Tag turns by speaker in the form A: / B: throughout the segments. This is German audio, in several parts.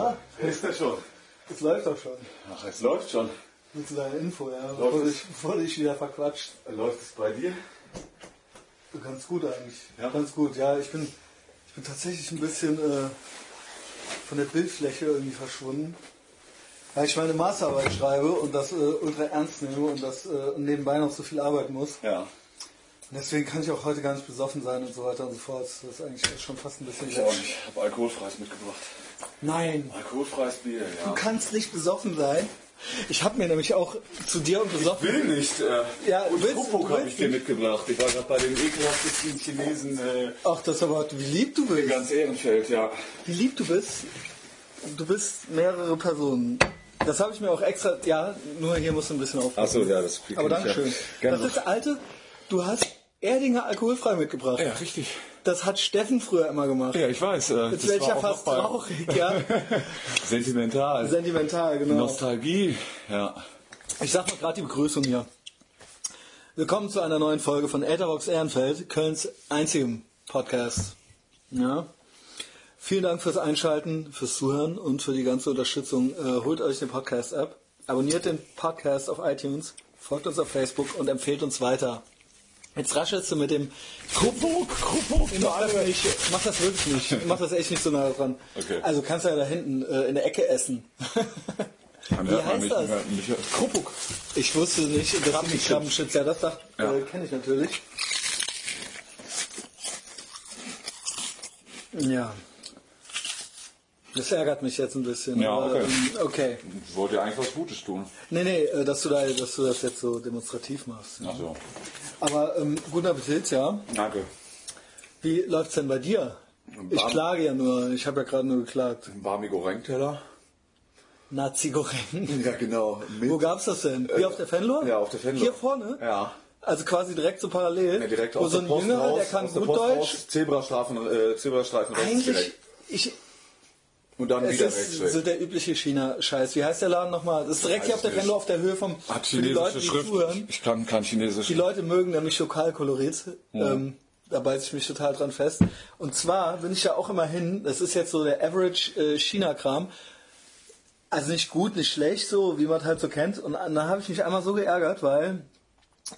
A: ja schon.
B: Das läuft doch schon.
A: Ach, es läuft schon.
B: Mit so deiner Info, ja. Bevor
A: es?
B: dich, bevor dich wieder verquatscht.
A: Läuft es bei dir?
B: Ganz gut eigentlich.
A: Ja?
B: Ganz gut, ja. Ich bin, ich bin tatsächlich ein bisschen äh, von der Bildfläche irgendwie verschwunden. Weil ich meine Masterarbeit schreibe und das äh, ultra ernst nehme und das äh, und nebenbei noch so viel arbeiten muss.
A: Ja.
B: Und deswegen kann ich auch heute gar nicht besoffen sein und so weiter und so fort. Das ist eigentlich schon fast ein bisschen
A: Ich auch nicht. Hab alkoholfreies mitgebracht.
B: Nein.
A: Alkoholfreies Bier,
B: Du
A: ja.
B: kannst nicht besoffen sein. Ich habe mir nämlich auch zu dir und besoffen.
A: Will nicht. Äh,
B: Ja,
A: und
B: willst-
A: Kuckuck
B: willst
A: habe ich dir mitgebracht. Ich war gerade bei den ekelhaftesten Chinesen äh,
B: Ach, das ist aber, wie lieb du
A: in
B: bist.
A: ganz Ehrenfeld, ja.
B: Wie lieb du bist. Du bist mehrere Personen. Das habe ich mir auch extra. Ja, nur hier musst du ein bisschen
C: Ah,
B: aufpassen.
A: Achso, ja, das krieg
B: Aber
A: ich, ja.
B: Dankeschön.
A: Gerne.
B: Das ist alte. Du hast Erdinger alkoholfrei mitgebracht.
C: Ja, richtig.
B: Das hat Steffen früher immer gemacht.
C: Ja, ich weiß. Äh,
B: Jetzt
C: das
B: wäre ich
C: war
B: ja
C: auch
B: fast
C: noch bei-
B: traurig, ja.
C: Sentimental.
B: Sentimental, genau.
C: Nostalgie. Ja.
B: Ich sag mal gerade die Begrüßung hier. Willkommen zu einer neuen Folge von Etherbox Ehrenfeld, Kölns einzigem Podcast. Ja. Vielen Dank fürs Einschalten, fürs Zuhören und für die ganze Unterstützung. Äh, holt euch den Podcast ab, abonniert den Podcast auf iTunes, folgt uns auf Facebook und empfehlt uns weiter. Jetzt raschelst du mit dem Kuckuck, Kuckuck. Ich mach das nicht. Ich Mach das wirklich nicht. Ich Mach das echt nicht so nah dran.
A: Okay.
B: Also kannst du ja da hinten äh, in der Ecke essen.
C: Man
B: Wie
C: hört man
B: heißt
C: nicht,
B: das?
C: man hört nicht.
B: Kuckuck. Ich wusste nicht, dass du nicht Krabbenchips, ja, das sagt,
C: Ja.
B: äh, kenne ich natürlich. Ja. Das ärgert mich jetzt ein bisschen.
C: Ja,
B: aber,
C: okay.
B: ähm, okay.
C: Ich wollte ja eigentlich was Gutes tun.
B: Nee, nee, äh, dass du, da, dass du das jetzt so demonstrativ machst.
C: Also,
B: Aber ähm, guten Appetit, ja.
A: Danke.
B: Wie läuft's denn bei dir? Ich
A: Bam.
B: klage ja nur, ich habe ja gerade nur geklagt.
A: Barmi Goreng-Teller?
B: Nazi Goreng.
A: Ja, genau. Mit, Äh,
B: Wo gab's das denn? Hier auf der Fenlo?
A: Ja, auf der Fenlo.
B: Hier vorne?
A: Ja.
B: Also quasi direkt so parallel.
A: Ja, direkt
B: wo
A: aus
B: so
A: der
B: ein
A: Post
B: Jüngerer,
A: raus,
B: der kann
A: aus der
B: gut
A: Post
B: Deutsch.
A: Raus, Zebrastreifen, äh, Zebrastreifen rechts
B: Eigentlich,
A: direkt.
B: ich,
A: Und dann
B: es
A: wieder
B: ist
A: rechts weg.
B: so der übliche China-Scheiß. Wie heißt der Laden nochmal? Das ist direkt hier auf
C: ich
B: der
C: nicht.
B: Fenlo auf der Höhe vom.
C: hat
B: für die Leute,
C: chinesische
B: die
C: Schrift.
B: zuhören.
C: Ich kann kein Chinesisch.
B: Die Leute mögen nämlich Lokalkolorit. Ähm, da beiße ich mich total dran fest. Und zwar bin ich ja auch immer hin, das ist jetzt so der Average äh, China-Kram. Also nicht gut, nicht schlecht, so wie man halt so kennt. Und da habe ich mich einmal so geärgert, weil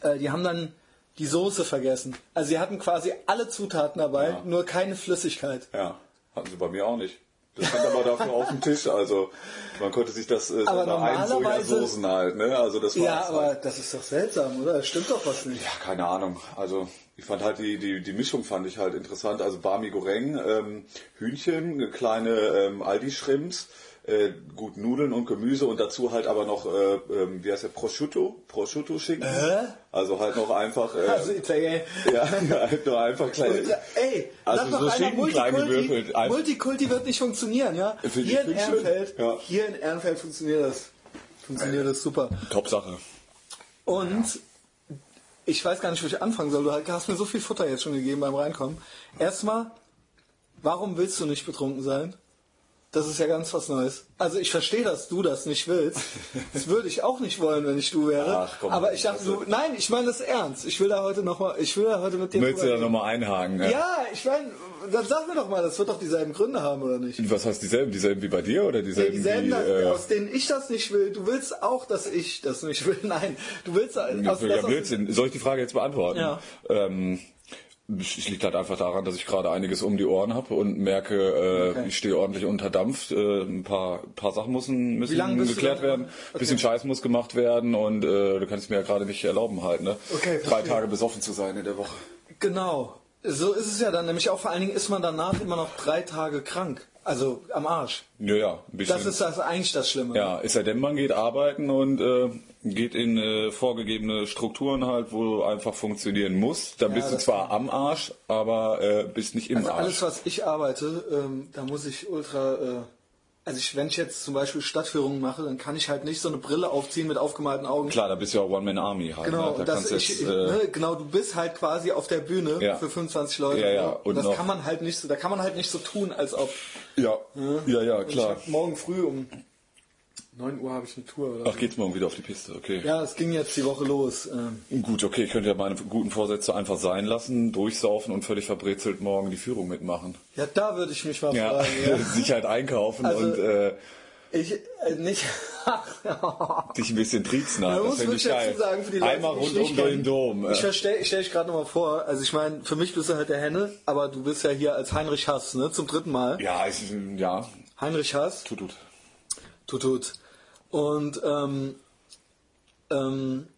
B: äh, die haben dann die Soße vergessen. Also sie hatten quasi alle Zutaten dabei,
C: Ja.
B: nur keine Flüssigkeit.
C: Ja.
A: Hatten sie bei mir auch nicht. Das stand aber dafür auf dem Tisch. Also man konnte sich das äh,
B: Aber
A: unter einen
B: normalerweise-
A: Sojasoßen halt. Ne? Also das war
B: Ja,
A: es
B: aber
A: halt.
B: das ist doch seltsam, oder? Stimmt doch was nicht.
A: ja, keine Ahnung. Also ich fand halt die, die, die Mischung fand ich halt interessant. Also Barmi Goreng, ähm, Hühnchen, kleine ähm, Aldi-Schrimps, äh, gut Nudeln und Gemüse und dazu halt aber noch, äh, ähm, wie heißt der, Prosciutto? Prosciutto-Schinken. Also halt noch einfach... Äh,
B: Also Italien.
A: ja, halt nur einfach kleine...
B: Ultra- Ey,
C: Also
B: lass doch
C: so
B: einer
C: Schinken klein
B: Multikulti,
C: gewürfelt, einfach-
B: Multikulti wird nicht funktionieren, ja?
C: Finde ich-
B: Hier in
C: finde ich schön,
B: Ehrenfeld,
C: ja.
B: hier in Ehrenfeld funktioniert das. Funktioniert das super.
C: Top-Sache.
B: Und ich weiß gar nicht, wo ich anfangen soll. Du hast mir so viel Futter jetzt schon gegeben beim Reinkommen. Erstmal, warum willst du nicht betrunken sein? Das ist ja ganz was Neues. Also ich verstehe, dass du das nicht willst. Das würde ich auch nicht wollen, wenn ich du wäre.
C: Ach, komm,
B: Aber ich dachte, du, nein, ich meine das ernst. Ich will da heute noch mal, ich will da heute mit dir.
C: Möchtest du
B: drüber
C: da nochmal einhaken? ne?
B: ja, ich meine, dann sag mir doch mal, das wird doch dieselben Gründe haben, oder nicht?
C: Was heißt dieselben? Dieselben wie bei dir oder dieselben,
B: Dieselben,
C: wie...
B: dass-
C: äh,
B: aus denen ich das nicht will. Du willst auch, dass ich das nicht will. Nein, du willst aus,
C: Das ist ja
B: das
C: Blödsinn. Soll ich die Frage jetzt beantworten?
B: Ja.
C: Ähm, ich liegt halt einfach daran, dass ich gerade einiges um die Ohren habe und merke, äh,
B: Okay.
C: ich stehe ordentlich unter Dampf. Äh, ein paar, paar Sachen müssen, müssen
B: lange bist du
C: geklärt
B: da?
C: werden,
B: Okay.
C: bisschen Scheiß muss gemacht werden und äh, du kannst es mir ja gerade nicht erlauben halt. Ne?
B: Okay,
C: Drei
B: verstehe.
C: Tage besoffen zu sein in der Woche.
B: Genau. So ist es ja dann nämlich auch. Vor allen Dingen ist man danach immer noch drei Tage krank. Also am Arsch.
C: Ja, ja, ein bisschen.
B: Das ist das eigentlich das Schlimme.
C: ja, ist ja denn, man geht arbeiten und äh, geht in äh, vorgegebene Strukturen halt, wo du einfach funktionieren musst. Dann
B: Ja,
C: bist du
B: das
C: zwar am Arsch, aber äh, bist nicht im
B: Also
C: Arsch.
B: alles, was ich arbeite, ähm, da muss ich ultra. Äh, also ich, wenn ich jetzt zum Beispiel Stadtführungen mache, dann kann ich halt nicht so eine Brille aufziehen mit aufgemalten Augen.
C: Klar, da bist du ja One-Man-Army halt.
B: Genau,
C: ne? da
B: und das
C: kannst
B: ich,
C: jetzt, äh,
B: ne, genau, du bist halt quasi auf der Bühne
C: Ja.
B: für 25 Leute.
C: Ja, ja,
B: Und
C: und
B: das
C: noch-
B: kann man halt nicht so, da kann man halt nicht so tun, als ob.
C: ja, ja, ja,
B: Ich
C: klar.
B: hab morgen früh um 9 Uhr habe ich eine Tour. Oder?
C: Ach, geht's morgen wieder auf die Piste, okay.
B: Ja, es ging jetzt die Woche los. Ähm,
C: Gut, okay, ich könnte ja meine guten Vorsätze einfach sein lassen, durchsaufen und völlig verbrezelt morgen die Führung mitmachen.
B: ja, da würde ich mich mal
C: Ja,
B: fragen. Ja.
C: sich halt einkaufen
B: Also-
C: und äh,
B: Ich, äh, nicht.
C: Dich ein bisschen triezen
B: Man
C: hat. Ah, Das
B: muss
C: finde ich
B: wirklich
C: geil.
B: dazu sagen, für die Leute,
C: Einmal
B: die mich
C: rund um
B: nicht kennen,
C: den Dom.
B: Ich stelle stell ich gerade nochmal vor, also ich meine, für mich bist du halt der Henne, aber du bist ja hier als Heinrich Hass, ne, zum dritten Mal.
C: Ja, ich, ja,
B: Heinrich Hass,
C: tut, tut.
B: tut, tut. Und, ähm, ähm,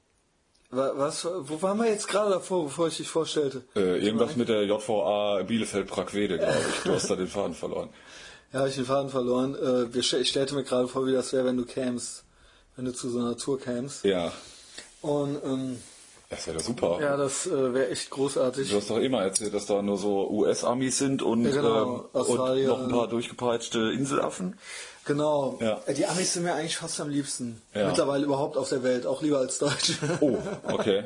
B: wa- was, wo waren wir jetzt gerade davor, bevor ich dich vorstellte?
C: Äh, irgendwas mit der JVA Bielefeld-Prakwede, glaube ich. Du hast da den Faden verloren.
B: Ja, hab ich den Faden verloren. Äh, wir, ich stellte mir gerade vor, wie das wäre, wenn du kämst, wenn du zu so einer Tour kämst.
C: Ja,
B: Und, ähm,
C: das wäre doch super.
B: ja, das äh, wäre echt großartig.
C: Du hast doch immer erzählt, dass da nur so US-Amis sind und,
B: Ja, genau.
C: ähm, und
B: Australier.
C: noch ein paar durchgepeitschte Inselaffen.
B: Genau.
C: Ja.
B: Äh, Die Amis sind mir eigentlich fast am liebsten.
C: Ja.
B: Mittlerweile überhaupt auf der Welt, auch lieber als Deutsche.
C: Oh, okay.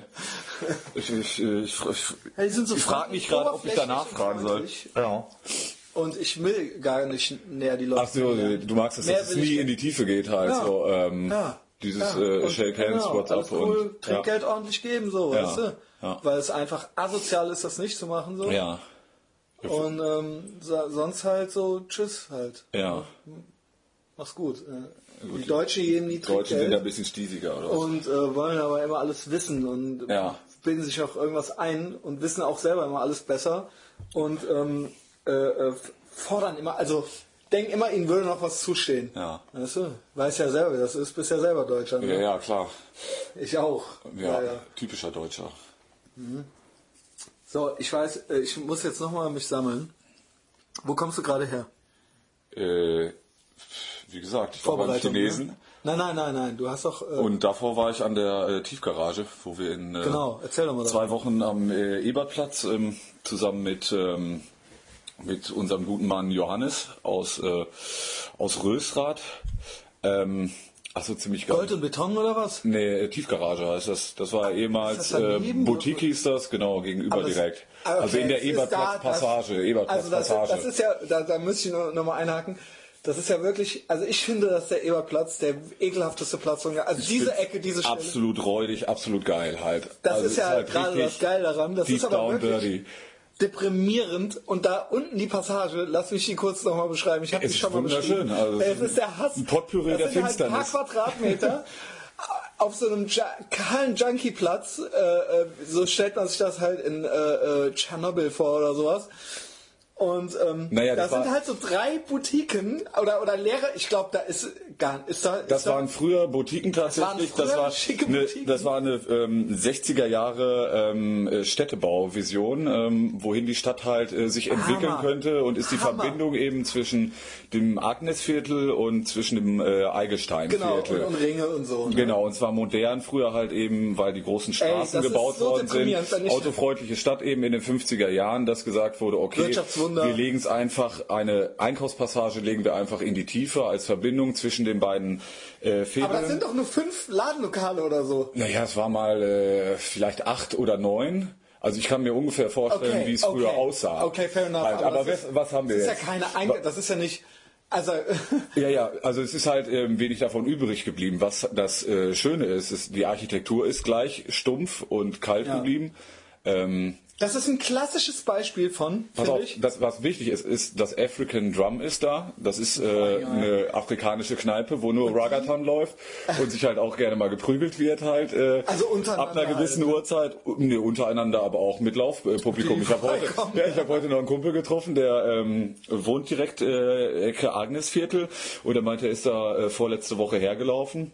C: Ich, ich, ich, ich,
B: Ja, die sind so
C: ich frage mich gerade, ob ich danach fragen soll.
B: oberflächlich
C: Ja.
B: Und ich will gar nicht näher die Leute.
C: Ach so, du magst es,
B: Mehr
C: dass es
B: will ich
C: nie
B: nicht.
C: in die Tiefe geht halt.
B: Ja.
C: So, ähm,
B: Ja.
C: Dieses
B: Ja.
C: äh,
B: Und
C: Shake Hands,
B: genau,
C: What's
B: alles
C: Up
B: cool,
C: und...
B: Trinkgeld ordentlich geben, so,
C: Ja.
B: weißt du?
C: Ja.
B: Weil es einfach asozial ist, das nicht zu machen, so.
C: Ja. ja,
B: Und ähm, so, sonst halt so, tschüss halt.
C: ja.
B: Mach's gut. Äh, Die Deutschen geben nie
C: Deutsche sind
B: Trinkgeld.
C: da ein bisschen stiesiger oder was?
B: und äh, wollen aber immer alles wissen und
C: Ja.
B: bilden sich auf irgendwas ein und wissen auch selber immer alles besser und ähm, äh, äh, f- fordern immer, also denken immer, ihnen würde noch was zustehen.
C: Ja.
B: Weißt du? Weiß ja selber, wie das ist, bist ja selber Deutscher. Ne?
C: Ja, ja, klar.
B: Ich auch.
C: Ja,
B: Leider.
C: typischer Deutscher.
B: So, ich weiß, äh, ich muss jetzt nochmal mich sammeln. Wo kommst du gerade her?
C: Äh, wie gesagt, ich war beim Chinesen.
B: ne? Nein, nein, nein, nein. Du hast doch. Äh,
C: Und davor war ich an der äh, Tiefgarage, wo wir in äh,
B: Genau, erzähl doch mal
C: zwei Wochen am äh, Ebertplatz ähm, zusammen mit, ähm, mit unserem guten Mann Johannes aus, äh, aus Rösrath. Ähm, achso, ziemlich geil.
B: Gold und Beton oder was?
C: Nee, äh, Tiefgarage heißt das. Das war ehemals
B: Ist das daneben?
C: äh, Boutique hieß das, genau, gegenüber
B: Aber es-
C: direkt.
B: Ah, okay,
C: Also in der
B: es ist da, das- Also
C: Ebertplatz-Passage.
B: das,
C: Ebertplatz-Passage.
B: das ist ja, da, da müsste ich nochmal noch mal einhaken. Das ist ja wirklich, also ich finde, dass der Eberplatz der ekelhafteste Platz von, also diese Ecke, diese Stelle.
C: Absolut räudig, absolut geil halt.
B: Das
C: Also
B: ist
C: es
B: ja gerade
C: richtig
B: das Geile daran. Das
C: deep
B: ist aber
C: down
B: wirklich
C: dirty.
B: deprimierend. Und da unten die Passage, lass mich die kurz nochmal beschreiben. Ich habe
C: Es
B: die
C: ist
B: schon mal
C: wunderschön,
B: beschrieben.
C: also es
B: es ist der Hass.
C: ein Potpourri
B: das
C: der
B: sind
C: Finsternis.
B: Halt ein paar Quadratmeter auf so einem ja kahlen Junkie-Platz. Äh, äh, so stellt man sich das halt in äh, äh, Tschernobyl vor oder sowas. Und ähm,
C: Naja,
B: da
C: das
B: sind
C: war-
B: halt so drei Boutiquen oder, oder leere. Ich glaube, da ist gar ist da,
C: Das
B: ist da,
C: waren früher Boutiquen tatsächlich.
B: früher
C: Das war,
B: schicke
C: eine,
B: Boutiquen.
C: das war eine ähm, 60er Jahre ähm, äh, Städtebauvision, ähm, wohin die Stadt halt äh, sich entwickeln
B: Hammer.
C: könnte und ist die
B: Hammer.
C: Verbindung eben zwischen dem Agnesviertel und zwischen dem äh,
B: genau und,
C: Eigelsteinviertel.
B: und Ringe und so. ne?
C: Genau, und zwar modern, früher halt eben, weil die großen Straßen
B: das ist
C: gebaut
B: so
C: worden
B: deprimierend, wenn
C: sind.
B: ich-
C: Autofreundliche Stadt eben in den 50er Jahren, dass gesagt wurde, okay,
B: Wirtschaftswunder.
C: wir legen es einfach, eine Einkaufspassage legen wir einfach in die Tiefe als Verbindung zwischen den beiden äh, Fädeln.
B: Aber das sind doch nur fünf Ladenlokale oder so.
C: Naja, es war mal äh, vielleicht acht oder neun. Also ich kann mir ungefähr vorstellen,
B: Okay,
C: wie es
B: okay.
C: früher aussah.
B: Okay, fair enough.
C: Halt,
B: Aber
C: aber
B: das
C: was, was haben wir
B: Das ist ja
C: jetzt?
B: keine Einge Das ist ja nicht. Also,
C: Ja, ja, also es ist halt ähm, wenig davon übrig geblieben. Was das äh, Schöne ist, ist, die Architektur ist gleich stumpf und kalt
B: Ja.
C: geblieben. Ähm,
B: das ist ein klassisches Beispiel von,
C: pass
B: finde
C: auf,
B: ich.
C: das, was wichtig ist, ist, das African Drum ist da. Das ist äh,
B: Oh,
C: eine afrikanische Kneipe, wo nur Ragatan läuft und sich halt auch gerne mal geprügelt wird halt. Äh,
B: Also untereinander
C: Ab einer gewissen Uhrzeit, nee, untereinander, aber auch mit Laufpublikum.
B: Die
C: Ich habe heute,
B: vorbeikommen.
C: ja, ich hab heute noch einen Kumpel getroffen, der ähm, wohnt direkt äh, Ecke Agnesviertel und er meinte, er ist da äh, vorletzte Woche hergelaufen.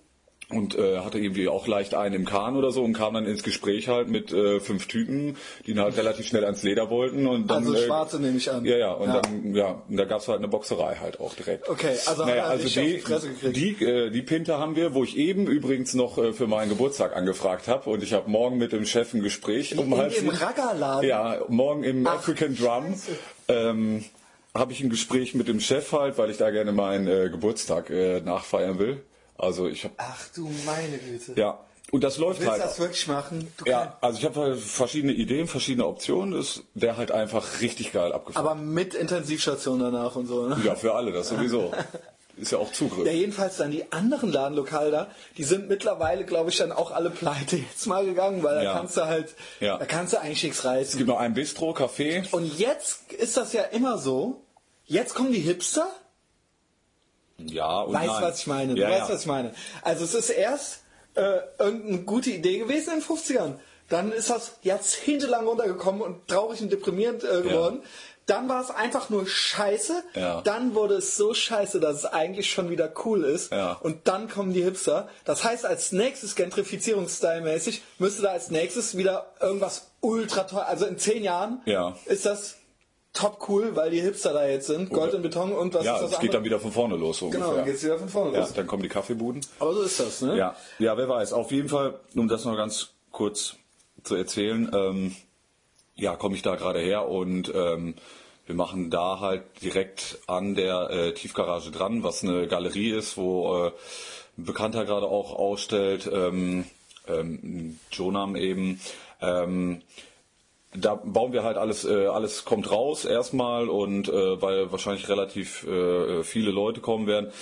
C: Und äh, hatte irgendwie auch leicht einen im Kahn oder so und kam dann ins Gespräch halt mit äh, fünf Typen, die ihn halt relativ schnell ans Leder wollten. Und dann,
B: Also
C: äh,
B: Schwarze nehme ich an.
C: Ja, ja, und
B: Ja.
C: dann, ja, und da gab's halt eine Boxerei halt auch direkt.
B: Okay, also hat
C: naja,
B: er
C: also
B: richtig auf
C: die,
B: die Fresse gekriegt.
C: die, äh, die Pinte haben wir, wo ich eben übrigens noch äh, für meinen Geburtstag angefragt habe. Und ich habe morgen mit dem Chef ein Gespräch. Um
B: In
C: halb
B: dem
C: sieben-
B: Raggerladen?
C: Ja, morgen im
B: Ach,
C: African Drum.
B: Scheiße.
C: Ähm, habe ich ein Gespräch mit dem Chef halt, weil ich da gerne meinen äh, Geburtstag äh, nachfeiern will. Also ich habe,
B: Ach du meine Güte.
C: ja. Und das läuft
B: Willst du
C: halt.
B: das wirklich machen? Du
C: Ja, also ich habe halt verschiedene Ideen, verschiedene Optionen. Ist der halt einfach richtig geil abgefahren.
B: Aber mit Intensivstation danach und so. Ne?
C: Ja, für alle, das sowieso. Ist ja auch Zugriff.
B: Ja, jedenfalls dann die anderen Ladenlokale da, die sind mittlerweile, glaube ich, dann auch alle pleite jetzt mal gegangen, weil da
C: Ja.
B: kannst du halt,
C: Ja.
B: da kannst du eigentlich nichts reißen.
C: Es gibt noch ein Bistro, Café.
B: Und jetzt ist das ja immer so. Jetzt kommen die Hipster
C: Ja, und
B: weißt,
C: Oh nein.
B: was ich meine. Du
C: Ja,
B: weißt,
C: ja.
B: was ich meine. Also es ist erst äh, irgendeine gute Idee gewesen in den 50ern. Dann ist das jahrzehntelang runtergekommen und traurig und deprimierend äh, geworden. Dann war es einfach nur scheiße.
C: Ja.
B: Dann wurde es so scheiße, dass es eigentlich schon wieder cool ist.
C: Ja.
B: Und dann kommen die Hipster. Das heißt, als nächstes, gentrifizierungsstyle-mäßig, müsste da als nächstes wieder irgendwas ultra teuer. Also in zehn Jahren
C: Ja.
B: ist das top cool, weil die Hipster da jetzt sind. Gold und Beton und was
C: ja,
B: ist
C: es
B: das
C: geht
B: andere?
C: dann wieder von vorne los. So
B: Genau, dann
C: ungefähr.
B: geht es wieder von vorne
C: ja,
B: los.
C: dann kommen die Kaffeebuden.
B: Aber so ist das, ne?
C: Ja, ja, wer weiß. Auf jeden Fall, um das noch ganz kurz zu erzählen, ähm, ja, komme ich da gerade her und ähm, wir machen da halt direkt an der äh, Tiefgarage dran, was eine Galerie ist, wo äh, ein Bekannter gerade auch ausstellt, ähm, ähm, Jonam eben. Ähm, da bauen wir halt alles, äh, alles kommt raus erstmal und äh, weil wahrscheinlich relativ äh, viele Leute kommen werden,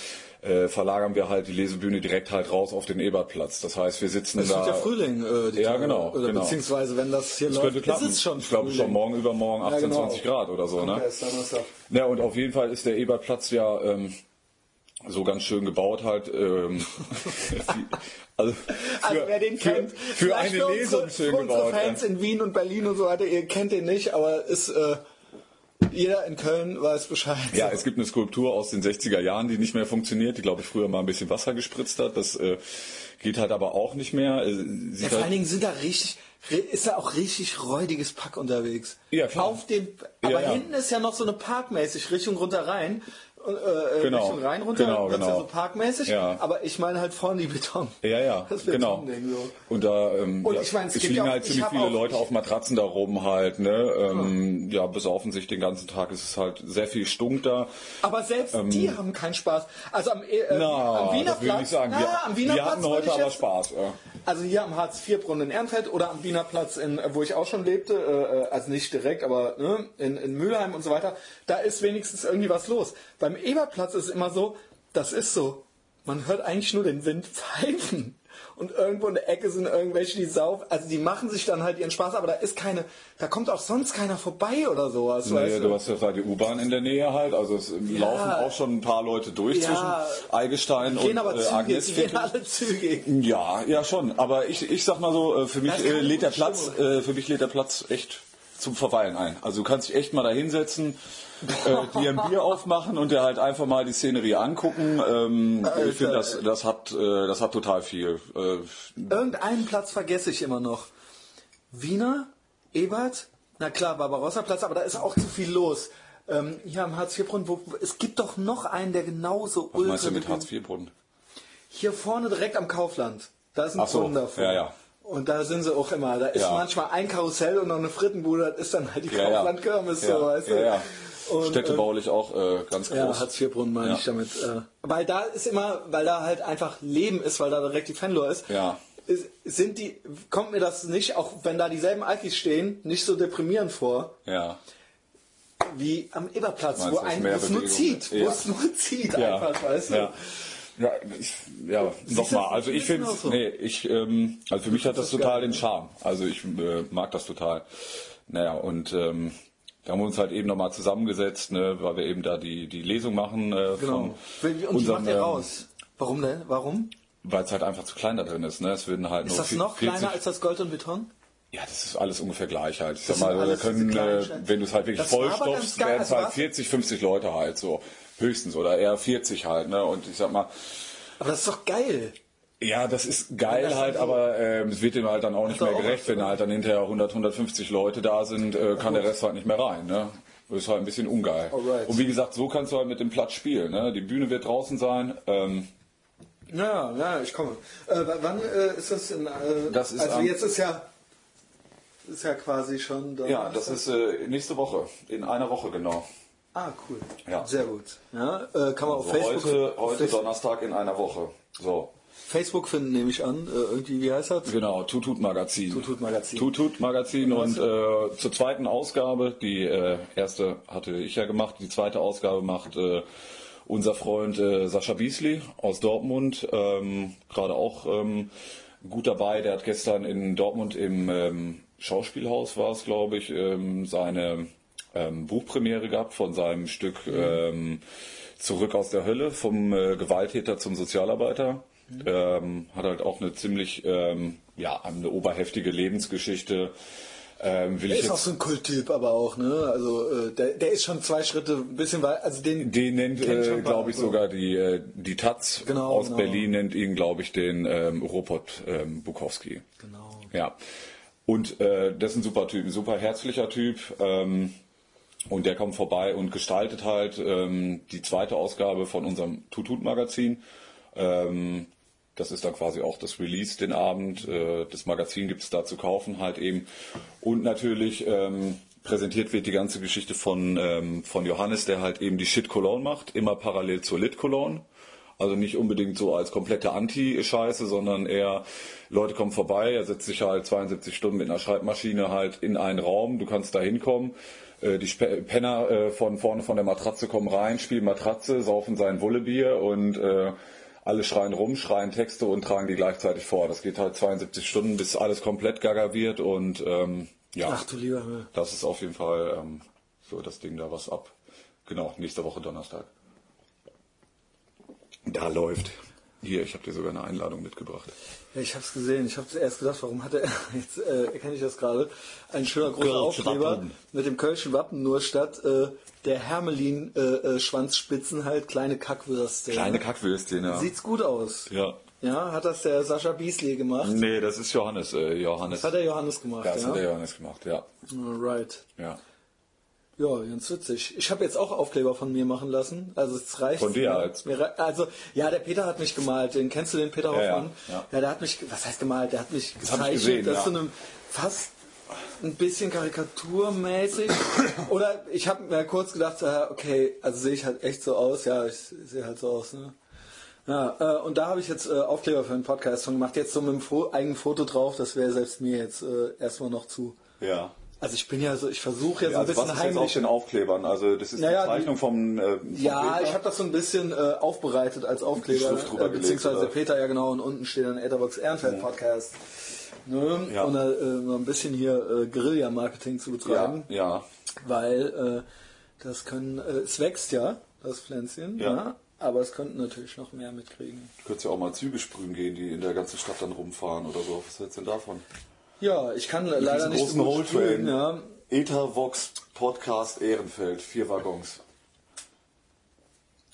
C: äh, verlagern wir halt die Lesebühne direkt halt raus auf den Ebertplatz. Das heißt, wir sitzen
B: Es
C: da.
B: wird ja Frühling. Äh, die
C: genau. Ja,
B: Tage.
C: genau,
B: Oder
C: genau.
B: beziehungsweise, wenn das hier
C: Es
B: läuft,
C: könnte klappen.
B: ist es schon
C: ich glaube schon
B: Frühling.
C: morgen, übermorgen 18,
B: genau.
C: 20 Grad oder so. Ne?
B: Ja, ist Donnerstag.
C: Ja, und auf jeden Fall ist der Ebertplatz ja ähm, so ganz schön gebaut halt. Ähm, die- also, für,
B: Also wer den
C: für,
B: kennt,
C: für
B: vielleicht
C: eine
B: für
C: Lesung
B: unsere,
C: schön
B: für unsere
C: gebaut.
B: Fans
C: ja.
B: in Wien und Berlin und so weiter, ihr kennt den nicht, aber ist äh, jeder in Köln weiß Bescheid.
C: Ja, es gibt eine Skulptur aus den 60er Jahren, die nicht mehr funktioniert, die glaube ich früher mal ein bisschen Wasser gespritzt hat. Das äh, geht halt aber auch nicht mehr. Äh, sieht
B: Ja, vor
C: halt,
B: allen Dingen sind da richtig, ist da auch richtig räudiges Pack unterwegs.
C: Ja, klar.
B: Auf dem, aber
C: Ja, ja.
B: hinten ist ja noch so eine parkmäßig Richtung runter rein. Äh, äh,
C: Genau.
B: Richtung rein runter,
C: Genau,
B: wird's ja
C: genau.
B: so parkmäßig.
C: Ja.
B: Aber ich meine halt vorne die Beton.
C: ja, ja,
B: das
C: genau.
B: Betonding so.
C: Und da ähm,
B: Und
C: ja,
B: ich meine, es
C: es
B: gibt
C: liegen
B: ja auch-
C: halt
B: ich
C: ziemlich
B: hab
C: viele
B: auch-
C: Leute auf Matratzen da rum halt. Ne? Ähm, ja, besaufen sich den ganzen Tag. Es ist halt sehr viel Stunk da.
B: Aber selbst die haben keinen Spaß. Also am, äh,
C: Ähm, Na,
B: am Wiener
C: das will ich
B: Platz.
C: nicht sagen.
B: na,
C: wir,
B: am Wiener
C: wir
B: Platz
C: hatten
B: würde
C: heute
B: ich
C: aber
B: jetzt-
C: Spaß. Ja.
B: Also hier am Hartz IV Brunnen in Ehrenfeld oder am Wiener Platz, in, äh, wo ich auch schon lebte, äh, äh, also nicht direkt, aber ne, in, in Mülheim und so weiter, da ist wenigstens irgendwie was los. Beim Eberplatz ist immer so, das ist so, man hört eigentlich nur den Wind pfeifen. Und irgendwo in der Ecke sind irgendwelche, die sauf, also die machen sich dann halt ihren Spaß, aber da ist keine, da kommt auch sonst keiner vorbei oder sowas. weißt
C: Nee, du hast ja da die U-Bahn in der Nähe halt, also es laufen auch schon ein paar Leute durch
B: Ja.
C: zwischen Eigelstein
B: gehen
C: und
B: aber
C: äh,
B: Züge, die gehen
C: Agnesviertel.
B: alle Züge.
C: Ja, ja schon. Aber ich, ich sag mal so, äh, für mich
B: ist keine
C: äh, lädt der
B: gute
C: Platz, äh, für mich lädt der Platz echt zum Verweilen ein. Also du kannst dich echt mal da hinsetzen, äh, dir ein Bier aufmachen und dir halt einfach mal die Szenerie angucken. Ähm, ich finde, das, das hat, äh, das hat total viel. Äh,
B: Irgendeinen Platz vergesse ich immer noch. Wiener, Ebert, na klar, Barbarossa Platz, aber da ist auch zu viel los. Ähm, hier am Hartz IV Brunnen, wo, es gibt doch noch einen, der genauso
C: was meinst du mit
B: beliebt-
C: Hartz IV Brunnen?
B: Hier vorne direkt am Kaufland. Da ist ein
C: Ach so,
B: Brunnen davor.
C: ja, ja.
B: Und da sind sie auch immer. Da ist
C: Ja.
B: manchmal ein Karussell und noch eine Frittenbude, das ist dann halt die
C: Ja, ja.
B: Kaufland-Kirmes.
C: ja,
B: so, weißt
C: ja,
B: du?
C: ja.
B: Und, ähm,
C: Städtebaulich auch äh, ganz
B: ja,
C: groß.
B: Hartz IV Brunnen meine
C: Ja.
B: ich damit. Äh, weil da ist immer, weil da halt einfach Leben ist, weil da direkt die Fanlore ist.
C: Ja.
B: ist- Sind die, kommt mir das nicht, auch wenn da dieselben Alkis stehen, nicht so deprimierend vor,
C: ja.
B: wie am Eberplatz,
C: Meinst
B: wo
C: du, es
B: ein, wo
C: mehr
B: es nur
C: Bewegung?
B: zieht, wo
C: Ja.
B: es nur zieht
C: Ja.
B: einfach, weißt du?
C: Ja. Ja, ich, ja nochmal.
B: das
C: Also ich
B: ist
C: finde,
B: auch so.
C: nee, ich, ähm, also für mich hat das,
B: ist geil.
C: total den Charme. Also ich äh, mag das total. Naja, und ähm, da haben wir uns halt eben nochmal zusammengesetzt, ne, weil wir eben da die, die Lesung machen. Äh,
B: Genau.
C: von
B: Und die macht ihr
C: ähm,
B: raus. Warum denn? Warum?
C: Weil es halt einfach zu klein da drin ist. Ne? Es würden halt
B: Ist das noch kleiner als das Gold und Beton?
C: Ja, das ist alles ungefähr gleich halt. Ich sag
B: sind
C: mal, da
B: alles
C: können,
B: diese kleinen
C: äh,
B: Steine.
C: wenn du es halt wirklich
B: Das war aber ganz
C: vollstopfst,
B: geil.
C: werden es
B: Also
C: halt
B: was-
C: 40, 50 Leute halt so. Höchstens oder eher 40 halt. Ne? Und ich sag mal,
B: Aber das ist doch geil.
C: Ja, das ist geil
B: das
C: halt,
B: so-
C: aber ähm, es wird dem halt dann auch nicht
B: doch
C: mehr
B: auch
C: gerecht,
B: was,
C: wenn
B: oder?
C: halt dann hinterher 100, 150 Leute da sind, äh, kann der Rest halt nicht mehr rein. Ne? Ist halt ein bisschen ungeil.
B: Alright.
C: Und wie gesagt, so kannst du halt mit dem Platz spielen. Ne? Die Bühne wird draußen sein. Ähm,
B: Ja, ja, ich komme. Äh, w- wann äh, ist das in. Äh,
C: Das ist
B: also
C: am-
B: jetzt ist ja. Ist ja quasi schon.
C: ja,
B: Donnerstag.
C: das ist äh, nächste Woche, in einer Woche genau.
B: Ah, cool.
C: Ja.
B: Sehr gut. Ja, äh, kann man auf
C: Also
B: Facebook,
C: heute,
B: auf
C: heute
B: Facebook,
C: Donnerstag in einer Woche. So,
B: Facebook finden, nehme ich an. Äh, irgendwie, wie heißt das?
C: genau, Tutut Magazin.
B: Tutut Magazin.
C: Tutut Magazin und äh, zur zweiten Ausgabe, die äh, erste hatte ich ja gemacht, die zweite Ausgabe macht äh, unser Freund äh, Sascha Biesli aus Dortmund, ähm, gerade auch ähm, gut dabei. Der hat gestern in Dortmund im ähm, Schauspielhaus war es, glaube ich, ähm, seine ähm, Buchpremiere gehabt von seinem Stück ähm, Zurück aus der Hölle, vom äh, Gewalttäter zum Sozialarbeiter.
B: Mhm.
C: Ähm, hat halt auch eine ziemlich, ähm, ja, eine oberheftige Lebensgeschichte. Ähm, will ich
B: Ist auch
C: jetzt,
B: so ein Kulttyp, aber auch, ne? Also äh, der, der ist schon zwei Schritte ein bisschen weit. Also den,
C: den nennt,
B: kennt schon
C: äh,
B: ein paar,
C: glaube ich,
B: so.
C: sogar die, äh, die Taz
B: Genau,
C: aus
B: genau.
C: Berlin nennt ihn, glaube ich, den ähm, Robert ähm, Bukowski.
B: Genau.
C: Ja. Und äh, das ist ein super Typ, ein super herzlicher Typ. Ähm, und der kommt vorbei und gestaltet halt ähm, die zweite Ausgabe von unserem Tutut-Magazin. Ähm, das ist dann quasi auch das Release den Abend. Äh, das Magazin gibt es da zu kaufen halt eben. Und natürlich ähm, präsentiert wird die ganze Geschichte von, ähm, von Johannes, der halt eben die Shit Cologne macht, immer parallel zur Lit Cologne. Also nicht unbedingt so als komplette Anti-Scheiße, sondern eher Leute kommen vorbei, er setzt sich halt 72 Stunden mit einer Schreibmaschine halt in einen Raum, du kannst da hinkommen. äh, Die Spe- Penner äh, von vorne von der Matratze kommen rein, spielen Matratze, saufen sein Wullebier und äh, alle schreien rum, schreien Texte und tragen die gleichzeitig vor. Das geht halt 72 Stunden, bis alles komplett gaga wird und ähm, ja,
B: Ach du lieber Himmel.
C: das ist auf jeden Fall ähm, so das Ding da was ab. Genau, nächste Woche Donnerstag. Da läuft. Hier, ich habe dir sogar eine Einladung mitgebracht.
B: Ja, ich habe es gesehen. Ich habe erst gedacht, warum hat er jetzt äh, erkenne ich das gerade ein schöner großer
C: Kölsch
B: Aufkleber
C: Wappen.
B: mit dem Kölschen Wappen nur statt äh, der Hermelin äh, äh, Schwanzspitzen halt kleine Kackwürste.
C: Kleine Kackwürstchen, ja.
B: Sieht's gut aus.
C: Ja.
B: Ja, hat das der Sascha Biesli gemacht?
C: Nee, das ist Johannes. Äh, Johannes.
B: Das hat der Johannes gemacht, genau.
C: das
B: ja.
C: hat der Johannes gemacht, ja.
B: Alright.
C: ja.
B: Ja, ganz witzig. Ich habe jetzt auch Aufkleber von mir machen lassen. Also es reicht.
C: Von dir als-
B: Mir rei- Also ja, der Peter hat mich gemalt. Den kennst du den Peter Hoffmann?
C: ja, ja.
B: der hat mich. Was heißt gemalt? Der hat mich
C: hab ich
B: gezeichnet.
C: gesehen,
B: das ist
C: ja.
B: so einem fast ein bisschen karikaturmäßig. Oder ich habe mir kurz gedacht, äh, okay, also sehe ich halt echt so aus. Ja, ich sehe halt so aus. Ne? Ja, äh, und da habe ich jetzt äh, Aufkleber für einen Podcast von gemacht. Jetzt so mit einem Fo eigenen Foto drauf. Das wäre selbst mir jetzt äh, erstmal noch zu.
A: Ja.
B: Also ich bin ja so, ich versuche ja so
A: Ja,
B: ein
A: also was
B: bisschen
A: ist jetzt auf
B: heimlich
A: den Aufklebern? Also das ist
B: Naja,
A: die Zeichnung vom, äh, vom
B: Ja,
A: Peter.
B: ich habe das so ein bisschen äh, aufbereitet als Aufkleber,
A: Schrift drüber
B: äh, beziehungsweise
A: gelegt, oder?
B: Peter, ja genau, und unten steht dann Etherbox Ehrenfeld Podcast. Ne?
A: Ja.
B: Und da, äh, so ein bisschen hier äh, Guerilla-Marketing zu betreiben,
A: ja, ja.
B: weil äh, das können, äh, es wächst ja, das Pflänzchen, ja.
A: Ja.
B: aber es könnten natürlich noch mehr mitkriegen.
A: Du könntest ja auch mal Züge sprühen gehen, die in der ganzen Stadt dann rumfahren oder so. Was hältst du denn davon?
B: Ja, ich kann äh, leider
A: diesen
B: nicht
A: großen
B: gut
A: Rolltrain.
B: spielen, ja.
A: Ethervox Podcast Ehrenfeld, vier Waggons.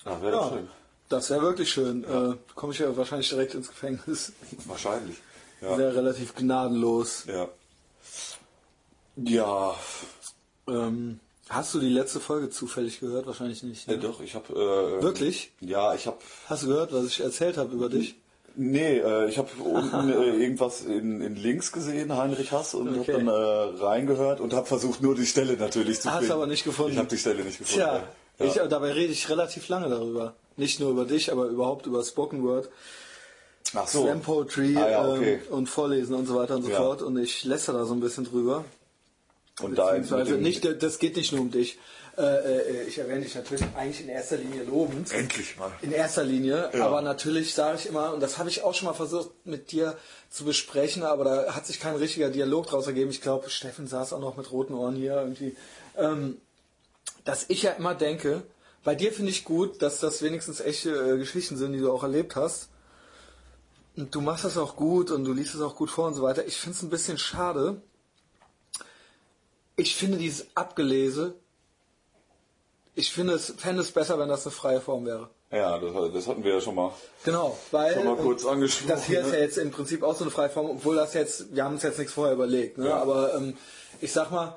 A: Ah, wäre doch
B: ja.
A: schön.
B: Das wäre wirklich schön. Äh, Komme ich ja wahrscheinlich direkt ins Gefängnis.
A: Wahrscheinlich. Ja.
B: Wäre relativ gnadenlos.
A: ja. Ja,
B: Ähm, hast du die letzte Folge zufällig gehört? Wahrscheinlich nicht.
A: äh,
B: Ne?
A: doch, ich habe äh,
B: Wirklich?
A: Ja, ich habe
B: Hast du gehört, was ich erzählt habe über dich?
A: Nee, äh, ich habe unten äh, irgendwas in, in Links gesehen, Heinrich Hass, und
B: Okay.
A: habe dann äh, reingehört und habe versucht, nur die Stelle natürlich zu
B: Hast
A: finden.
B: aber nicht gefunden.
A: Ich habe die Stelle nicht gefunden.
B: Tja,
A: ja.
B: ich, äh, dabei rede ich relativ lange darüber. Nicht nur über dich, aber überhaupt über Spoken Word,
A: Ach so.
B: Slam Poetry
A: Ah, ja, okay.
B: ähm, und Vorlesen und so weiter und so
A: Ja.
B: fort. Und ich lästere da so ein bisschen drüber.
A: und da mit
B: Beziehungsweise
A: dem-
B: nicht, äh, das geht nicht nur um dich. Äh, äh, ich erwähne dich natürlich eigentlich in erster Linie lobend.
A: Endlich mal.
B: In erster Linie, aber natürlich sage ich immer, und das habe ich auch schon mal versucht mit dir zu besprechen, aber da hat sich kein richtiger Dialog draus ergeben. Ich glaube, Steffen saß auch noch mit roten Ohren hier irgendwie. Ähm, dass ich ja immer denke, bei dir finde ich gut, dass das wenigstens echte äh, Geschichten sind, die du auch erlebt hast. Und du machst das auch gut und du liest es auch gut vor und so weiter. Ich finde es ein bisschen schade. Ich finde dieses Abgelese, ich finde es, fände es besser, wenn das eine freie Form wäre.
A: Ja, das, das hatten wir ja schon mal.
B: Genau, weil
A: Schon mal kurz angesprochen,
B: das hier ist ja
A: ne?
B: jetzt im Prinzip auch so eine freie Form, obwohl das jetzt, wir haben uns jetzt nichts vorher überlegt, ne?
A: Ja.
B: aber ähm, ich sag mal,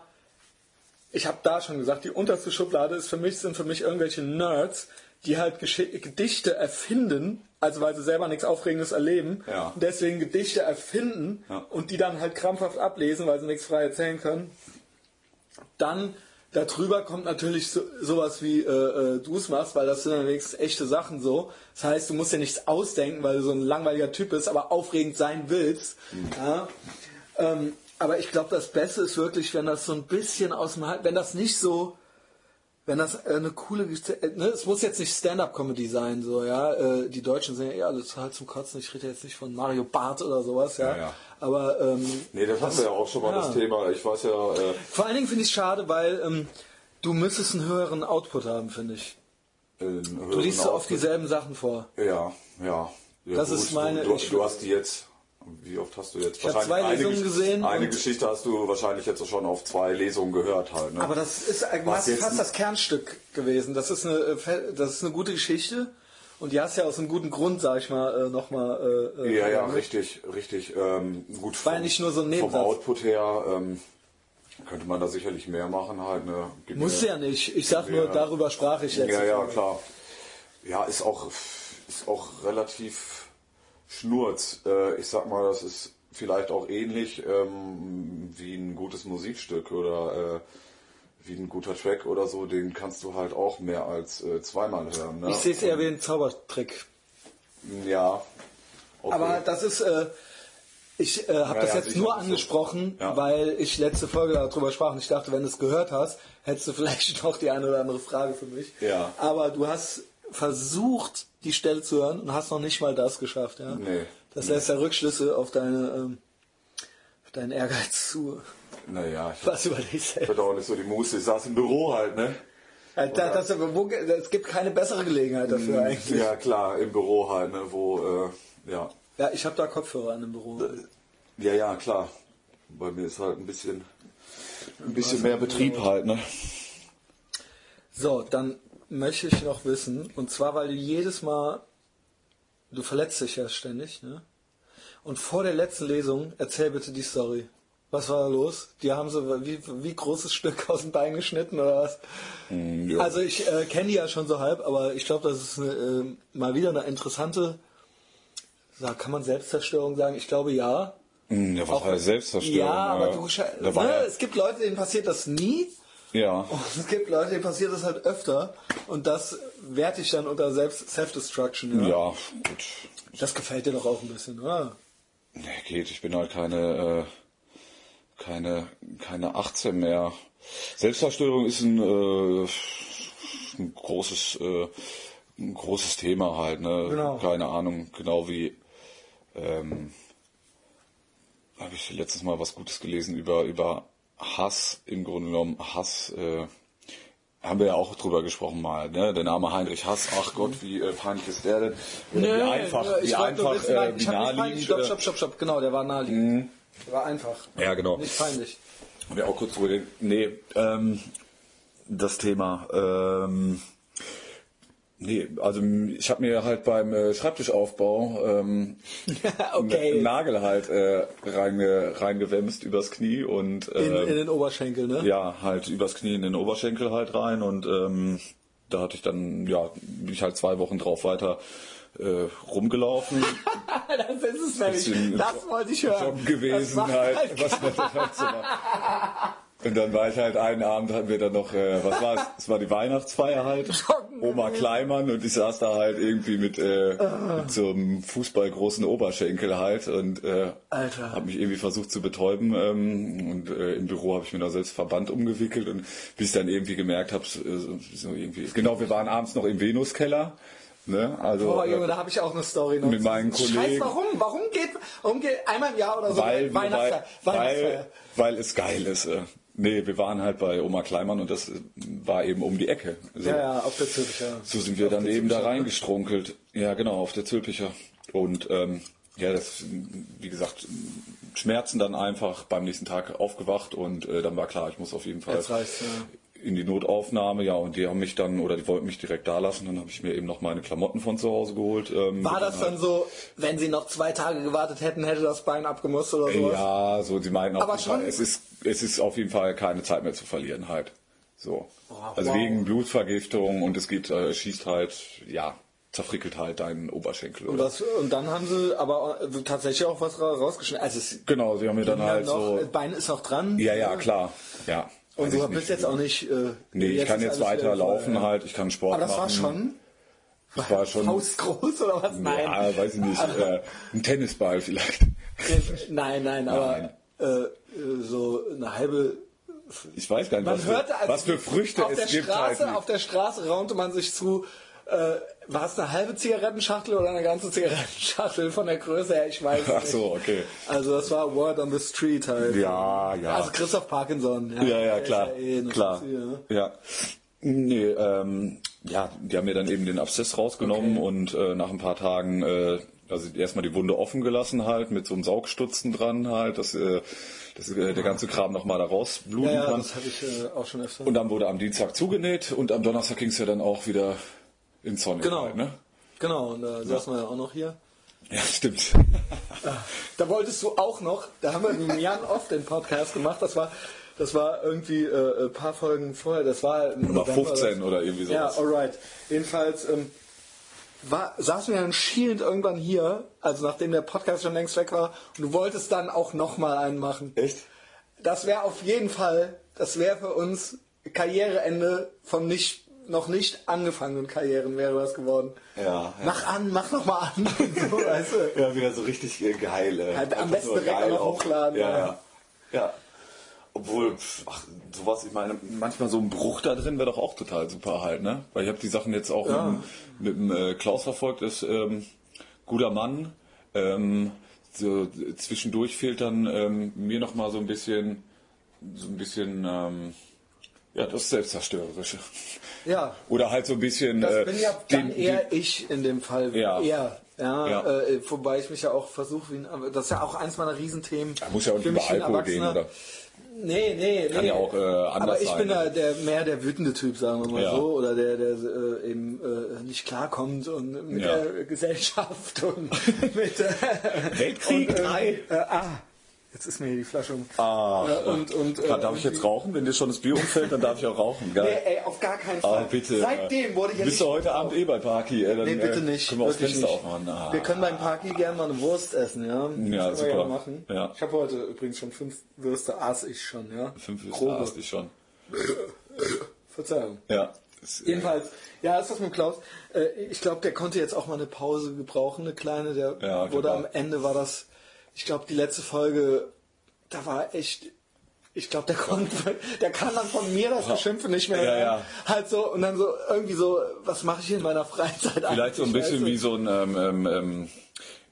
B: ich habe da schon gesagt, die unterste Schublade ist für mich, sind für mich irgendwelche Nerds, die halt Gesch Gedichte erfinden, also weil sie selber nichts Aufregendes erleben,
A: Ja.
B: und deswegen Gedichte erfinden
A: Ja.
B: und die dann halt krampfhaft ablesen, weil sie nichts frei erzählen können. Dann darüber kommt natürlich so, sowas wie äh, äh, du es machst, weil das sind ja wenigstens echte Sachen so. Das heißt, du musst dir nichts ausdenken, weil du so ein langweiliger Typ bist, aber aufregend sein willst. Ja? Ähm, aber ich glaube, das Beste ist wirklich, wenn das so ein bisschen aus dem Hals, wenn das nicht so, wenn das äh, eine coole, Geste- äh, ne? es muss jetzt nicht Stand-up-Comedy sein, so ja. Äh, die Deutschen sind ja eh alle total zum Kotzen. Ich rede jetzt nicht von Mario Barth oder sowas, ja.
A: Ja, ja.
B: Aber ähm,
A: Nee, das hatten wir ja auch schon mal
B: Ja.
A: das Thema. Ich weiß ja, äh,
B: vor allen Dingen finde ich es schade, weil ähm, Du müsstest einen höheren Output haben, finde ich.
A: Du
B: Du liest so oft dieselben Sachen vor.
A: Ja, ja. ja
B: Das ist meine-
A: Du,
B: ich-
A: du, du hast die jetzt. Wie oft hast du jetzt?
B: hab zwei
A: eine
B: Lesungen
A: Gesch-
B: gesehen
A: Eine
B: und-
A: Geschichte hast du wahrscheinlich jetzt schon auf zwei Lesungen gehört halt. Ne?
B: Aber das ist äh,
A: Was
B: fast,
A: jetzt-
B: fast das Kernstück gewesen. Das ist, eine, äh, fe- das ist eine gute Geschichte. Und die hast ja aus einem guten Grund, sag ich mal, äh, nochmal. Äh,
A: Ja, ja,
B: äh,
A: richtig, richtig. Ähm, gut,
B: War ja
A: vom-
B: nicht nur so ein Nebensatz.
A: Vom Output her ähm, könnte man da sicherlich mehr machen halt. Ne? Gib
B: Muss
A: mir-
B: ja nicht. Ich sag nur,
A: Ja.
B: darüber sprach ich letzte
A: Ja, ja,
B: Folge.
A: klar. Ja, ist auch, ist auch relativ schnurz. Äh, Ich sag mal, das ist vielleicht auch ähnlich ähm, wie ein gutes Musikstück oder äh, wie ein guter Track oder so. Den kannst du halt auch mehr als äh, zweimal hören. Ne? Mm,
B: Ich sehe es eher wie einen Zaubertrick.
A: Ja. Okay.
B: Aber das ist, äh, ich äh, habe
A: Ja,
B: das
A: ja,
B: jetzt
A: sicher,
B: nur
A: ist so.
B: angesprochen,
A: Ja.
B: weil ich letzte Folge darüber sprach und ich dachte, wenn du es gehört hast, hättest du vielleicht noch die eine oder andere Frage für mich.
A: Ja.
B: Aber du hast versucht, die Stelle zu hören und hast noch nicht mal das geschafft. Ja?
A: Nee.
B: Das lässt ja Rückschlüsse auf deine, ähm, auf deinen Ehrgeiz zu.
A: naja, ich
B: Was über dich selbst.
A: hatte auch nicht so die Muße. Ich saß im Büro halt, ne?
B: Alter, das, wo- es gibt keine bessere Gelegenheit
A: Hm.
B: dafür eigentlich.
A: Ja, klar, im Büro halt, ne? Wo, äh, ja.
B: Ja, ich habe da Kopfhörer an dem Büro.
A: Äh, Ja, ja, klar. Bei mir ist halt ein bisschen, ein
C: Also,
A: bisschen mehr Betrieb halt, ne?
B: So, dann möchte ich noch wissen, und zwar, weil du jedes Mal, du verletzt dich ja ständig, ne? Und vor der letzten Lesung, erzähl bitte die Story. Was war da los? Die haben so wie, wie großes Stück aus dem Bein geschnitten oder was?
C: Mm,
A: ja.
B: Also ich äh, kenne die ja schon so halb, aber ich glaube, das ist eine, äh, mal wieder eine interessante, sag, kann man Selbstzerstörung sagen? Ich glaube ja.
C: Hm, Ja, was heißt Selbstzerstörung?
B: Ja, aber
C: äh,
B: du, scha-
C: da war
B: ne, es gibt Leute, denen passiert das nie.
C: ja, ja.
B: Und Oh, es gibt Leute, denen passiert das halt öfter und das werte ich dann unter selbst Self-Destruction. Ja.
C: Ja, gut.
B: Das gefällt dir doch auch ein bisschen, oder?
C: Nee, geht, ich bin halt keine, äh, keine, keine 18 mehr. Selbstzerstörung ist ein, äh, ein großes, äh, ein großes Thema halt, ne?
B: Genau.
C: Keine Ahnung, genau wie, ähm, habe ich letztes Mal was Gutes gelesen über, über Hass, im Grunde genommen Hass, äh, haben wir ja auch drüber gesprochen mal, ne? Der Name Heinrich Hass, ach Gott, wie äh, peinlich ist der denn? Oder wie einfach,
B: nö, ich
C: wie
B: wollte nur
C: einfach,
B: wissen, nein,
C: äh,
B: ich
C: wie
B: hab nicht peinlich.
C: naheliegend.
B: Stopp,
C: äh, Mhm.
B: stopp, stopp, stopp. Genau, der war naheliegend. Der war einfach.
C: Ja, genau.
B: Nicht peinlich.
C: Haben wir auch kurz drüber geredet. Nee, ähm, das Thema. Ähm, nee, also ich habe mir halt beim äh, Schreibtischaufbau ähm, einen
B: okay.
C: Nagel halt äh, reinge, reingewämst übers Knie und
B: in,
C: ähm,
B: in den Oberschenkel, ne?
C: ja, halt übers Knie in den Oberschenkel halt rein und ähm, da hatte ich dann, ja, bin ich halt zwei Wochen drauf weiter äh, rumgelaufen.
B: das ist es nämlich.
C: Bisschen
B: Das wollte ich hören.
C: Job gewesen
B: Das macht
C: halt.
B: halt
C: was man dann halt so macht. Und dann war ich halt einen Abend, hatten wir dann noch, äh, was war es? Es war die Weihnachtsfeier halt.
B: Joggen
C: Oma Kleimann und ich saß da halt irgendwie mit, äh, mit so einem fußballgroßen Oberschenkel halt und äh,
B: Alter.
C: habe mich irgendwie versucht zu betäuben. Ähm, und äh, im Büro habe ich mir da selbst Verband umgewickelt und bis ich dann irgendwie gemerkt habe, so, so irgendwie. Genau, wir waren abends noch im Venuskeller. Ne? Also,
B: Boah,
C: äh,
B: Junge, da habe ich auch eine Story noch.
C: Mit meinen
B: Scheiß,
C: Kollegen.
B: warum? Warum geht, warum geht einmal im Jahr oder so
C: weil,
B: Also Weihnachtsfeier?
C: weil, weil,
B: Weihnachtsfeier.
C: weil es geil ist. äh. Nee, wir waren halt bei Oma Kleimann und das äh, war eben um die Ecke. So,
B: Ja, ja, auf der Zürich, ja.
C: so sind wir
B: Auf
C: dann
B: der
C: eben da
B: Zülpicher.
C: reingestrunkelt. Ja, genau, auf der Zülpicher. Und ähm, ja, das, wie gesagt, Schmerzen dann einfach beim nächsten Tag aufgewacht und äh, dann war klar, ich muss auf jeden Fall
B: Jetzt reicht's, ja.
C: in die Notaufnahme. Ja, und die haben mich dann, oder die wollten mich direkt da lassen. Dann habe ich mir eben noch meine Klamotten von zu Hause geholt. ähm,
B: War das dann so, wenn sie noch zwei Tage gewartet hätten, hätte das Bein abgemusst oder sowas?
C: Äh, Ja, so die meinen auf
B: Aber
C: jeden Fall,
B: schon-
C: es ist es ist auf jeden Fall keine Zeit mehr zu verlieren halt. So.
B: Wow.
C: also
B: Oh, Wow.
C: wegen Blutvergiftung und es geht äh, schießt halt ja zerfrickelt halt deinen Oberschenkel
B: Und,
C: oder.
B: das, und dann haben sie aber äh, tatsächlich auch was ra- rausgeschnitten. Also es
C: Genau, sie haben mir dann
B: ja
C: halt
B: noch, das
C: so
B: Bein ist noch dran.
C: ja ja klar ja.
B: Und
C: Weiß
B: du
C: ich
B: bist
C: nicht.
B: jetzt auch nicht. Äh,
C: Nee, ich kann
B: ist
C: jetzt
B: alles wieder
C: weiter laufen
B: voll, ja.
C: halt, ich kann Sport
B: Aber das
C: machen.
B: war schon
C: das war schon
B: hausgroß oder was? Nein.
C: Ja, weiß ich nicht. Äh, ein Tennisball vielleicht.
B: nein, nein, aber Äh, so eine halbe.
C: Ich weiß gar nicht,
B: Man
C: was,
B: hörte
C: für,
B: also
C: was für Früchte
B: auf
C: es
B: der
C: gibt
B: Straße,
C: halt.
B: Auf der Straße raunte man sich zu. Äh, war es eine halbe Zigarettenschachtel oder eine ganze Zigarettenschachtel von der Größe her? Ich weiß
C: Ach
B: nicht.
C: so, okay.
B: Also das war Word on the Street halt.
C: Ja, ja.
B: Also Christoph Parkinson.
C: Ja, ja,
B: ist
C: klar.
B: eh eine
C: klar.
B: Spezi, ne?
C: Ja. Nee, ähm, ja, die haben mir dann eben den Abszess rausgenommen und äh, nach ein paar Tagen, äh, also erstmal die Wunde offen gelassen halt, mit so einem Saugstutzen dran halt, dass, äh, dass äh, der ganze Kram nochmal da rausbluten
B: Ja, ja,
C: kann.
B: das hatte ich äh, auch schon öfter.
C: Und dann wurde am Dienstag zugenäht und am Donnerstag ging es ja dann auch wieder in Sonne.
B: genau.
C: Halt, ne?
B: Genau, und da saßen wir ja auch noch hier.
C: Ja, stimmt. Ah.
B: Da wolltest du auch noch, da haben wir mit Jan oft den Podcast gemacht, das war, das war irgendwie äh, ein paar Folgen vorher, das war halt im
C: Oder
B: November
C: 15 oder irgendwie sowas.
B: Ja, alright. Jedenfalls ähm, war, saßen wir dann schielend irgendwann hier, also nachdem der Podcast schon längst weg war, und du wolltest dann auch nochmal einen machen.
A: Echt?
B: Das wäre auf jeden Fall, das wäre für uns Karriereende von nicht noch nicht angefangenen Karrieren wäre das geworden.
A: Ja, ja.
B: Mach an, mach nochmal an. so, weißt du?
A: Ja, wieder so richtig äh, geil. Äh,
B: Halt am
A: einfach
B: besten
A: nur
B: direkt
A: geil
B: auch noch
A: auf-
B: hochladen,
A: Ja,
B: ja.
A: ja. ja. Obwohl, pff, ach, sowas, ich meine,
C: Manchmal so ein Bruch da drin wäre doch auch total super halt, ne? Weil ich habe die Sachen jetzt auch mit, dem- mit dem äh, Klaus verfolgt, ist ähm, guter Mann. Ähm, so, zwischendurch fehlt dann ähm, mir noch mal so ein bisschen, so ein bisschen, ähm, ja, das Selbstzerstörerische.
B: Ja.
C: Oder halt so ein bisschen.
B: Das
C: äh,
B: bin ja dann
C: den-
B: eher ich in dem Fall.
C: Ja.
B: Eher. Ja,
C: Ja.
B: Äh, wobei ich mich ja auch versuche, wie ein- aber das ist ja auch eins meiner Riesenthemen.
C: den- muss ja auch
B: Für
C: nicht
B: mich
C: über
B: wie ein
C: Alkohol gehen,
B: Erwachsener-
C: oder?
B: Nee, nee, nee.
C: Kann ja auch, äh, anders
B: Aber ich
C: sein,
B: bin
C: ne?
B: da der, mehr der wütende Typ, sagen wir mal
C: Ja.
B: so, oder der, der äh, eben äh, nicht klarkommt und mit
C: Ja.
B: der Gesellschaft und mit äh,
C: Weltkrieg
B: und, äh,
C: drei.
B: äh, ah, jetzt ist mir hier die Flasche um.
C: Ah,
B: äh, und, und, äh,
C: Klar, darf ich jetzt rauchen? Wenn dir schon das Bier umfällt, dann darf ich auch rauchen. Geil.
B: Nee, ey, auf gar keinen
C: Ah,
B: Fall.
C: bitte.
B: Seitdem wurde ja
C: Bist du
B: nicht-
C: heute Abend eh bei Parky? Äh, dann,
B: Nee, bitte
C: äh,
B: nicht.
C: Können wir auch das
B: wirklich
C: Fenster
B: nicht.
C: aufmachen? Ah.
B: Wir können beim Parky gerne mal eine Wurst essen, ja. Das können wir
C: super.
B: gerne machen.
C: Ja.
B: Ich habe heute übrigens schon fünf Würste, aß ich schon, ja.
C: Fünf ist
B: Grobe.
C: da, hast du schon.
B: Verzeihung.
C: Ja. Ist, äh,
B: Jedenfalls, ja, ist das mit Klaus. Äh, Ich glaube, der konnte jetzt auch mal eine Pause gebrauchen, eine kleine. Der
C: Ja,
B: wurde
C: genau.
B: am Ende war das, ich glaube, die letzte Folge, da war echt, ich glaube, der konnte, der kann dann von mir das Geschimpfe nicht mehr.
C: Ja,
B: hören.
C: ja.
B: Halt so und dann so irgendwie so, was mache ich hier in meiner Freizeit?
C: Vielleicht so ein
B: eigentlich?
C: bisschen
B: Weißt du?
C: wie so ein, ähm, ähm, ähm,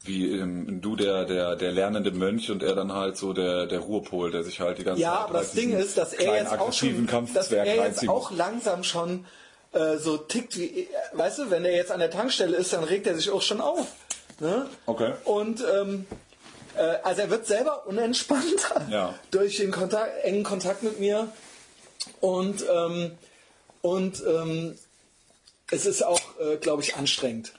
C: wie ähm, du der, der, der lernende Mönch und er dann halt so der, der Ruhepol, der sich halt die ganze
B: Ja,
C: Zeit.
B: aber das
C: halt
B: Ding
C: diesen
B: ist, dass er
C: kleinen
B: jetzt auch
C: aggressiven
B: schon, dass
C: Kampfzwerg
B: er jetzt
C: reinzieht.
B: auch langsam schon äh, so tickt wie, weißt du, wenn er jetzt an der Tankstelle ist, dann regt er sich auch schon auf. Ne?
C: Okay.
B: Und ähm, äh, also er wird selber unentspannter
C: Ja.
B: durch den Kontakt, engen Kontakt mit mir und ähm, und ähm, es ist auch, äh, glaube ich, anstrengend.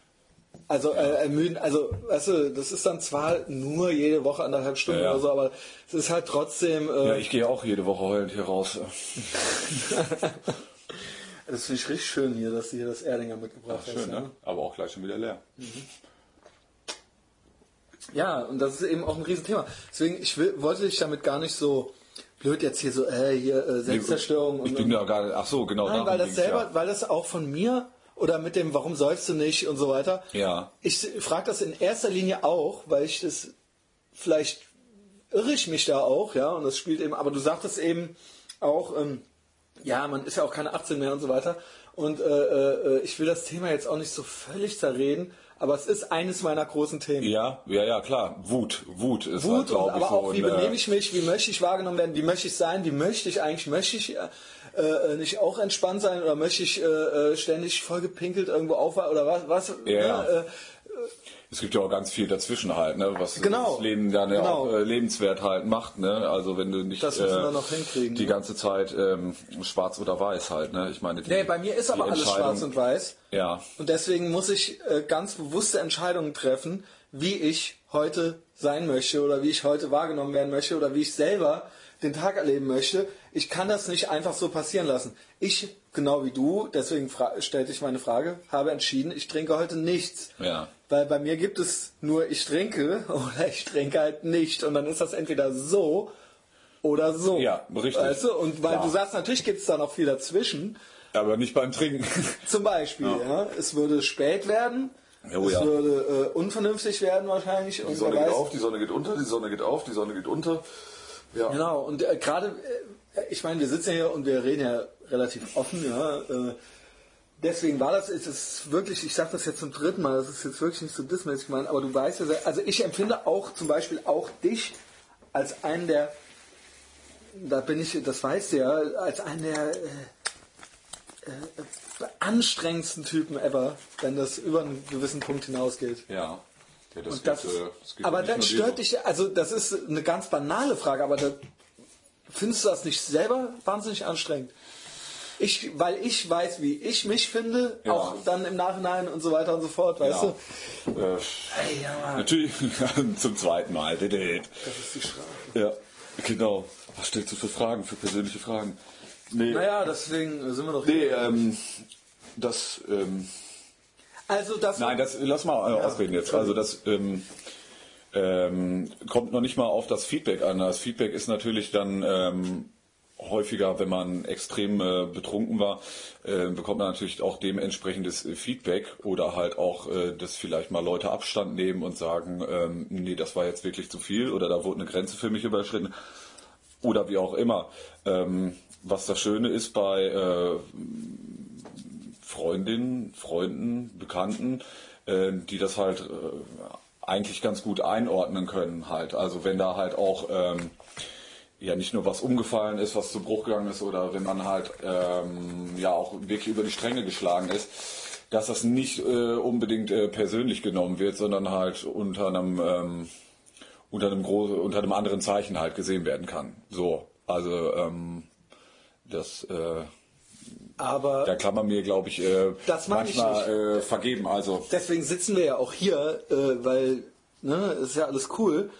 B: Also äh, ermüdend, also weißt du, das ist dann zwar nur jede Woche anderthalb Stunden
C: Ja, ja.
B: oder so, aber es ist halt trotzdem. Äh,
C: ja, ich gehe auch jede Woche heulend hier raus.
B: Das finde ich richtig schön hier, dass du hier das Erdinger mitgebracht hast.
C: Schön, ne? Aber auch gleich schon wieder leer.
B: Ja, und das ist eben auch ein Riesenthema. Deswegen, ich will, wollte dich damit gar nicht so blöd jetzt hier so, äh, hier äh, Selbstzerstörung
C: Ich
B: und,
C: bin
B: und
C: da gar nicht. Ach so, genau.
B: Nein,
C: darum
B: weil das
C: ging's,
B: selber,
C: ja.
B: weil das auch von mir oder mit dem Warum säufst du nicht und so weiter.
C: Ja.
B: Ich frage das in erster Linie auch, weil ich das vielleicht irre ich mich da auch, ja, und das spielt eben, aber du sagtest eben auch, ähm, ja, man ist ja auch keine 18 mehr und so weiter. Und äh, äh, äh, ich will das Thema jetzt auch nicht so völlig zerreden, aber es ist eines meiner großen Themen.
C: Ja, ja, ja, klar. Wut, Wut ist halt,
B: Wut, und,
C: glaube ich,
B: aber
C: so.
B: auch, wie
C: ein, äh,
B: benehme ich mich, wie möchte ich wahrgenommen werden, wie möchte ich sein, wie möchte ich eigentlich, möchte ich äh, äh, nicht auch entspannt sein oder möchte ich äh, äh, ständig vollgepinkelt irgendwo aufwachen oder was? was
C: Ja.
B: ne,
C: Es gibt ja auch ganz viel dazwischen halt, ne? was
B: Genau.
C: das Leben dann ja
B: Genau.
C: auch äh, lebenswert halt macht. Ne? Also wenn du nicht
B: Das müssen wir noch hinkriegen,
C: die
B: ne?
C: ganze Zeit ähm, schwarz oder weiß halt. Ne? Ich meine, die,
B: äh, nee, bei mir ist
C: die
B: aber alles
C: Entscheidung-
B: schwarz und weiß.
C: Ja,
B: Und deswegen muss ich äh, ganz bewusste Entscheidungen treffen, wie ich heute sein möchte oder wie ich heute wahrgenommen werden möchte oder wie ich selber den Tag erleben möchte. Ich kann das nicht einfach so passieren lassen. Ich, genau wie du, deswegen fra- stellte ich meine Frage, habe entschieden, ich trinke heute nichts.
C: Ja.
B: Weil bei mir gibt es nur ich trinke oder ich trinke halt nicht. Und dann ist das entweder so oder so.
C: Ja, richtig.
B: Weißt du? Und weil
C: Klar.
B: du sagst, natürlich gibt es da noch viel dazwischen.
C: aber nicht beim Trinken.
B: Zum Beispiel, ja. Es würde spät werden,
C: Jo,
B: es
C: ja.
B: würde äh, unvernünftig werden wahrscheinlich. Und
A: die Sonne
B: wer
A: geht
B: weiß.
A: auf, die Sonne geht unter, die Sonne geht auf, die Sonne geht unter. Ja.
B: Genau, und äh, gerade, äh, ich meine, wir sitzen ja hier und wir reden ja relativ offen, ja. Äh, Deswegen war das, ist es wirklich, ich sage das jetzt zum dritten Mal, das ist jetzt wirklich nicht so dismäßig gemeint, aber du weißt ja, sehr- also ich empfinde auch zum Beispiel auch dich als einen der, da bin ich, das weißt du ja, als einen der äh, äh, anstrengendsten Typen ever, wenn das über einen gewissen Punkt hinausgeht.
A: Ja. ja das
B: Und das,
A: geht, äh, das geht
B: aber
A: nicht nur
B: das stört
A: dir so.
B: dich, also das ist eine ganz banale Frage, aber da, findest du das nicht selber wahnsinnig anstrengend? Ich, weil ich weiß, wie ich mich finde,
A: Ja.
B: auch dann im Nachhinein und so weiter und so fort, weißt
A: Ja.
B: du?
A: Äh,
B: Ey, ja, Mann,
C: Natürlich, zum zweiten Mal.
B: das ist die Schraube.
C: Ja, genau. Was stellst du für Fragen, für persönliche Fragen? Nee,
B: Naja, deswegen sind wir doch
C: nee
B: hier.
C: ähm, das, ähm,
B: Also das,
C: nein, das lass mal äh, ausreden jetzt. Also das ähm, ähm, kommt noch nicht mal auf das Feedback an. Das Feedback ist natürlich dann ähm, häufiger, wenn man extrem äh, betrunken war, äh, bekommt man natürlich auch dementsprechendes äh, Feedback oder halt auch, äh, dass vielleicht mal Leute Abstand nehmen und sagen, ähm, nee, das war jetzt wirklich zu viel oder da wurde eine Grenze für mich überschritten oder wie auch immer. Ähm, was das Schöne ist bei äh, Freundinnen, Freunden, Bekannten, äh, die das halt äh, eigentlich ganz gut einordnen können halt. Also wenn da halt auch ähm, ja nicht nur was umgefallen ist, was zu Bruch gegangen ist oder wenn man halt ähm, ja auch wirklich über die Stränge geschlagen ist, dass das nicht äh, unbedingt äh, persönlich genommen wird, sondern halt unter einem ähm, unter einem großen, unter einem anderen Zeichen halt gesehen werden kann. So, also ähm, das äh,
B: aber
C: da kann man mir, glaube ich, äh,
B: Das meine ich
C: manchmal äh, vergeben. Also
B: deswegen sitzen wir ja auch hier, äh, weil ne, ist ja alles cool.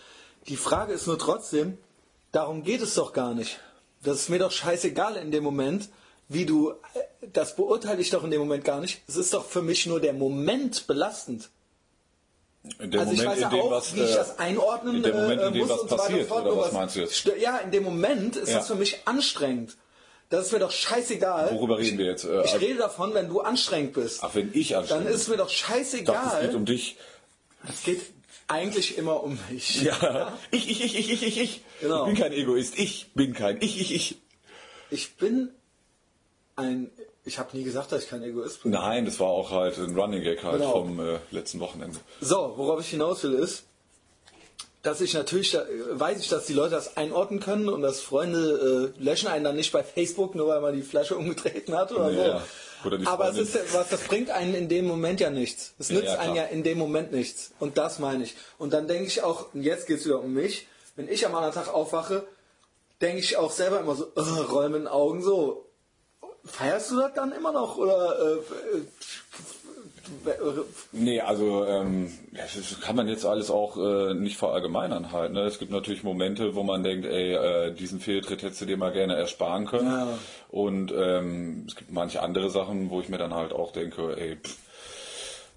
B: Die Frage ist nur trotzdem, darum geht es doch gar nicht. Das ist mir doch scheißegal in dem Moment, wie du, äh, das beurteile ich doch in dem Moment gar nicht. Es ist doch für mich nur der Moment belastend.
C: der
B: also ich weiß
C: Moment,
B: ja
C: in dem
B: auch,
C: was,
B: wie ich
C: äh,
B: das einordnen
C: in dem Moment,
B: äh,
C: in dem
B: muss
C: was
B: und so weiter und
C: passiert,
B: fort,
C: oder
B: nur
C: was meinst du jetzt?
B: stö- Ja, in dem Moment ist
C: Ja.
B: das für mich anstrengend. Das ist mir doch scheißegal.
C: Worüber reden wir jetzt? Äh,
B: Ich rede davon, wenn du anstrengend bist.
C: ach, wenn ich
B: dann
C: anstrengend
B: ist es mir doch
C: bin. Ich dachte,
B: scheißegal.
C: es geht um dich.
B: Es geht eigentlich immer um mich.
C: Ja. Ich, ich, ich, ich, ich, ich, ich.
B: Genau.
C: Ich bin kein Egoist. Ich bin kein ich, ich, ich.
B: Ich bin ein. Ich habe nie gesagt, dass ich kein Egoist bin.
C: Nein, das war auch halt ein Running Gag halt
B: Genau.
C: vom äh, letzten Wochenende.
B: So, worauf ich hinaus will, ist, dass ich natürlich, da, weiß ich, dass die Leute das einordnen können und dass Freunde äh, löschen einen dann nicht bei Facebook, nur weil man die Flasche umgetreten hat oder so.
C: Ja, oder die
B: Aber es
C: Freundin.
B: ist, ja- was, das bringt einen in dem Moment ja nichts. Es
C: Ja,
B: nützt
C: ja, klar.
B: einen ja in dem Moment nichts. Und das meine ich. Und dann denke ich auch, und jetzt geht es wieder um mich, wenn ich am anderen Tag aufwache, denke ich auch selber immer so, äh, roll mit den Augen so. Feierst du das dann immer noch? Oder äh, äh,
C: Nee, also ähm, ja, das kann man jetzt alles auch äh, nicht verallgemeinern halt. Ne? Es gibt natürlich Momente, wo man denkt, ey, äh, diesen Fehltritt hättest du dir mal gerne ersparen können.
B: Ja.
C: Und ähm, es gibt manche andere Sachen, wo ich mir dann halt auch denke, ey, pff,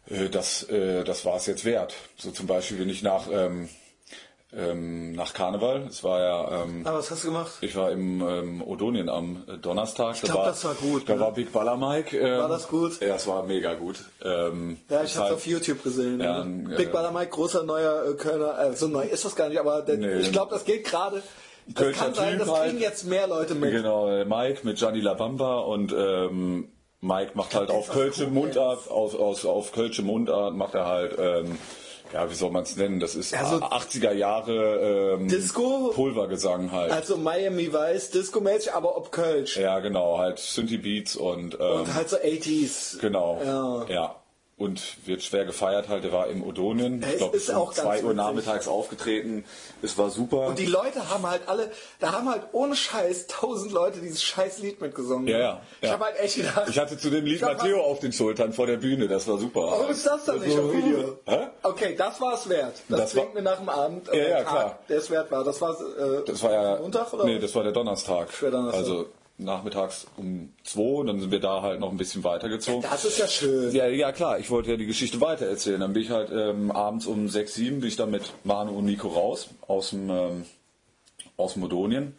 C: äh, das, äh, das war es jetzt wert. So zum Beispiel bin ich nach, ähm, ähm, nach Karneval. Es war ja ähm,
B: aber was hast du gemacht?
C: ich war im ähm, Odonien am äh, Donnerstag. Ich
B: glaub, das war gut,
C: Da
B: ne?
C: war Big Baller Mike. Ähm,
B: War das gut?
C: Ja, das war mega gut. Ähm,
B: Ja, ich
C: das
B: hab's
C: halt-
B: auf YouTube gesehen.
C: Ja,
B: ne?
C: äh,
B: Big Baller Mike, großer neuer äh, Kölner, äh, so neu ist das gar nicht, aber der,
C: Nee.
B: ich glaube, das geht gerade. Das
C: Kölner
B: kann sein,
C: Typ
B: das
C: halt.
B: kriegen jetzt mehr Leute mit.
C: Genau, äh, Mike mit Gianni Labamba und ähm, Mike macht halt auf
B: ist
C: Kölsche
B: cool,
C: Mundart, auf, aus, auf Kölsche Mundart macht er halt, ähm, ja, wie soll man es nennen? Das ist
B: Also-
C: 80er Jahre ähm,
B: Disco?
C: Pulvergesang halt.
B: Also Miami Vice, Disco-mäßig, aber ob Kölsch.
C: ja, genau, halt Synthie Beats und, ähm,
B: Und halt so 80s.
C: genau.
B: Ja.
C: Und wird schwer gefeiert halt, der war im Odonien.
B: Es
C: glaub,
B: ist
C: um
B: auch ganz
C: 2 Uhr
B: witzig.
C: nachmittags aufgetreten. Es war super.
B: Und die Leute haben halt alle, da haben halt ohne Scheiß tausend Leute dieses scheiß Lied mitgesungen.
C: Ja, ja,
B: Ich
C: ja.
B: habe halt echt gedacht.
C: ich hatte zu dem Lied
B: Ich Oh, hab-
C: Matteo auf den Schultern vor der Bühne, das war super.
B: Warum ist das dann nicht
C: Also,
B: auf Video?
C: Hä?
B: Okay, das war es wert. Das,
C: Das war-
B: trinken wir nach dem Abend. Äh,
C: Ja, ja,
B: Tag,
C: klar.
B: Der es wert war. Das war äh,
C: Das war ja.
B: Montag oder?
C: Nee, das war der Donnerstag.
B: Der Donnerstag.
C: Also nachmittags um 2, dann sind wir da halt noch ein bisschen weitergezogen.
B: das ist ja schön.
C: Ja, ja, klar, ich wollte ja die Geschichte weitererzählen. Dann bin ich halt ähm, abends um 6, 7 bin ich dann mit Manu und Nico raus aus dem, ähm, aus Modonien.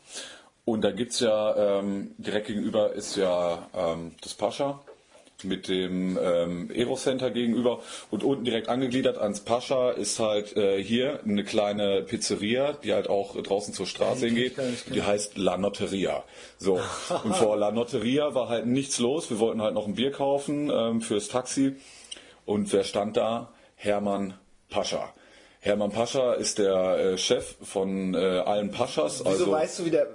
C: Und da gibt es ja ähm, direkt gegenüber ist ja ähm, das Pascha. mit dem ähm, Aero Center gegenüber und unten direkt angegliedert ans Pascha ist halt äh, hier eine kleine Pizzeria, die halt auch draußen zur Straße hingeht.
B: kenn ich, kenn
C: Die heißt La Notteria. So. und vor La Notteria war halt nichts los. Wir wollten halt noch ein Bier kaufen ähm, fürs Taxi. Und wer stand da? Hermann Pascha. Hermann Pascha ist der äh, Chef von äh, allen Paschas.
D: Wieso
C: also,
D: weißt du, wie der.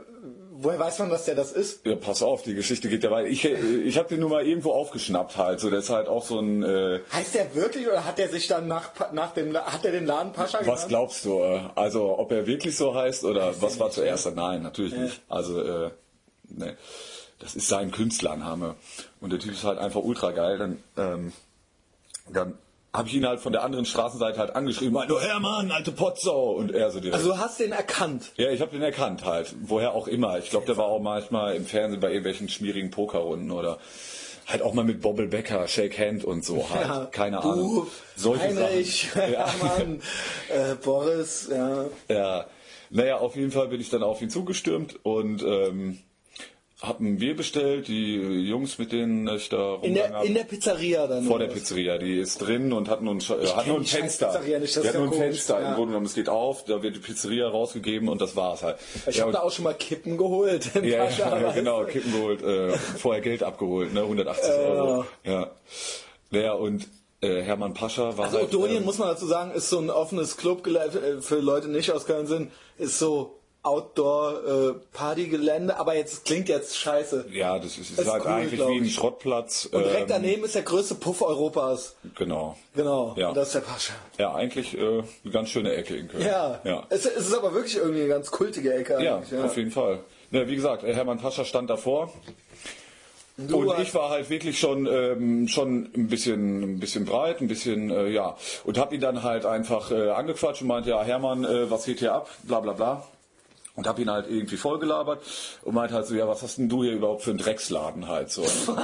D: Woher weiß man, dass der das ist?
C: ja, pass auf, die Geschichte geht ja weiter. Ich, äh, ich habe den nur mal irgendwo aufgeschnappt halt. So, der ist halt auch so ein. Äh,
D: Heißt der wirklich oder hat der sich dann nach, nach dem. Hat er den Laden Pascha
C: was
B: genau.
D: genannt?
C: glaubst du? äh, Also, ob er wirklich so heißt oder was war zuerst? Nein, natürlich nicht. Also, äh, nee. Das ist sein Künstlername. Und der Typ ist halt einfach ultra geil. Dann, ähm, dann habe ich ihn halt von der anderen Straßenseite halt angeschrieben. Meinte, oh, Hermann, alte Potsau. Und er so direkt.
B: Also du hast den erkannt.
C: Ja, ich hab den erkannt halt. Woher auch immer. Ich glaube, der war auch manchmal im Fernsehen bei irgendwelchen schmierigen Pokerrunden oder halt auch mal mit Bobble Becker, Shake Hand und so halt.
B: Ja,
C: Keine
B: du,
C: Ahnung. Solche
B: Heinrich,
C: Sachen. Ja.
B: Mann, äh, Boris, ja.
C: ja. Naja, auf jeden Fall bin ich dann auf ihn zugestürmt und ähm, hab ein Bier bestellt. Die Jungs, mit denen ich da
B: In
C: rumgegangen
B: der,
C: hab-
B: in der Pizzeria dann.
C: vor
B: oder
C: der
B: was?
C: Pizzeria, die ist drin und hat nur ein, Sch- äh, hat
D: kenn
C: nur ein
D: die scheiß
C: Fenster.
D: Pizzeria nicht, das
C: die
D: ist
C: hat
D: ja
C: nur ein
D: komisch,
C: Fenster
D: ja.
C: im Grunde genommen. Es geht auf, da wird die Pizzeria rausgegeben und das war's halt.
B: Ich
C: Ja,
B: habe
C: und-
B: da auch schon mal Kippen geholt. im
C: Ja,
B: Pascha,
C: ja, ja
B: weißt du?
C: genau, Kippen geholt, äh, vorher Geld abgeholt, ne, 180 Euro. Ja. Naja, und äh, Hermann Pascha war.
B: Also
C: halt,
B: Odonien,
C: ähm,
B: muss man dazu sagen, ist so ein offenes Club gele- äh, für Leute die nicht aus Köln sind, ist so Outdoor-Party-Gelände, aber jetzt klingt jetzt scheiße.
C: Ja, das ist, ist
B: ist
C: halt
B: cool,
C: eigentlich
B: glaub
C: wie ein
B: ich.
C: Schrottplatz. ähm,
B: Und direkt daneben ist der größte Puff Europas.
C: Genau.
B: Genau,
C: Ja.
B: und das ist der Pascha.
C: Ja, eigentlich äh, eine ganz schöne Ecke in Köln.
B: Ja,
C: Ja,
B: Es, es ist aber wirklich irgendwie eine ganz kultige Ecke.
C: ja,
B: eigentlich,
C: auf jeden Fall. Na, wie gesagt, äh, Hermann Pascha stand davor.
B: Du
C: und
B: hast-
C: ich war halt wirklich schon ähm, schon ein bisschen ein bisschen breit, ein bisschen äh, ja und hab ihn dann halt einfach äh, angequatscht und meinte ja Hermann, äh, was geht hier ab? Bla bla bla. Und hab ihn halt irgendwie vollgelabert und meinte halt so, ja, was hast denn du hier überhaupt für einen Drecksladen halt so. und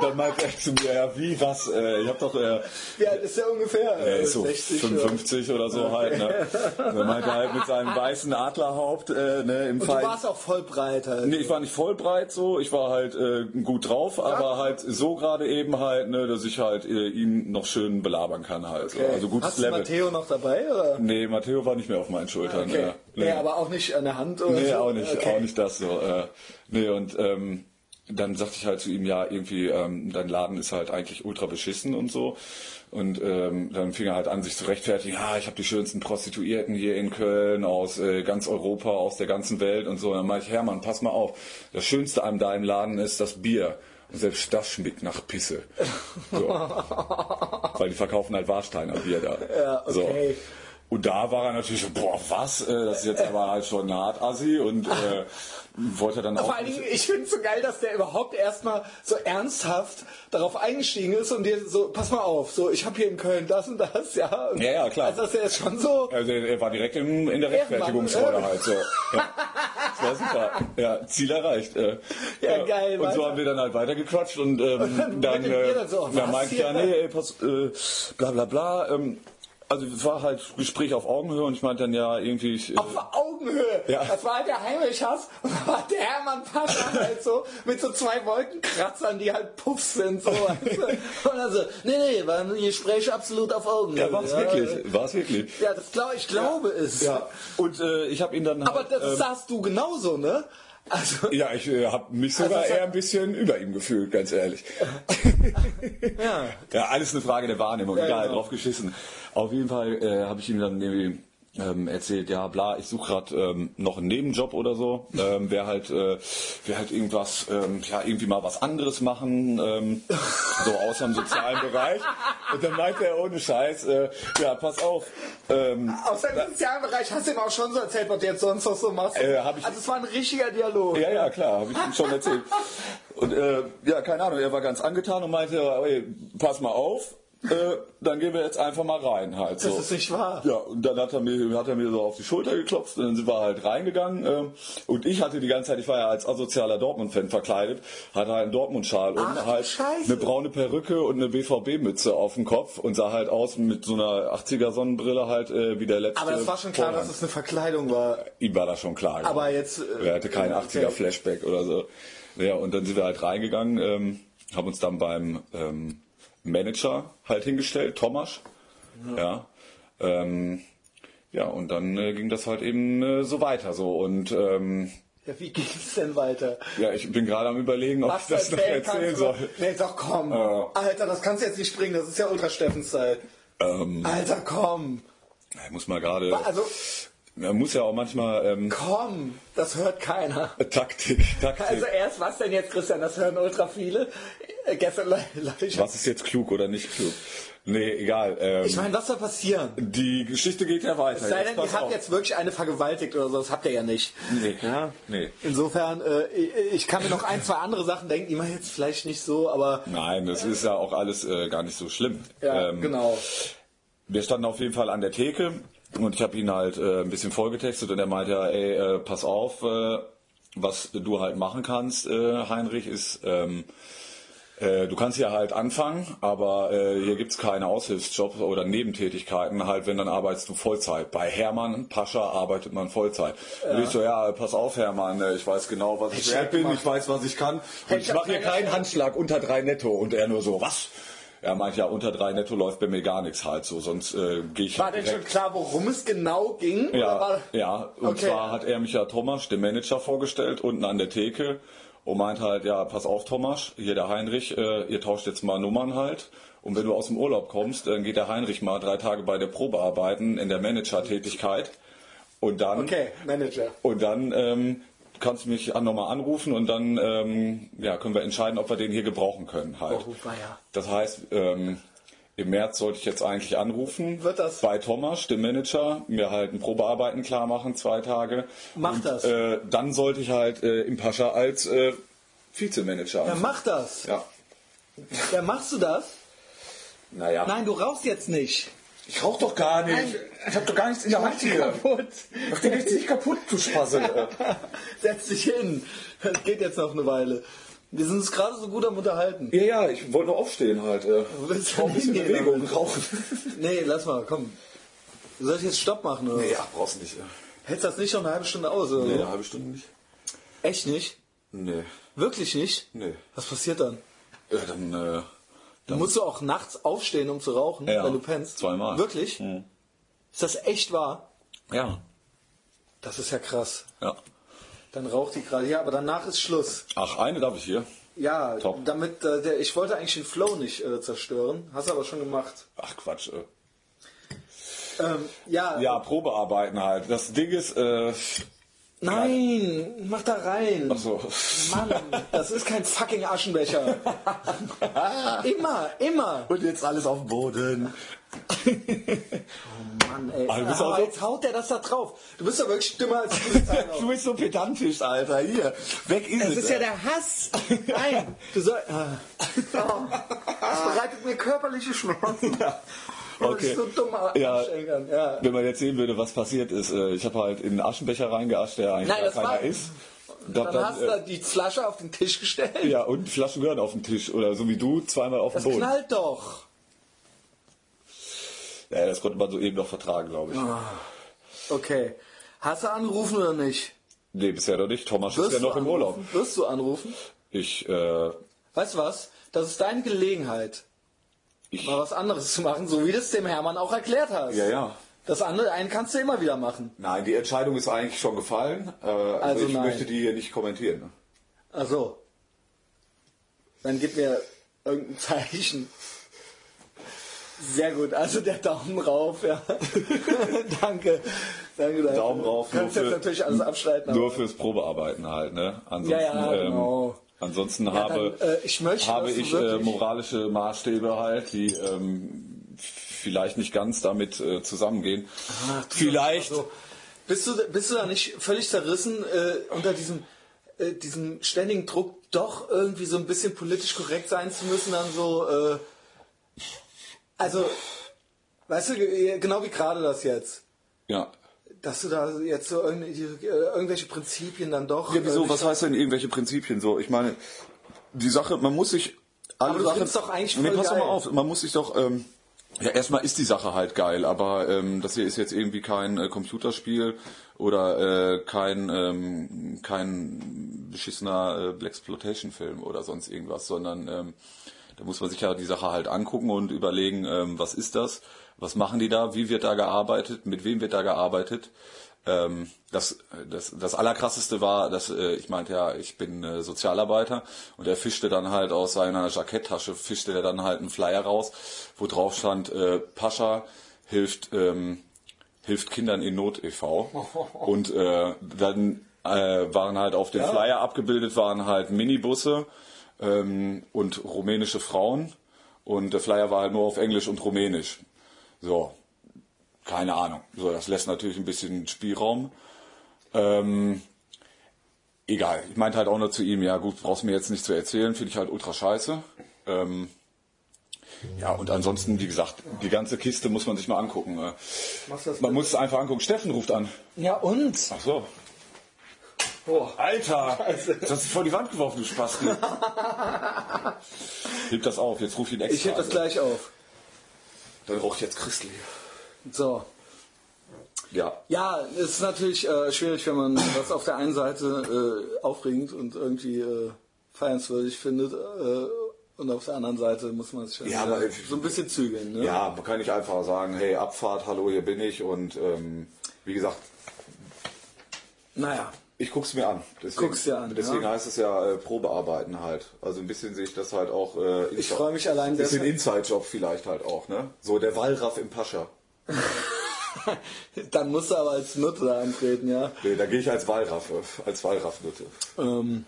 C: dann meinte er zu mir, ja, wie, was, äh, ich hab doch, äh,
B: Wie alt ist der ungefähr?
C: er ist so
B: 60
C: 55 oder so halt, ne. Und dann meinte er halt mit seinem weißen Adlerhaupt, äh, ne, im
B: Und du warst auch voll breit halt.
C: Nee, ich war nicht vollbreit so, ich war halt äh, gut drauf, aber halt so gerade eben halt, ne, dass ich halt äh, ihn noch schön belabern kann halt. So. Also gutes
B: Hast du
C: Level.
B: Matteo noch dabei? Oder?
C: nee, Matteo war nicht mehr auf meinen Schultern. ne.
B: Okay.
C: Ja.
B: Nee.
C: Nee.
B: aber auch nicht an der Hand oder
C: Nee,
B: so.
C: auch nicht,
B: Okay.
C: auch nicht das so. Äh, nee, und ähm, dann sagte ich halt zu ihm, ja, irgendwie, ähm, dein Laden ist halt eigentlich ultra beschissen und so. Und ähm, dann fing er halt an, sich zu rechtfertigen, ja, ich habe die schönsten Prostituierten hier in Köln, aus äh, ganz Europa, aus der ganzen Welt und so. Und dann meinte ich, Hermann, pass mal auf, das Schönste an deinem Laden ist das Bier. Und selbst das schmeckt nach Pisse. So. Weil die verkaufen halt Warsteiner Bier da. Ja,
B: okay.
C: und da war er natürlich so, boah, was? Äh, Das ist jetzt aber halt schon hart assi und äh, wollte dann auch.
B: Vor allen Dingen, ich finde es so geil, dass der überhaupt erstmal so ernsthaft darauf eingestiegen ist und dir so, pass mal auf, so ich habe hier in Köln das und das, ja. Und
C: Ja, ja, klar.
B: Also dass er jetzt schon so.
C: Also er er war direkt in, in der
B: Ehrenmann,
C: Rechtfertigungsrolle
B: äh.
C: halt so. Ja. Das war super. Ja, Ziel erreicht. Äh,
B: Ja,
C: äh,
B: geil,
C: Und so
B: weiter.
C: haben wir dann halt weitergequatscht und ähm,
B: Mit
C: dann,
B: dem
C: äh,
B: Bier dann so, oh,
C: ja,
B: was
C: meinte ich,
B: hier?
C: ja, nee, ey, pass, äh, bla bla bla. Ähm, also es war halt Gespräch auf Augenhöhe und ich meinte dann ja irgendwie. Ich, äh,
B: Auf Augenhöhe.
C: Ja.
B: Das war halt der Heinrich Hass und da war der Hermann Pascha halt so mit so zwei Wolkenkratzern, die halt Puffs sind. So, weißt du? Und also, nee, nee, war ein Gespräch absolut auf Augenhöhe.
C: ja, war es wirklich, war es wirklich.
B: Ja, das glaub, ich glaube es.
C: Ja. Und äh, ich habe ihn dann halt,
B: Aber das
C: ähm,
B: sahst du genauso, ne? Also,
C: Ja, ich äh, habe mich sogar
B: Also,
C: eher ein bisschen über ihm gefühlt, ganz ehrlich.
B: ja.
C: ja, alles eine Frage der Wahrnehmung, egal,
B: genau.
C: drauf geschissen. Auf jeden Fall äh, habe ich ihm dann irgendwie ähm, erzählt, ja bla, ich suche gerade ähm, noch einen Nebenjob oder so, ähm, wer halt, äh, wer halt irgendwas, ähm, ja irgendwie mal was anderes machen, ähm, so außer im sozialen Bereich. Und dann meinte er ohne Scheiß, äh, ja pass auf, ähm,
B: Aus deinem sozialen Bereich hast du ihm auch schon so erzählt, was du jetzt sonst noch so machst.
C: Äh, hab ich-
B: also es war ein richtiger Dialog.
C: Ja, ja, klar, habe ich ihm schon erzählt. Und äh, ja, keine Ahnung, er war ganz angetan und meinte, ey, pass mal auf, äh, dann gehen wir jetzt einfach mal rein halt so.
B: Das ist nicht wahr.
C: Ja, und dann hat er mir, hat er mir so auf die Schulter geklopft und dann sind wir halt reingegangen. Ähm, und ich hatte die ganze Zeit, ich war ja als asozialer Dortmund-Fan verkleidet, hatte halt einen Dortmund-Schal und halt
B: Scheiße.
C: eine braune Perücke und eine BVB-Mütze auf dem Kopf und sah halt aus mit so einer 80er-Sonnenbrille halt äh, wie der letzte.
B: Aber das war schon klar, dass
C: Vorhang.
B: es eine Verkleidung war.
C: Ihm war das schon klar. genau.
B: Aber jetzt, äh,
C: er hatte keinen
B: okay.
C: 80er-Flashback oder so. Ja, und dann sind wir halt reingegangen, ähm, haben uns dann beim ähm, Manager halt hingestellt, Thomas.
B: Mhm.
C: Ja. Ähm, ja, und dann äh, ging das halt eben äh, so weiter so. Und ähm,
B: Ja, wie ging's denn weiter?
C: ja, ich bin gerade am überlegen, ob ich das noch
B: erzählen
C: erzählen
B: kannst,
C: soll.
B: aber- Nee, doch komm. Alter, das kannst du jetzt nicht springen, das ist ja Ultra-Steffens-Zeit. Alter, komm.
C: Ähm, Ich muss mal gerade.
B: Also,
C: Man muss ja auch manchmal ähm,
B: komm. Das hört keiner.
C: Taktik, Taktik.
B: Also erst, was denn jetzt, Christian? Das hören ultra viele. Äh, gestern le- leider ich.
C: was ist jetzt klug oder nicht klug? Nee, egal. Ähm,
B: Ich meine, was soll passieren?
C: die Geschichte geht ja weiter.
B: Sei
C: Jetzt
B: denn, ihr
C: pass
B: habt
C: auf.
B: jetzt wirklich eine vergewaltigt oder so, das habt ihr ja nicht.
C: Nee.
B: Ja.
C: Nee.
B: Insofern, äh, ich ich kann mir noch ein, zwei andere Sachen denken, die man jetzt vielleicht nicht so, aber
C: Nein, das ist ja auch alles äh, gar nicht so schlimm.
B: ja,
C: Ähm,
B: genau.
C: Wir standen auf jeden Fall an der Theke und ich habe ihn halt äh, ein bisschen vollgetextet und er meinte, ja, ey, äh, pass auf, äh, was du halt machen kannst, äh, Heinrich, ist, ähm, äh, du kannst hier halt anfangen, aber äh, hier gibt's keine Aushilfsjobs oder Nebentätigkeiten. Halt, wenn, dann arbeitest du Vollzeit. Bei Hermann Pascha arbeitet man Vollzeit. Und ich so, ja, pass auf, Hermann, äh, ich weiß genau, was ich wert bin, ich weiß, was ich kann. Und ich
B: ich
C: mache hier
B: auch keine
C: keinen Handschlag unter drei netto. Und er nur so, was? Er meint ja, unter drei netto läuft bei mir gar nichts halt so, sonst äh, gehe ich
B: War
C: halt
B: denn
C: direkt
B: schon klar, worum es genau ging? Oder
C: ja,
B: war,
C: ja, und
B: Okay.
C: zwar hat er mich ja Thomas, dem Manager, vorgestellt, unten an der Theke und meint halt, ja, pass auf Thomas, hier der Heinrich, äh, ihr tauscht jetzt mal Nummern halt. Und wenn du aus dem Urlaub kommst, dann geht der Heinrich mal drei Tage bei der Probe arbeiten in der Manager-Tätigkeit. Und dann,
B: Okay, Manager.
C: und dann ähm, kannst du mich an- nochmal anrufen und dann ähm, ja, können wir entscheiden, ob wir den hier gebrauchen können halt.
B: Oh, weia.
C: Das heißt, ähm, im März sollte ich jetzt eigentlich anrufen.
B: Wird das?
C: Bei Thomas, dem Manager, mir halt ein Probearbeiten klar machen, zwei Tage.
B: Mach
C: und,
B: das.
C: Äh, dann sollte ich halt äh, im Pascha als äh, Vizemanager.
B: Ja, mach das.
C: ja.
B: Ja, machst du das?
C: Naja.
B: Nein, du rauchst jetzt nicht.
C: Ich rauch doch gar nicht. ich hab doch gar nichts in der Hand hier.
B: Kaputt.
C: Mach den jetzt nicht kaputt, du Spassel.
B: Setz dich hin. Das geht jetzt noch eine Weile. Wir sind uns gerade so gut am Unterhalten.
C: ja, ja, ich wollte nur aufstehen halt. Äh.
B: willst
C: Ich brauch ein bisschen
B: hingehen,
C: Bewegung, rauchen.
B: Nee, lass mal, komm. Soll ich jetzt Stopp machen? Oder? was?
C: Ja, brauchst nicht. äh.
B: Hältst das nicht noch eine halbe Stunde aus? Oder?
C: Nee,
B: so?
C: eine halbe Stunde nicht.
B: Echt nicht?
C: Nee.
B: Wirklich nicht?
C: Nee.
B: Was passiert dann?
C: Ja, dann, äh,
B: Dann musst du auch nachts aufstehen, um zu rauchen,
C: Ja,
B: wenn du pennst.
C: zweimal. Mhm.
B: Wirklich? Ist das echt wahr?
C: ja.
B: Das ist ja krass.
C: Ja.
B: Dann raucht die gerade. Ja, aber danach ist Schluss.
C: Ach, eine darf ich hier.
B: Ja,
C: Top.
B: damit äh, der, ich wollte eigentlich den Flow nicht äh, zerstören, hast aber schon gemacht.
C: Ach, Quatsch. Äh.
B: Ähm, ja,
C: Ja, Probearbeiten halt. Das Ding ist, äh,
B: nein, mach da rein.
C: ach so.
B: Mann, das ist kein fucking Aschenbecher. immer, immer.
D: Und jetzt alles auf dem Boden.
B: Mann, ey.
C: Aber Ah, du bist auch
B: Aber
C: so-
B: jetzt haut der das da drauf. Du bist doch wirklich dümmer als Polizei.
D: Du bist so pedantisch, Alter. Hier, weg ist
B: Das ist ja der Hass. Nein, du soll. Ah. Oh, das bereitet mir körperliche Schmerzen.
C: Okay.
B: Das ist so dumm,
C: Ja.
B: Arschenkern, ja.
C: Wenn man jetzt sehen würde, was passiert ist, äh, ich habe halt in einen Aschenbecher reingeascht, der eigentlich
B: Nein,
C: gar
B: das
C: keiner
B: war-
C: ist.
B: Dann,
C: Dann,
B: hast du
C: äh,
B: da die Flasche auf den Tisch gestellt.
C: ja, und Flaschen gehören auf den Tisch oder so wie du, zweimal auf den
B: Das
C: Boden.
B: knallt doch.
C: Ja, das konnte man so eben noch vertragen, glaube ich.
B: Okay. Hast du angerufen oder nicht?
C: Nee, bisher noch nicht. Thomas ist ja
B: du
C: noch im
B: anrufen?
C: Urlaub.
B: Wirst du anrufen?
C: Ich, äh,
B: Weißt du was? Das ist deine Gelegenheit,
C: ich,
B: mal was anderes zu machen, so wie du es dem Hermann auch erklärt hast.
C: Ja, ja.
B: Das andere, einen kannst du immer wieder machen.
C: Nein, die Entscheidung ist eigentlich schon gefallen. Äh, also,
B: Also
C: ich
B: nein.
C: möchte die hier nicht kommentieren.
B: Also, dann gib mir irgendein Zeichen. Sehr gut, also der Daumen rauf, ja. danke. Danke, danke.
C: Daumen rauf.
B: Kannst
C: nur
B: jetzt
C: für-
B: natürlich alles abschalten.
C: Nur
B: aber-
C: fürs Probearbeiten halt, ne? Ansonsten,
B: Ja, ja, genau.
C: ansonsten
B: Ja,
C: habe,
B: dann, äh, ich möchte,
C: habe
B: dass du
C: ich äh,
B: wirklich-
C: moralische Maßstäbe halt, die ähm, vielleicht nicht ganz damit äh, zusammengehen. vielleicht.
B: So. also, Bist du, bist du da nicht völlig zerrissen äh, unter diesem, äh, diesem ständigen Druck, doch irgendwie so ein bisschen politisch korrekt sein zu müssen, dann so, äh, Also, weißt du, genau wie gerade das jetzt.
C: Ja.
B: Dass du da jetzt so irgende- die- äh, irgendwelche Prinzipien dann doch.
A: Ja, wieso?
B: äh,
A: Was heißt denn irgendwelche Prinzipien so? Ich meine, die Sache, man muss sich alle
B: Aber du
A: Sachen.
B: findest doch eigentlich
A: nee,
B: voll
A: pass doch
B: geil.
A: mal auf, man muss sich doch. Ähm, ja, erstmal ist die Sache halt geil, aber ähm, das hier ist jetzt irgendwie kein äh, Computerspiel oder äh, kein ähm, kein beschissener äh, Black Exploitation Film oder sonst irgendwas, sondern ähm, da muss man sich ja die Sache halt angucken und überlegen, ähm, was ist das, was machen die da, wie wird da gearbeitet, mit wem wird da gearbeitet ähm, das, das, das Allerkrasseste war, dass äh, ich meinte ja, ich bin äh, Sozialarbeiter und er fischte dann halt aus seiner Jacketttasche, fischte er dann halt einen Flyer raus, wo drauf stand, äh, Pascha hilft, ähm, hilft Kindern in Not e.V. Und äh, dann äh, waren halt auf dem Flyer abgebildet, waren halt Minibusse ähm, und rumänische Frauen und der Flyer war halt nur auf Englisch und Rumänisch. So, keine Ahnung. So, das lässt natürlich ein bisschen Spielraum. Ähm, egal. Ich meinte halt auch nur zu ihm, ja gut, brauchst mir jetzt nicht zu erzählen, finde ich halt ultra scheiße. Ähm, ja, und ansonsten, wie gesagt, die ganze Kiste muss man sich mal angucken. äh.
B: Machst du das
A: Man muss es einfach angucken. Steffen ruft an.
B: Ja, und?
A: Ach so.
B: Oh.
A: Alter! Das hast du vor die Wand geworfen, du Spasten. Heb das auf, jetzt ruf ihn extra
B: Ich heb das
A: an.
B: gleich auf.
A: Dann raucht jetzt Christli.
B: So.
A: Ja.
B: Ja, es ist natürlich äh, schwierig, wenn man das auf der einen Seite äh, aufregend und irgendwie äh, feiernswürdig findet äh, und auf der anderen Seite muss man sich dann
A: Ja,
B: wieder
A: aber-
B: äh, so ein bisschen zügeln. Ne?
A: Ja, man kann nicht einfach sagen, hey, Abfahrt, hallo, hier bin ich. Und ähm, wie gesagt,
B: Naja,
A: ich guck's mir an. Deswegen,
B: Guck's dir an,
A: Deswegen
B: ja.
A: heißt es ja äh, Probearbeiten halt. Also ein bisschen sehe ich das halt auch. Äh,
B: ich freue mich allein
A: Ein bisschen
B: deshalb.
A: Inside-Job vielleicht halt auch, ne? So der Wallraff im Pascha.
B: Dann musst du aber als Nutte da antreten, ja.
A: Nee, da gehe ich als Wallraffe, als Wallraffnutte.
B: Ähm,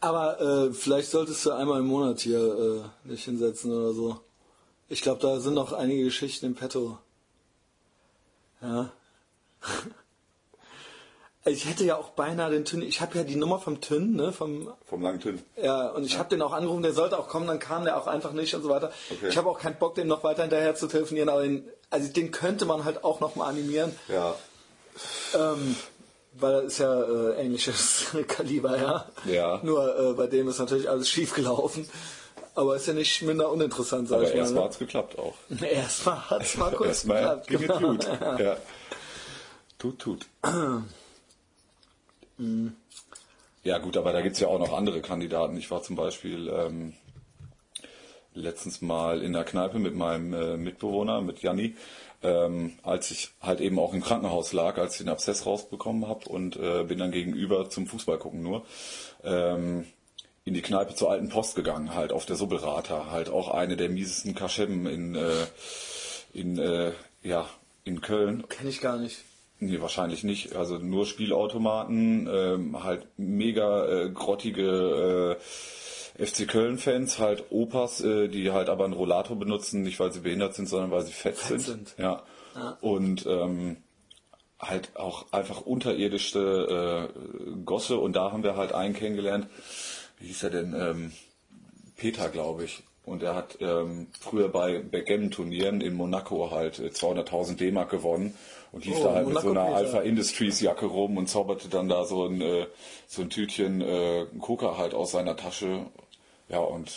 B: aber äh, vielleicht solltest du einmal im Monat hier äh, dich hinsetzen oder so. Ich glaube, da sind noch einige Geschichten im Petto. Ja. Ich hätte ja auch beinahe den Tünn. Ich habe ja die Nummer vom Tünn, ne? Vom,
A: Vom langen Tünn.
B: ja, und ich habe den auch angerufen, der sollte auch kommen, dann kam der auch einfach nicht und so weiter.
A: Okay.
B: Ich habe auch keinen Bock, dem noch weiter hinterher zu telefonieren, aber den, also den könnte man halt auch nochmal animieren.
A: Ja.
B: Ähm, weil das ist ja äh, ähnliches Kaliber, ja.
C: Ja.
B: Nur äh, bei dem ist natürlich alles schief gelaufen. Aber ist ja nicht minder uninteressant, sag
C: Aber
B: ich mal.
C: erstmal
B: ne?
C: hat's geklappt auch.
B: Erstmal hat's mal kurz
C: erstmal
B: geklappt,
C: ging es
B: genau.
C: gut. Ja. Tut, tut. ja gut, aber da gibt's ja auch noch andere Kandidaten. Ich war zum Beispiel ähm, letztens mal in der Kneipe mit meinem äh, Mitbewohner, mit Janni, ähm, als ich halt eben auch im Krankenhaus lag, als ich den Abszess rausbekommen habe und äh, bin dann gegenüber zum Fußball gucken nur. Ähm, in die Kneipe zur alten Post gegangen, halt auf der Subberater, halt auch eine der miesesten Kaschemmen in, äh, in, äh, ja, in Köln.
B: Kenn ich gar nicht.
C: Nee, wahrscheinlich nicht. Also nur Spielautomaten, ähm, halt mega äh, grottige äh, FC Köln-Fans, halt Opas, äh, die halt aber einen Rollator benutzen, nicht weil sie behindert sind, sondern weil sie fett sind.
B: sind.
C: Ja. Und ähm, halt auch einfach unterirdischste äh, Gosse. Und da haben wir halt einen kennengelernt. Wie hieß er denn? Ähm, Peter, glaube ich. Und er hat ähm, früher bei Backgammon-Turnieren in Monaco halt äh, 200.000 D-Mark gewonnen und lief
B: Oh,
C: da halt mit so einer
B: Monaco-Peter.
C: Alpha Industries-Jacke rum und zauberte dann da so ein, äh, so ein Tütchen äh, Coca halt aus seiner Tasche. Ja, und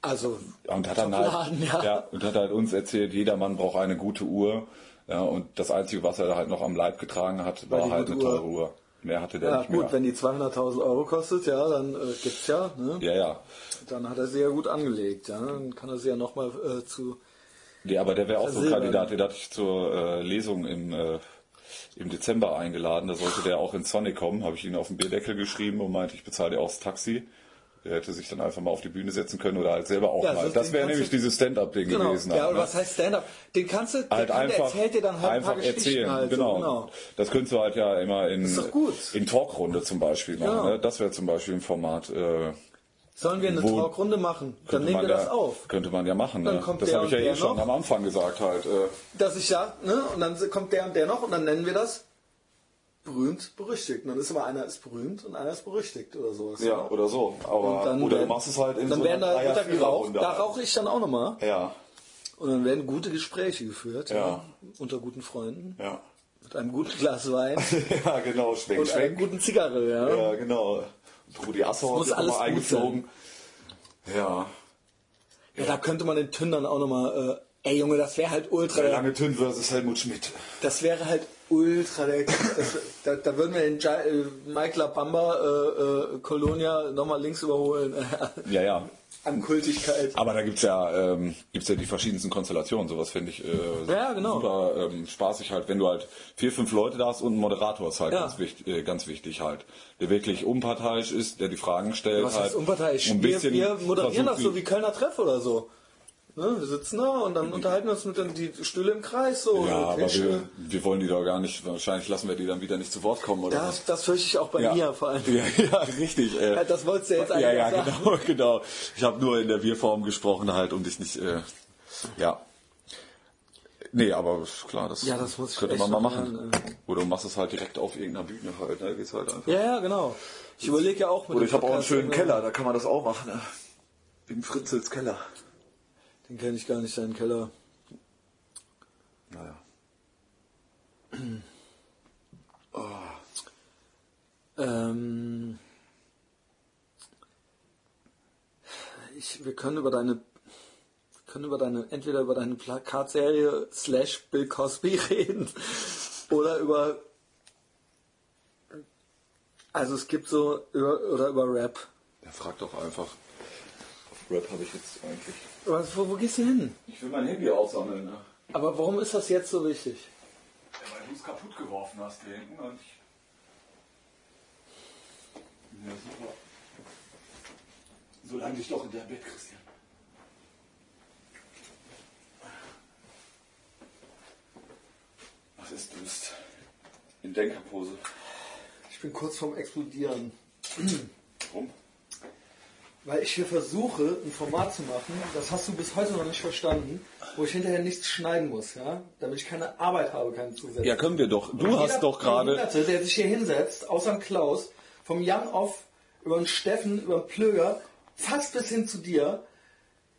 B: Also,
C: und hat dann halt,
B: Laden,
C: ja.
B: ja.
C: und hat halt uns erzählt, jeder Mann braucht eine gute Uhr. Ja, und das Einzige, was er da halt noch am Leib getragen hat, war,
B: die
C: halt
B: gute
C: eine teure Uhr. Mehr hatte der
B: ja,
C: nicht
B: gut,
C: mehr.
B: wenn die 200.000 Euro kostet, ja, dann äh, gibt's ja. Ne?
C: ja, ja.
B: Dann hat er sie ja gut angelegt. Ja? Dann kann er sie ja nochmal äh, zu.
C: Nee, aber der wäre auch so ein
B: Silber.
C: Kandidat, den hatte ich zur äh, Lesung im, äh, im Dezember eingeladen. Da sollte der auch in Sonic kommen, habe ich ihn auf den Bierdeckel geschrieben und meinte, ich bezahle dir auch das Taxi. Der hätte sich dann einfach mal auf die Bühne setzen können oder halt selber auch
B: Ja,
C: mal.
B: so
C: das
B: den
C: wäre
B: kannst
C: nämlich
B: du-
C: dieses Stand-up-Ding
B: Genau.
C: gewesen.
B: ja,
C: halt,
B: oder
C: ne?
B: was heißt Stand-up? Den kannst du.
C: halt
B: der Kunde
C: einfach,
B: erzählt dir dann halt ein paar
C: einfach
B: Geschichten
C: erzählen.
B: Halt, so,
C: genau.
B: genau.
C: Das könntest du halt ja immer in,
B: Ist doch gut.
C: in Talkrunde zum Beispiel machen.
B: Genau.
C: Ne? Das wäre zum Beispiel ein Format. Äh,
B: Sollen wir eine
C: Wo-
B: Talkrunde machen? Dann
C: könnte
B: nehmen
C: man
B: wir
C: ja,
B: das auf.
C: Könnte man ja machen.
B: Dann
C: Ne?
B: kommt
C: Das
B: der
C: habe ich
B: und
C: ja eh
B: der
C: schon
B: noch.
C: am Anfang gesagt halt. Äh,
B: dass ich ja, ne, und dann kommt der und der noch und dann nennen wir das berühmt, berüchtigt. Und dann ist immer einer ist berühmt und einer ist berüchtigt oder sowas. ne?
A: Ja, oder so. Aber,
B: Und dann
A: oder du
B: werden-
A: machst es halt in
B: dann
A: so
B: werden
A: einer
B: da
A: Dreier-,
B: runtergeraucht.
A: Viererrunde
B: Da
A: halt.
B: rauche ich dann auch nochmal.
A: Ja.
B: Und dann werden gute Gespräche geführt.
A: Ja.
B: Unter guten Freunden.
A: Ja.
B: Mit einem guten Glas Wein
A: ja, genau, schwenk,
B: und einer
A: schwenk.
B: guten Zigarre. Ja.
A: Ja, genau. Und Rudi Assauer
B: muss
A: ist auch
B: alles
A: mal
B: gut
A: eingeflogen. Ja.
B: Ja, da könnte man den Tündern auch nochmal, äh, ey Junge, das wäre halt ultra,
A: Der
B: der,
A: lange Tünn versus Helmut Schmidt.
B: das wäre halt ultra, der, das, da, da würden wir den Ja- äh, Mike Labamba äh, äh, Colonia nochmal links überholen
C: Ja, ja.
B: an Kultigkeit.
C: Aber da gibt es ja, ähm, gibt's ja die verschiedensten Konstellationen. Sowas finde ich äh,
B: Ja, genau.
C: super ähm, spaßig halt, wenn du halt vier, fünf Leute da hast und ein Moderator ist halt
B: Ja.
C: ganz, wichtig, äh, ganz wichtig halt. Der wirklich unparteiisch ist, der die Fragen stellt.
B: Was
C: halt,
B: heißt unparteiisch?
C: und Ein bisschen
B: wir, wir moderieren das
C: versucht,
B: so wie Kölner Treff oder so. Ne, wir sitzen da und dann unterhalten wir uns mit den die Stühle im Kreis so. ne?
C: Ja,
B: und
C: aber wir,
B: Tische.
C: wir wollen die da gar nicht, wahrscheinlich lassen wir die dann wieder nicht zu Wort kommen oder was?
B: das, das fürchte ich auch bei mir vor allem.
C: Ja, ja richtig. Äh,
B: Ja, das wolltest du jetzt
C: Ja,
B: eigentlich
C: ja,
B: sagen.
C: genau, genau. Ich habe nur in der Wir-Form gesprochen, halt, um dich nicht. Äh, ja. Nee, aber klar, das,
B: Ja, das muss ich
C: könnte
B: echt
C: man mal
B: mal
C: machen.
B: lernen, äh.
C: Oder du machst es halt direkt auf irgendeiner Bühne halt, ne? Geht's halt einfach.
B: Ja, ja, genau. Ich überlege ja auch mit
A: Oder
B: dem
A: ich habe auch einen
B: Podcast
A: schönen
B: irgendwann-
A: Keller, da kann man das auch machen. Ne? Im Fritzels Keller.
B: Den kenne ich gar nicht, seinen Keller.
A: Naja.
B: Ähm, ich, wir können über deine, wir können über deine, entweder über deine Plakatserie slash Bill Cosby reden oder über, also es gibt so, über, oder über Rap.
A: Ja, frag doch einfach. Auf Rap habe ich jetzt eigentlich.
B: Was, wo, wo gehst du hin?
A: Ich will mein Handy aussammeln, ne?
B: Aber warum ist das jetzt so wichtig?
A: Ja, weil du es kaputt geworfen hast, hier hinten. Und ich... Ja, super. Solange dich doch in deinem Bett, Christian. Was ist, du bist in Denkerpose.
B: Ich bin kurz vorm Explodieren.
A: Warum?
B: Weil ich hier versuche, ein Format zu machen, das hast du bis heute noch nicht verstanden, wo ich hinterher nichts schneiden muss, ja? Damit ich keine Arbeit habe, keine Zusätze.
C: Ja, können wir doch. Du
B: Jeder
C: hast doch gerade.
B: Behinderte, der sich hier hinsetzt, außer ein Klaus, vom Jan auf über den Steffen, über den Plöger, fast bis hin zu dir,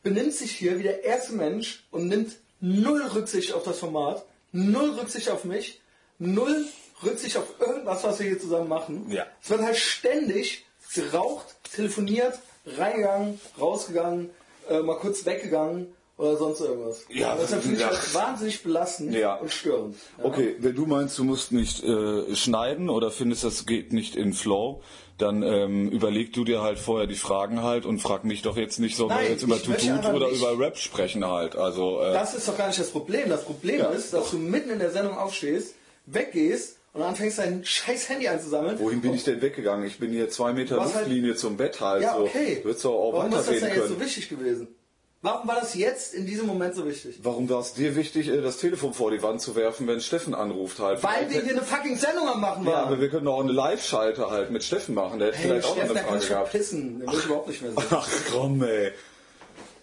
B: benimmt sich hier wie der erste Mensch und nimmt null Rücksicht auf das Format, null Rücksicht auf mich, null Rücksicht auf irgendwas, was wir hier zusammen machen.
C: Ja.
B: Es wird halt ständig geraucht, telefoniert, reingegangen, rausgegangen, äh, mal kurz weggegangen oder sonst irgendwas.
A: Ja,
B: das ist natürlich
A: ja.
B: halt wahnsinnig belastend
A: Ja.
B: und störend. Ja.
C: Okay, wenn du meinst, du musst nicht äh, schneiden oder findest, das geht nicht in Flow, dann ähm, überleg du dir halt vorher die Fragen halt und frag mich doch jetzt nicht, sollen wir
B: Nein,
C: jetzt über
B: ich möchte
C: Tutut
B: aber
C: oder
B: nicht-
C: über Rap sprechen halt. Also, äh,
B: Das ist doch gar nicht das Problem. Das Problem
C: Ja,
B: ist, dass du mitten in der Sendung aufstehst, weggehst und anfängst dein scheiß Handy einzusammeln.
A: Wohin bin ich denn weggegangen? Ich bin hier zwei Meter
B: Was halt-
A: Luftlinie zum Bett halt.
B: ja,
A: so.
B: okay.
A: Würdest du auch
B: Warum ist das
A: weiterreden
B: denn jetzt so
A: können.
B: wichtig gewesen? Warum war das jetzt in diesem Moment so wichtig?
A: Warum war es dir wichtig, äh, das Telefon vor die Wand zu werfen, wenn Steffen anruft halt?
B: Weil wir hier eine fucking Sendung am machen
A: Ja, aber
B: waren.
A: wir können auch eine Live-Schalte halt mit Steffen machen. Der hätte
B: hey,
A: vielleicht auch noch
B: Steffen,
A: eine
B: da kann
A: Frage
B: ich schon
A: gehabt.
B: pissen. Den will ich überhaupt nicht mehr sehen.
A: Ach komm, ey.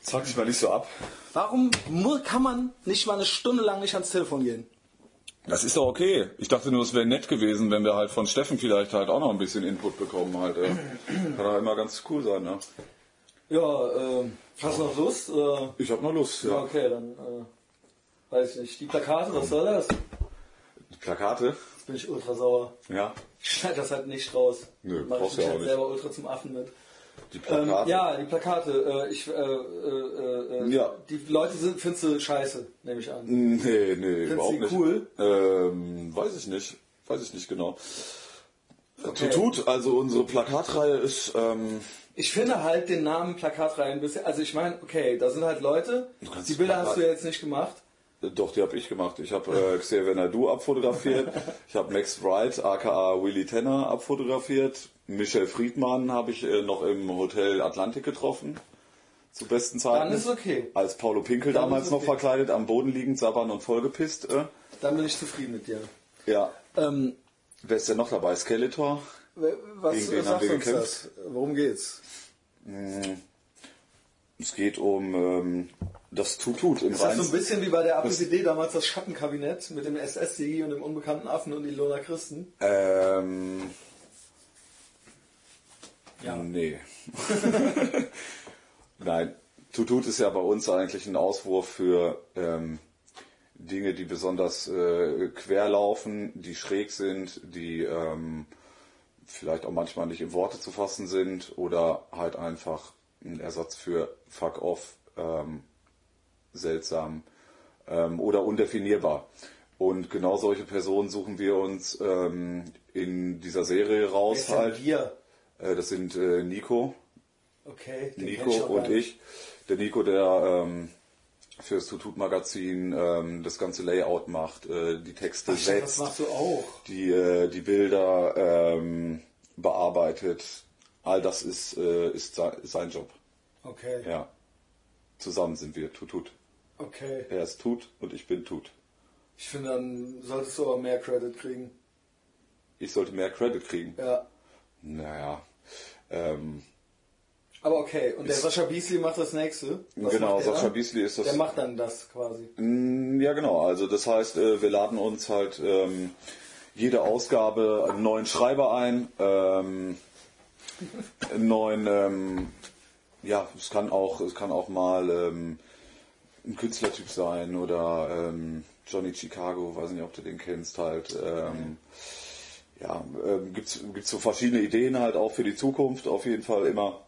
A: Zack dich mal nicht so ab.
B: Warum mu- kann man nicht mal eine Stunde lang nicht ans Telefon gehen?
C: Das ist doch okay. Ich dachte nur, es wäre nett gewesen, wenn wir halt von Steffen vielleicht halt auch noch ein bisschen Input bekommen halt. Äh.
A: Kann doch immer ganz cool sein, ne?
B: Ja, ähm, hast du noch Lust? Äh,
A: Ich hab noch Lust, ja.
B: okay, dann äh, weiß ich nicht. Die Plakate, was soll das? Jetzt
A: Die Plakate?
B: bin ich ultra sauer.
A: Ja.
B: Ich schneide das halt nicht raus.
A: Nö,
B: Mach
A: brauchst
B: ich
A: ja
B: mich
A: auch
B: halt
A: nicht.
B: selber ultra zum Affen mit.
A: Die
B: Ähm,
A: Plakate?
B: ja, die Plakate. Äh, ich, äh, äh, äh,
A: Ja.
B: Die Leute sind, findest du scheiße, nehme ich an.
A: Nee, nee, überhaupt
B: die
A: nicht.
B: cool?
A: Ähm, weiß ich nicht. Weiß ich nicht genau. Tutut, also unsere Plakatreihe ist, ähm,
B: Ich finde halt den Namen Plakatreihe ein bisschen. Also ich meine, okay, da sind halt Leute.
A: kannst
B: Die Bilder
A: Plakat-
B: hast du ja jetzt nicht gemacht.
A: Doch, die habe ich gemacht. Ich habe äh, Xavier Nadu abfotografiert. Ich habe Max Wright, aka Willy Tanner, abfotografiert. Michel Friedmann habe ich äh, noch im Hotel Atlantik getroffen. Zu besten Zeiten.
B: Dann ist okay.
A: Als Paulo Pinkel
B: Dann
A: damals
B: ist
A: noch
B: okay.
A: verkleidet, am Boden liegend, sabbern und vollgepisst. Äh.
B: Dann bin ich zufrieden mit dir.
A: Ja.
B: Ähm,
A: Wer ist denn noch dabei? Skeletor?
B: w- was
A: Irgendwen
B: was
A: haben
B: sagst
A: wir
B: du uns
A: gekämpft.
B: das? Worum geht's?
A: Es geht um ähm, das Tutut im
B: Ist das so ein
A: reinsten-
B: bisschen wie bei der APCD damals das Schattenkabinett mit dem SS-Sigi und dem unbekannten Affen und Ilona Christen?
A: Ähm. Nee. Nein.
C: Tutut ist ja bei uns eigentlich ein Auswurf für ähm, Dinge, die besonders äh, quer laufen, die schräg sind, die ähm, vielleicht auch manchmal nicht in Worte zu fassen sind oder halt einfach ein Ersatz für fuck off, ähm, seltsam ähm, oder undefinierbar. Und genau solche Personen suchen wir uns ähm, in dieser Serie
E: Wer ist
C: raus.
E: denn
C: Halt.
E: wir?
C: Äh, das sind äh, Nico,
E: Okay, den kenn
C: Nico
E: ich auch gar
C: und
E: nicht.
C: ich. Der Nico, der ähm, fürs Tutut-Magazin ähm, das ganze Layout macht, äh, die Texte
E: Ach, stimmt, Das
C: setzt,
E: machst du auch.
C: die, äh, die Bilder ähm, bearbeitet. All das ist, äh, ist se- sein Job.
E: Okay,
C: Ja. Zusammen sind wir Tutut.
E: okay.
C: Er ist Tut und ich bin Tut.
E: Ich finde, dann solltest du aber mehr Credit kriegen.
C: Ich sollte mehr Credit kriegen.
E: Ja.
C: Naja. Ähm,
E: Aber okay, und der Sascha Beasley macht das nächste. Was
C: Genau,
E: macht der
C: Sascha
E: dann?
C: Beasley ist das-
E: Der macht dann das quasi.
C: Mm, Ja, genau. Also das heißt, äh, wir laden uns halt ähm, jede Ausgabe einen neuen Schreiber ein, ähm, einen neuen, ähm, ja, es kann auch, es kann auch mal ähm, ein Künstlertyp sein oder ähm, Johnny Chicago, weiß nicht, ob du den kennst halt. Ähm, ja, ähm, gibt's gibt's so verschiedene Ideen halt auch für die Zukunft. Auf jeden Fall immer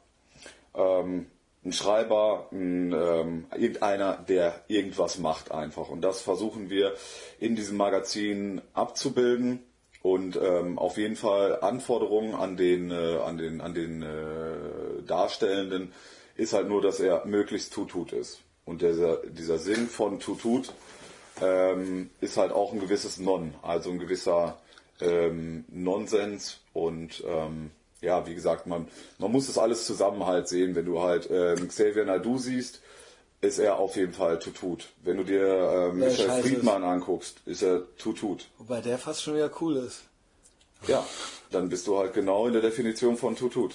C: ähm, ein Schreiber, ein, ähm, irgendeiner, der irgendwas macht einfach. Und das versuchen wir in diesem Magazin abzubilden und ähm, auf jeden Fall Anforderungen an den, äh, an den, an den äh, Darstellenden ist halt nur, dass er möglichst Tutut ist. Und dieser, dieser Sinn von Tutut ähm, ist halt auch ein gewisses Non, also ein gewisser ähm, Nonsens und ähm, ja, wie gesagt, man, man muss das alles zusammen halt sehen. Wenn du halt ähm, Xavier Nadu siehst, ist er auf jeden Fall Tutut. Wenn du dir ähm,
B: Ja,
C: Michel
B: scheiße.
C: Friedmann anguckst, ist er Tutut.
B: Wobei der fast schon wieder cool ist.
C: Ja, dann bist du halt genau in der Definition von Tutut.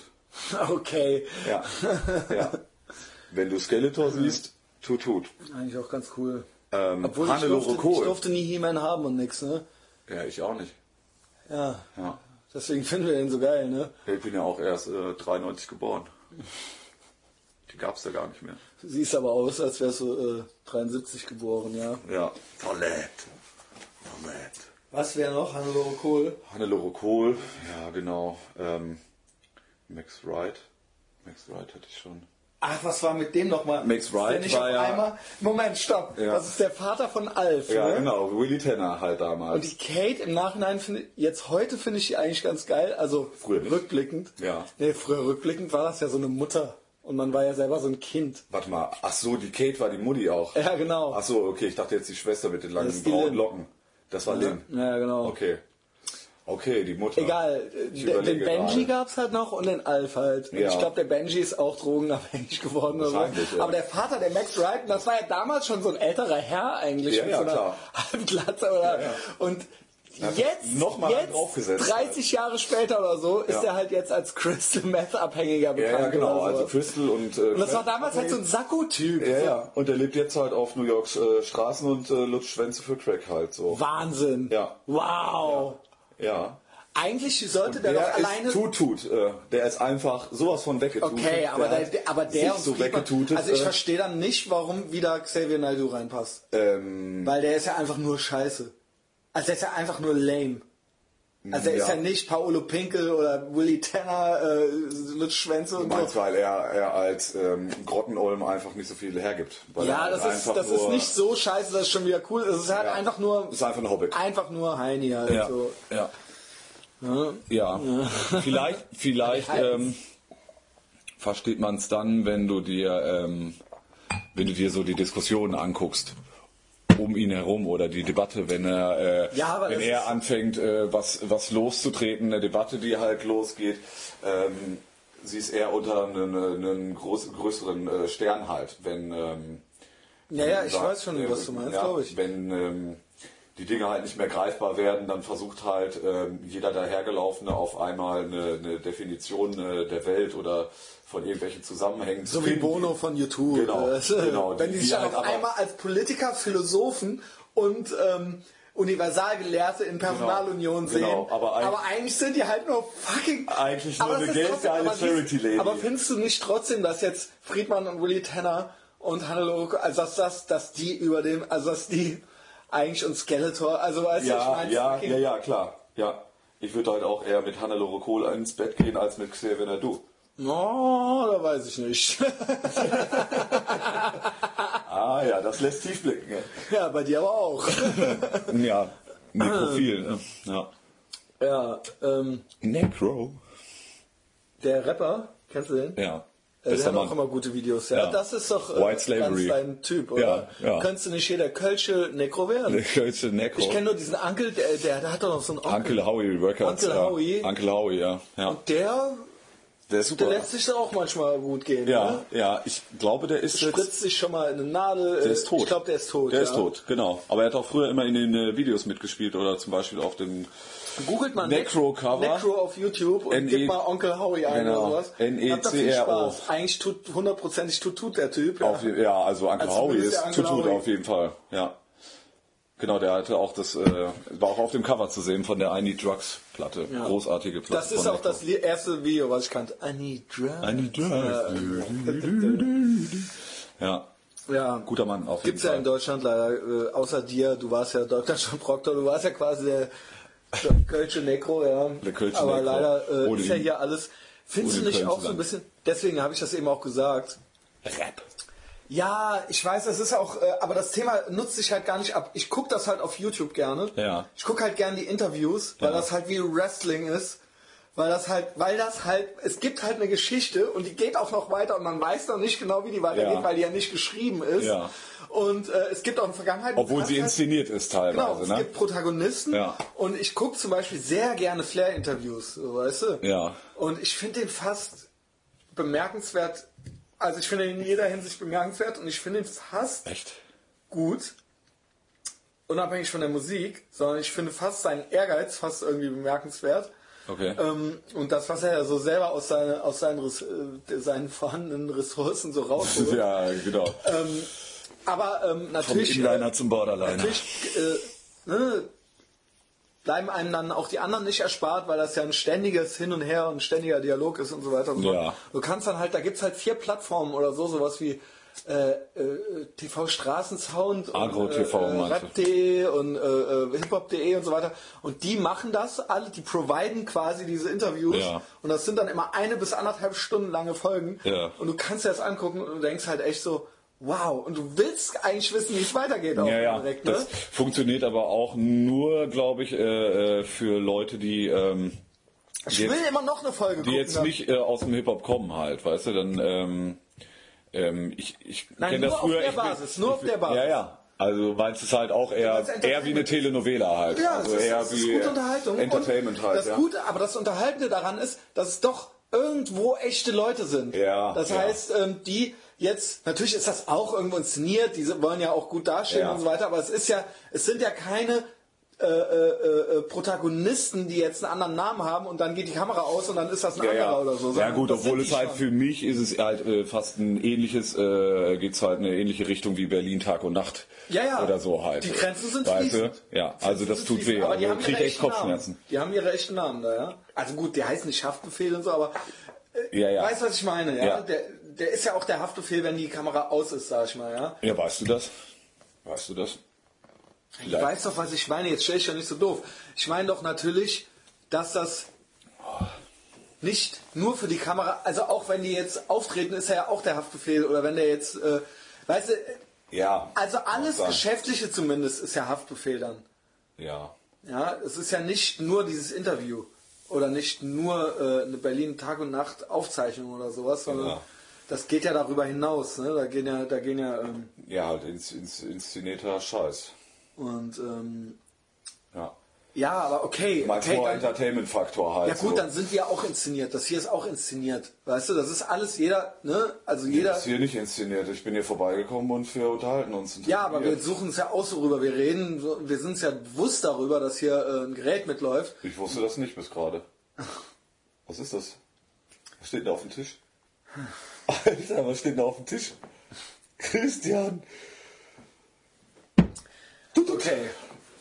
B: Okay.
C: Ja, ja. Wenn du Skeletor siehst, Tutut.
B: Eigentlich auch ganz cool.
C: Ähm,
B: Obwohl ich
C: Hannelore
B: durfte, ich
C: Kohl.
B: durfte nie He-Man haben und nix, ne?
C: Ja, ich auch nicht.
B: Ja.
C: Ja.
B: Deswegen finden wir den so geil, ne?
C: Ich bin ja auch erst äh, 93 geboren. Die gab's ja gar nicht mehr.
B: Siehst aber aus, als wärst du äh, 73 geboren, ja.
C: Ja. Toilette. Toilette.
B: Was wäre noch? Hannelore Kohl?
C: Hannelore Kohl, ja genau. Ähm, Max Wright. Max Wright hatte ich schon.
E: Ach, was war mit dem nochmal?
C: Max
E: Ist der
C: Wright
E: nicht
C: war
E: auf
C: ja-
E: einmal? Moment, stopp.
C: Ja.
E: Das ist der Vater von Alf,
C: Ja,
E: ne?
C: genau. Willy Tanner halt damals.
B: Und die Kate im Nachhinein finde ich- jetzt heute finde ich die eigentlich ganz geil, also
C: Früher nicht.
B: rückblickend.
C: Ja.
B: Nee, früher rückblickend war das ja so eine Mutter und man war ja selber so ein Kind.
C: Warte mal, ach so, die Kate war die Mutti auch.
B: Ja, genau.
C: Ach so, okay, ich dachte jetzt die Schwester mit den
B: Das
C: langen
B: ist die
C: braunen
B: Lynn.
C: Locken. Das war Lynn.
B: Ja, genau.
C: Okay. Okay, die Mutter.
B: Egal,
C: Ich
B: den den
C: überlege
B: Benji
C: gerade.
B: gab es halt noch und den Alf halt. Und
C: Ja.
B: ich glaube, der Benji ist auch drogenabhängig geworden. Oder
C: Wahrscheinlich,
B: so.
C: ja.
B: Aber der Vater, der Max Wright, das war ja damals schon so ein älterer Herr eigentlich
C: Ja,
B: mit
C: ja,
B: so einer
C: klar.
B: halben Glatze. Oder? Und jetzt,
C: noch mal einen
B: jetzt
C: draufgesetzt.
B: 30 Jahre später oder so, ist
C: Ja.
B: er halt jetzt als Crystal Meth Abhängiger bekannt.
C: Ja, ja, genau.
B: Oder so.
C: Also Crystal und. Äh,
B: und das war damals halt so ein Sakko-Typ.
C: Ja,
B: so.
C: ja. Und er lebt jetzt halt auf New Yorks äh, Straßen und äh, lutscht Schwänze für Crack halt so.
B: Wahnsinn.
C: Ja.
B: Wow.
C: Ja.
B: Eigentlich sollte der,
C: der
B: doch alleine
C: ist tut tut. Äh, der ist einfach sowas von weggetutet.
B: Okay, aber
C: der,
B: der,
C: hat
B: aber der
C: sich so
B: Friedmann-
C: weggetutet.
B: Also ich
C: äh,
B: verstehe dann nicht, warum wieder Xavier Naidoo reinpasst.
C: ähm,
B: Weil der ist ja einfach nur scheiße. Also der ist ja einfach nur lame. Also er ist ja
C: Ja.
B: nicht Paolo Pinkel oder Willy Tanner, äh, Lutz Schwänze
C: du
B: und
C: meinst,
B: so.
C: weil er, er als ähm, Grottenolm einfach nicht so viel hergibt. Weil er
B: Ja,
C: halt
B: das ist,
C: einfach
B: das
C: nur,
B: ist nicht so scheiße, das ist schon wieder cool. Es ist halt
C: Ja.
B: einfach nur,
C: Ist einfach ein Hobbit.
B: einfach nur Heini halt
F: Ja.
B: so. ne?
F: Ja. ja. Vielleicht, vielleicht ähm, versteht man es dann, wenn du dir, ähm, wenn du dir so die Diskussionen anguckst um ihn herum oder die Debatte, wenn er, äh,
B: Ja, aber
F: wenn
B: das ist-
F: er anfängt, äh, was, was loszutreten, eine Debatte, die
C: die halt losgeht, ähm, sie ist eher unter einen, einen groß, größeren äh, Stern halt, wenn. Ähm,
B: Ja, ja, ich
C: sagt,
B: weiß schon,
C: äh,
B: was du meinst, glaube ich.
C: Wenn ähm, die Dinge halt nicht mehr greifbar werden, dann versucht halt ähm, jeder dahergelaufene auf einmal eine, eine Definition äh, der Welt oder von irgendwelchen Zusammenhängen
B: So wie Bono von YouTube.
C: Genau,
B: Äh,
C: genau.
B: Wenn die
C: Die
B: sich dann
C: halt
B: auf
C: aber-
B: einmal als Politiker, Philosophen und ähm, Universalgelehrte in Personalunion sehen.
C: genau. Aber eig-
B: eigentlich sind die halt nur fucking...
C: Eigentlich nur
B: Aber das
C: eine
B: ist trotzdem-
C: geldgeile
B: aber siehst-
C: Charity-Lady.
B: Aber findest du nicht trotzdem, dass jetzt Friedmann und Willy Tanner
D: und Hannelore, also dass, dass, dass die über dem, also dass die eigentlich und Skeletor, also weißt du, ich
A: Ja,
D: meine,
A: ja,
D: fucking-
A: ja, ja, klar. Ja. Ich würde halt auch eher mit Hannelore Kohl ins Bett gehen als mit Xavier Nadu.
D: Oh, da weiß ich nicht.
A: Ah ja, das lässt tief blicken. ja.
D: ja, bei dir aber auch.
C: Ja, Nekrophil. ne? ja.
B: Ja, ähm,
C: Necro.
B: der Rapper, kennst du den?
C: Ja.
B: Äh, Der
C: Besser
B: hat auch
C: Mann.
B: immer gute Videos. Ja,
C: Ja.
B: das ist doch äh,
C: White Slavery.
B: ganz dein Typ, oder?
C: Ja, ja.
B: Könntest du nicht jeder Kölsche Necro werden?
C: Der Kölsche Necro.
B: Ich kenne nur diesen Onkel, der, der, der hat doch noch so einen Onkel.
C: Uncle Howie Records.
B: Uncle
C: ja.
B: Howie.
C: Uncle Howie, ja. ja.
B: Und der,
A: Der ist super.
B: der lässt sich dann auch manchmal gut gehen.
A: ja,
B: Ne?
A: ja, ich glaube, der ist jetzt,
B: Spritzt sich schon mal eine Nadel. äh,
A: der ist tot.
B: Ich glaube, der ist tot.
A: Der
B: ja.
A: ist tot, genau. Aber er hat auch früher immer in den äh, Videos mitgespielt oder zum Beispiel auf dem
B: Googelt mal
A: Necro-Cover.
B: Necro auf YouTube und
A: NE
B: gibt mal Onkel Howie ein
A: Genau.
B: oder sowas. Habt da viel
A: NECRO.
B: Spaß. Eigentlich tut hundertprozentig tut, tut der Typ.
A: Auf, je- ja, also Uncle
B: Also
A: Howie
B: zumindest
A: ist
B: der Uncle
A: tut tut
B: Howie.
A: auf jeden Fall, ja. Genau, der hatte auch das, äh, war auch auf dem Cover zu sehen von der I Need Drugs Platte. Großartige Platte.
B: Das ist
A: von
B: auch das Lied- erste Video, was ich kannte. I need drugs.
C: I need drugs. Ja.
B: Äh, Ja.
A: Guter Mann, auf jeden
B: Gibt's ja
A: Fall.
B: in Deutschland leider, äh, außer dir, du warst ja Dr. John Proctor, du warst ja quasi der John Kölsche Necro, ja.
C: Der Kölsche
B: Aber
C: Necro.
B: leider äh,
C: Ohne
B: ist ja
C: ihn.
B: hier alles. Findest
C: Ohne
B: du nicht
C: Köln
B: auch
C: zu
B: so ein
C: sein.
B: bisschen, deswegen habe ich das eben auch gesagt.
C: Rap.
B: Ja, ich weiß, das ist auch, äh, aber das Thema nutzt sich halt gar nicht ab. Ich gucke das halt auf YouTube gerne.
C: Ja.
B: Ich gucke halt gerne die Interviews, weil
C: Ja.
B: das halt wie Wrestling ist. Weil das halt, weil das halt, es gibt halt eine Geschichte und die geht auch noch weiter und man weiß noch nicht genau, wie die weitergeht,
C: Ja.
B: weil die ja nicht geschrieben ist.
C: Ja.
B: Und äh, es gibt auch in der Vergangenheit.
C: Obwohl
B: es
C: sie
B: hat halt-
C: inszeniert ist
B: Genau,
C: teilweise,
B: es
C: ne?
B: gibt Protagonisten
C: Ja.
B: und ich gucke zum Beispiel sehr gerne Flair-Interviews, so, weißt du?
C: Ja.
B: Und ich finde den fast bemerkenswert, also ich finde ihn in jeder Hinsicht bemerkenswert und ich finde ihn fast
C: Echt?
B: gut, unabhängig von der Musik, sondern ich finde fast seinen Ehrgeiz fast irgendwie bemerkenswert.
C: Okay.
B: Ähm, und das, was er ja so selber aus, seine, aus seinen, Res- äh, seinen vorhandenen Ressourcen so rausholt.
C: Ja, genau.
B: Ähm, aber ähm,
C: Vom
B: natürlich.
C: Inliner zum Borderliner.
B: Natürlich äh, ne, bleiben einem dann auch die anderen nicht erspart, weil das ja ein ständiges Hin und Her und ein ständiger Dialog ist und so weiter. Und so.
C: Ja.
B: Du kannst dann halt, da gibt es halt vier Plattformen oder so, sowas wie äh, äh, TV Straßensound und
C: Agro
B: äh,
C: TV
B: äh,
C: meinst du?
B: Rap.de und äh, äh, hiphop.de und so weiter. Und die machen das alle, die providen quasi diese Interviews.
C: Ja.
B: Und das sind dann immer eine bis anderthalb Stunden lange Folgen.
C: Ja.
B: Und du kannst dir das angucken und du denkst halt echt so, wow. Und du willst eigentlich wissen, wie es weitergeht auch
C: Ja, ja.
B: direkt,
C: Das
B: ne?
C: funktioniert aber auch nur, glaube ich, äh, äh, für Leute, die, ähm,
B: Ich
C: jetzt-
B: will immer noch eine Folge
C: die
B: gucken.
C: jetzt
B: dann.
C: nicht äh, aus dem Hip-Hop kommen halt, weißt du, dann, ähm, ähm, ich, ich
B: Nein,
C: kenn
B: nur
C: das
B: auf
C: früher.
B: der
C: ich bin-
B: Basis, nur
C: ich
B: auf
C: bin-
B: der Basis.
C: Ja, ja. Also, weil es ist halt auch eher,
B: Das ist
C: eher wie eine
B: Entertainment.
C: Telenovela halt.
B: Ja,
C: also
B: das, ist,
C: eher
B: das ist
C: wie
B: gute Unterhaltung.
A: Entertainment
B: und
A: halt,
B: Das
A: ja.
B: Gute, aber das Unterhaltende daran ist, dass es doch irgendwo echte Leute sind.
C: Ja,
B: das
C: ja.
B: heißt, ähm, die jetzt, natürlich ist das auch irgendwo inszeniert, die wollen ja auch gut darstellen
C: Ja.
B: und so weiter, aber es ist ja, es sind ja keine äh, äh, äh, Protagonisten, die jetzt einen anderen Namen haben und dann geht die Kamera aus und dann ist das ein
C: Ja,
B: anderer
C: ja.
B: oder so.
C: ja
B: sondern
C: gut,
B: das
C: obwohl
B: sind die
C: es halt
B: schon.
C: für mich ist es halt äh, fast ein ähnliches, äh, geht's halt eine ähnliche Richtung wie Berlin Tag und Nacht.
B: Ja, ja.
C: Oder so halt.
B: Die Grenzen sind
C: weißt du?
B: fließend.
C: Ja, also das tut weh.
B: Aber die
C: also,
B: haben
C: ich krieg
B: ihre
C: echt
B: echten
C: Kopfschmerzen.
B: Namen. Die haben ihre echten Namen da, ja. Also gut, der heißt nicht Haftbefehl und so, aber äh,
C: Ja, ja.
B: weißt du, was ich meine, ja?
C: Ja.
B: Der, der ist ja auch der Haftbefehl, wenn die Kamera aus ist, sag ich mal, ja.
C: Ja, weißt du das? Weißt du das?
B: Du weißt doch, was ich meine, jetzt stell ich doch nicht so doof. Ich meine doch natürlich, dass das nicht nur für die Kamera, also auch wenn die jetzt auftreten, ist er ja auch der Haftbefehl oder wenn der jetzt, äh, weißt du,
C: Ja.
B: also alles
C: sein.
B: Geschäftliche zumindest ist ja Haftbefehl dann.
C: Ja.
B: Ja, es ist ja nicht nur dieses Interview oder nicht nur äh, eine Berlin Tag und Nacht Aufzeichnung oder sowas, sondern
A: Genau.
B: das geht ja darüber hinaus. Ne? Da gehen ja, da gehen ja ähm,
A: Ja, halt ins, ins, inszenierter Scheiß.
B: und ähm,
A: Ja.
B: ja, aber okay,
A: Mein
B: okay,
A: hoher
B: dann,
A: Entertainment-Faktor halt.
B: ja
A: so.
B: gut, dann sind die ja auch inszeniert. Das hier ist auch inszeniert, weißt du? Das ist alles jeder, ne? Also jeder.
A: Das ist hier nicht inszeniert. Ich bin hier vorbeigekommen und wir unterhalten uns. und
B: Ja, aber wir
A: telefonieren.
B: suchen es ja aus, worüber wir reden. So, Wir sind uns ja bewusst darüber, dass hier äh, ein Gerät mitläuft.
A: Ich wusste das nicht bis gerade. Was ist das? Was steht denn da auf dem Tisch? Alter, was steht denn da auf dem Tisch? Christian!
B: Okay.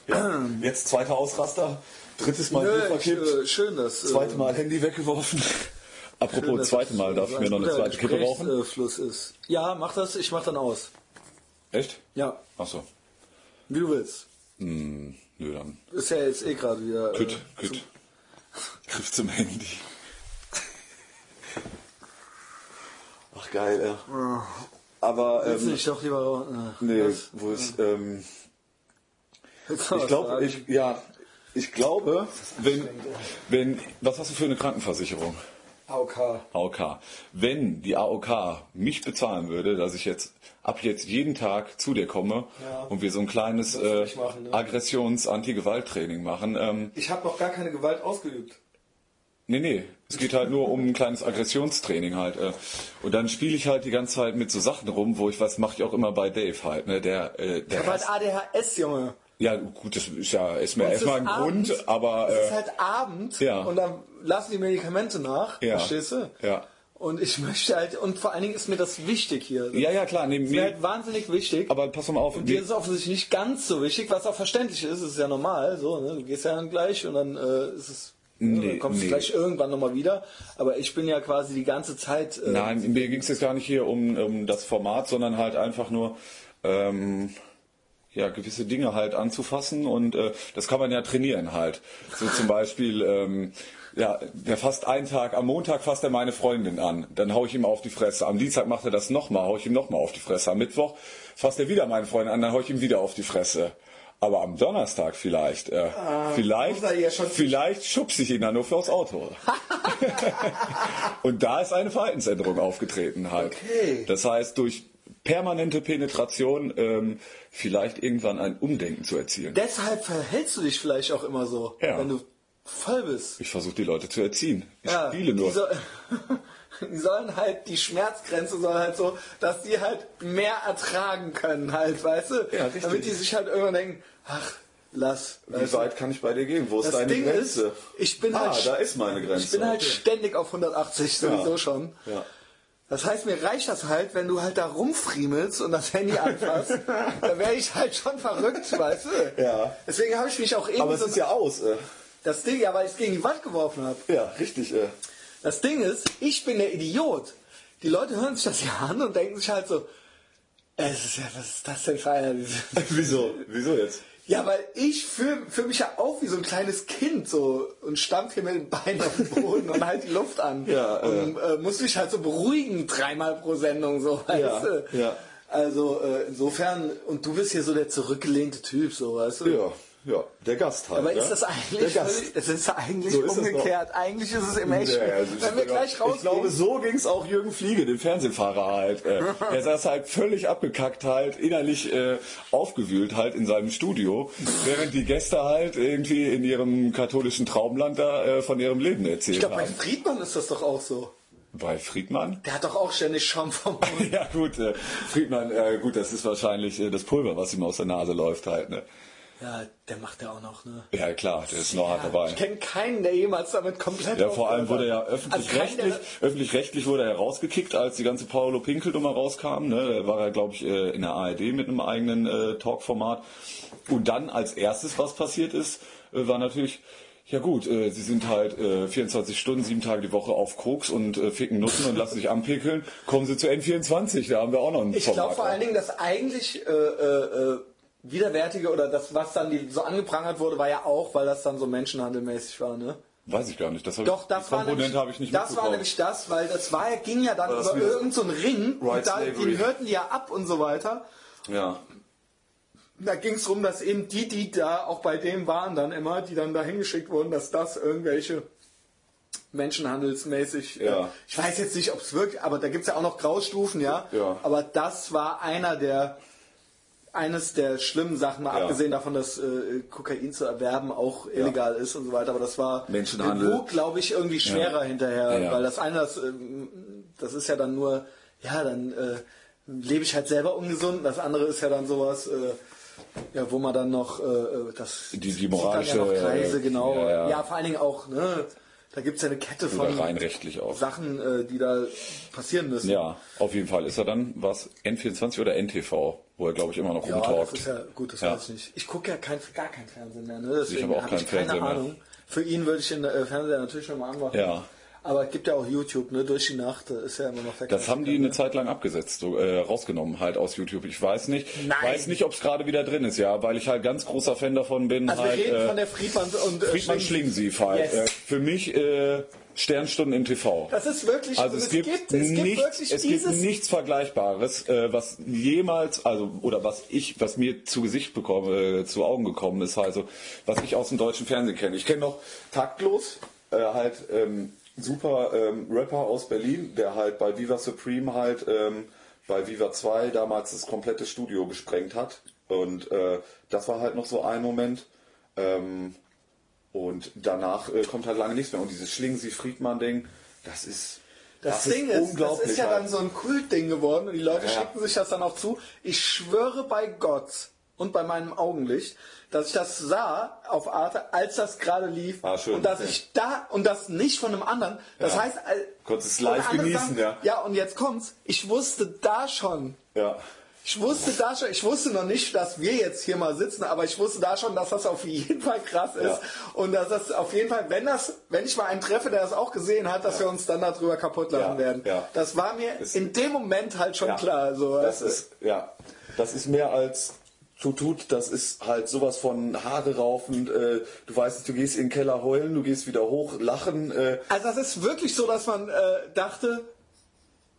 A: Ja, jetzt zweiter Ausraster, drittes Mal
B: Nö,
A: Bier
B: ich,
A: verkippt,
B: äh, schön, dass. äh,
A: zweites Mal Handy weggeworfen.
C: Apropos
G: dass
C: zweite
G: das
C: Mal,
G: so
C: darf ich
G: ein
C: mir noch eine
G: guter
C: zweite Kippe rauchen?
G: Gesprächs- äh, Fluss ist. Ja, mach das, ich mach dann aus.
C: Echt?
G: Ja,
C: Achso.
G: wie du willst.
C: Hm, nö, dann.
G: Ist ja jetzt eh gerade wieder. äh,
C: Küt, küt. Griff zum Handy.
H: Ach geil, ja. Aber
G: Willst du
H: ähm,
G: dich doch lieber
B: Äh,
G: rauchen?
H: nee, wo ist ähm, ich
G: glaub
H: glaube, ich ja, ich glaube,
C: Wenn, wenn, was hast du für eine Krankenversicherung?
G: AOK.
C: AOK. Wenn die AOK mich bezahlen würde, dass ich jetzt ab jetzt jeden Tag zu dir komme und wir so ein kleines äh,
B: ich machen, ne?
C: Aggressions-Anti-Gewalt-Training machen. Ähm,
B: Ich habe noch gar keine Gewalt ausgeübt.
C: nee, nee, es geht halt nur um ein kleines Aggressionstraining halt. Äh, und dann spiele ich halt die ganze Zeit mit so Sachen rum, wo ich was mache ich auch immer bei Dave halt. Ne? Der, äh, der
B: Ich habe halt ADHS, Junge.
C: ja gut, das ist ja ist mir
B: Und es
C: erstmal ein
B: ist Abend.
C: Grund, aber
B: Es ist
C: äh,
B: halt Abend
C: ja.
B: und dann lassen die Medikamente nach.
C: Ja.
B: Verstehst du?
C: Ja.
B: Und ich möchte halt, und vor allen Dingen ist mir das wichtig hier.
C: ja ja klar, nee,
B: Mir
C: mir,
B: halt wahnsinnig wichtig.
C: aber pass mal auf.
B: Und
C: mir-
B: dir ist es offensichtlich nicht ganz so wichtig, was auch verständlich ist. Es ist ja normal, so, ne? Du gehst ja dann gleich und dann äh, ist es. ne,
C: Nee,
B: dann kommst
C: nee.
B: du vielleicht irgendwann nochmal wieder. Aber ich bin ja quasi die ganze Zeit. Äh,
C: Nein, mir ging es jetzt gar nicht hier um, um das Format, sondern halt einfach nur ähm, ja, gewisse Dinge halt anzufassen und äh, das kann man ja trainieren halt. So zum Beispiel, ähm, ja, der fasst einen Tag, am Montag fasst er meine Freundin an, dann hau ich ihm auf die Fresse. Am Dienstag macht er das nochmal, hau ich ihm nochmal auf die Fresse. Am Mittwoch fasst er wieder meine Freundin an, dann hau ich ihm wieder auf die Fresse. Aber am Donnerstag vielleicht, äh, vielleicht,
B: Ah, muss er ja schon-
C: vielleicht schubse ich ihn dann nur vors Auto. Und da ist eine Verhaltensänderung aufgetreten halt.
B: Okay.
C: Das heißt, durch permanente Penetration ähm, vielleicht irgendwann ein Umdenken zu erzielen.
B: Deshalb verhältst du dich vielleicht auch immer so,
C: Ja.
B: wenn du voll bist.
C: ich versuche die Leute zu erziehen. Ich
B: Ja,
C: spiele nur.
B: Die, soll, die sollen halt, die Schmerzgrenze soll halt so, dass die halt mehr ertragen können, halt, weißt du?
H: Ja, richtig.
B: Damit die sich halt irgendwann denken, ach, lass.
H: wie
B: Weißt du?
H: weit kann ich bei dir gehen? Wo ist
B: Also, Das
H: deine
B: Ding
H: Grenze?
B: ist, ich bin
H: ah,
B: halt-
H: da ist meine Grenze.
B: Ich bin halt ständig auf 180 sowieso
H: Ja.
B: schon.
H: ja.
B: Das heißt, mir reicht das halt, wenn du halt da rumfriemelst und das Handy anfasst, da wäre ich halt schon verrückt, weißt du?
H: Ja.
B: Deswegen habe ich mich auch eben
H: Aber es
B: so
H: ist ja aus. Äh.
B: das Ding, ja, weil ich es gegen die Wand geworfen habe.
H: Ja, richtig. Äh.
B: Das Ding ist, ich bin der Idiot. Die Leute hören sich das ja an und denken sich halt so, "Äh, es ist ja, was ist das denn für einer?
H: Wieso? Wieso jetzt?
B: Ja, weil ich fühle fühl mich ja auch wie so ein kleines Kind so und stampf hier mit den Beinen auf den Boden und halt die Luft an.
H: Ja, äh.
B: und äh, muss mich halt so beruhigen, dreimal pro Sendung, so, weißt
H: Ja,
B: du?
H: ja.
B: Also äh, insofern, und du bist hier so der zurückgelehnte Typ, so, weißt du?
H: Ja, ja, der Gast halt.
B: Aber
H: ja?
B: ist das
H: der
B: eigentlich,
H: Gast?
B: es ist ja eigentlich
H: So ist es
B: umgekehrt. Eigentlich ist es im Echt.
H: Ja, also ich
B: Wenn wir
H: glaub-
B: gleich rausgehen.
H: Ich glaube,
C: so ging es auch Jürgen Fliege, dem Fernsehfahrer halt. Äh, er saß halt völlig abgekackt halt, innerlich äh, aufgewühlt halt in seinem Studio, während die Gäste halt irgendwie in ihrem katholischen Traumland da äh, von ihrem Leben erzählt
B: Ich glaube, bei
C: haben.
B: Friedmann ist das doch auch so.
C: Bei Friedmann?
B: Der hat doch auch ständig Schaum vom Mund.
C: Ja gut, äh, Friedmann, äh, gut, das ist wahrscheinlich äh, das Pulver, was ihm aus der Nase läuft halt. Ne?
B: Ja, der macht ja auch noch, ne?
C: Ja klar, der ist noch hart dabei.
B: Ich kenne keinen, der jemals damit komplett.
C: Ja, vor allem
B: aufgehört
C: wurde er
B: hat. Also
C: öffentlich-rechtlich
B: keinen,
C: öffentlich wurde er rausgekickt, als die ganze Paolo Pinkel-Nummer rauskam. Ne? Da war er, glaube ich, äh, in der ARD mit einem eigenen äh, Talkformat. Und dann als erstes, was passiert ist, äh, war natürlich, ja gut, äh, sie sind halt äh, 24 Stunden, sieben Tage die Woche auf Koks und äh, ficken Nutten und lassen sich anpickeln. Kommen sie zu N24, da haben wir auch noch ein
B: der- ich glaube vor allen Dingen, dass eigentlich äh, äh, äh, widerwärtige oder das, was dann die so angeprangert wurde, war ja auch, weil das dann so menschenhandelmäßig war, ne?
C: Weiß ich gar nicht. Das hab
B: Doch,
C: ich,
B: das
C: die
B: war
C: Komponente
B: nämlich,
C: habe ich nicht
B: das war
C: mitbekommen.
B: nämlich das, weil das war ja, ging ja dann
H: War das
B: über
H: wieder-
B: irgendeinen so einen Ring
H: Right
B: und da,
H: Slavery.
B: den hörten die ja ab und so weiter.
H: Ja.
B: Da ging es darum, dass eben die, die da auch bei dem waren, dann immer, die dann da hingeschickt wurden, dass das irgendwelche menschenhandelsmäßig. äh,
H: Ja.
B: Ich weiß jetzt nicht, ob es wirklich, aber da gibt es ja auch noch Graustufen, ja?
H: Ja.
B: Aber das war einer der. Eines der schlimmen Sachen, mal
H: Ja.
B: abgesehen davon, dass äh, Kokain zu erwerben auch illegal ist und so weiter, aber das war
H: Menschenhandel.
B: glaube ich, irgendwie schwerer hinterher,
C: Ja.
B: weil das eine, das, ähm, das ist ja dann nur, ja, dann äh, lebe ich halt selber ungesund, das andere ist ja dann sowas, äh, ja, wo man dann noch äh, äh, das
C: Die- die
B: zieht
C: moralische,
B: dann ja noch Kreise,
C: äh,
B: genau.
C: ja,
B: Ja,
C: ja.
B: vor allen Dingen auch, ne, da gibt es ja eine Kette von
C: Oder rein rechtlich auch.
B: Sachen, äh, die da passieren müssen.
C: Ja, auf jeden Fall ist er dann was N24 oder NTV, wo er glaube ich immer noch
B: Ja, das
C: rumtalkt.
B: ist ja gut, das weiß ich nicht. Ich gucke ja kein, gar kein Fernsehen mehr, ne?
C: Ich
B: Deswegen
C: habe auch
B: hab
C: keinen
B: ich keine
C: Fernseher mehr.
B: Ahnung. Für ihn würde ich den äh, Fernseher natürlich nochmal anmachen.
C: Ja.
B: Aber es gibt ja auch YouTube, ne? Durch die Nacht äh, ist ja immer noch der
C: Das haben die
B: Klassiker,
C: eine Zeit lang abgesetzt, so, äh, rausgenommen halt aus YouTube. Ich weiß nicht,
B: Nein.
C: weiß nicht, ob es gerade wieder drin ist, ja, weil ich halt ganz großer Fan davon bin.
B: Also
C: halt,
B: wir reden
C: äh,
B: von der Friedmann und äh,
C: Friedmann Schlingensief halt.
B: Yes.
C: Äh, für mich äh, Sternstunden im TV.
B: Das ist wirklich,
C: Also es gibt, nichts, es gibt nichts Vergleichbares, äh, was jemals, also oder was ich, was mir zu Gesicht bekomme, äh, zu Augen gekommen ist, also was ich aus dem deutschen Fernsehen kenne. Ich kenne noch taktlos äh, halt ähm, super ähm, Rapper aus Berlin, der halt bei Viva Supreme halt ähm, bei Viva 2 damals das komplette Studio gesprengt hat. Und äh, das war halt noch so ein Moment. Ähm, und danach äh, kommt halt lange nichts mehr. Und dieses Schlingensief-Friedmann-Ding, das ist.
B: das, Ding ist, das ist ja
C: halt.
B: dann so ein Kultding geworden und die Leute
C: Ja.
B: schicken sich das dann auch zu. Ich schwöre bei Gott und bei meinem Augenlicht, dass ich das sah auf Arte, als das gerade lief
I: Ah, schön,
B: und dass
I: okay.
B: ich da und das nicht von einem anderen. Das
I: Ja.
B: heißt, äh,
I: Konntest es
B: und
I: live
B: andere
I: genießen, ja.
B: Ja, und jetzt kommt's. Ich wusste da schon,
I: Ja.
B: Ich wusste da schon, ich wusste noch nicht, dass wir jetzt hier mal sitzen, aber ich wusste da schon, dass das auf jeden Fall krass ist
I: Ja.
B: und dass das auf jeden Fall, wenn das, wenn ich mal einen treffe, der das auch gesehen hat, dass wir uns dann darüber kaputt
I: Ja,
B: lachen werden.
I: ja.
B: Das war mir
I: Ist-
B: in dem Moment halt schon
I: Ja.
B: klar. So,
I: das
B: weißt du?
I: ist, ja, das ist mehr als Tutut, das ist halt sowas von Haare raufend. Äh, du weißt, nicht, du gehst in den Keller heulen, du gehst wieder hoch, lachen. Äh,
B: Also das ist wirklich so, dass man äh, dachte,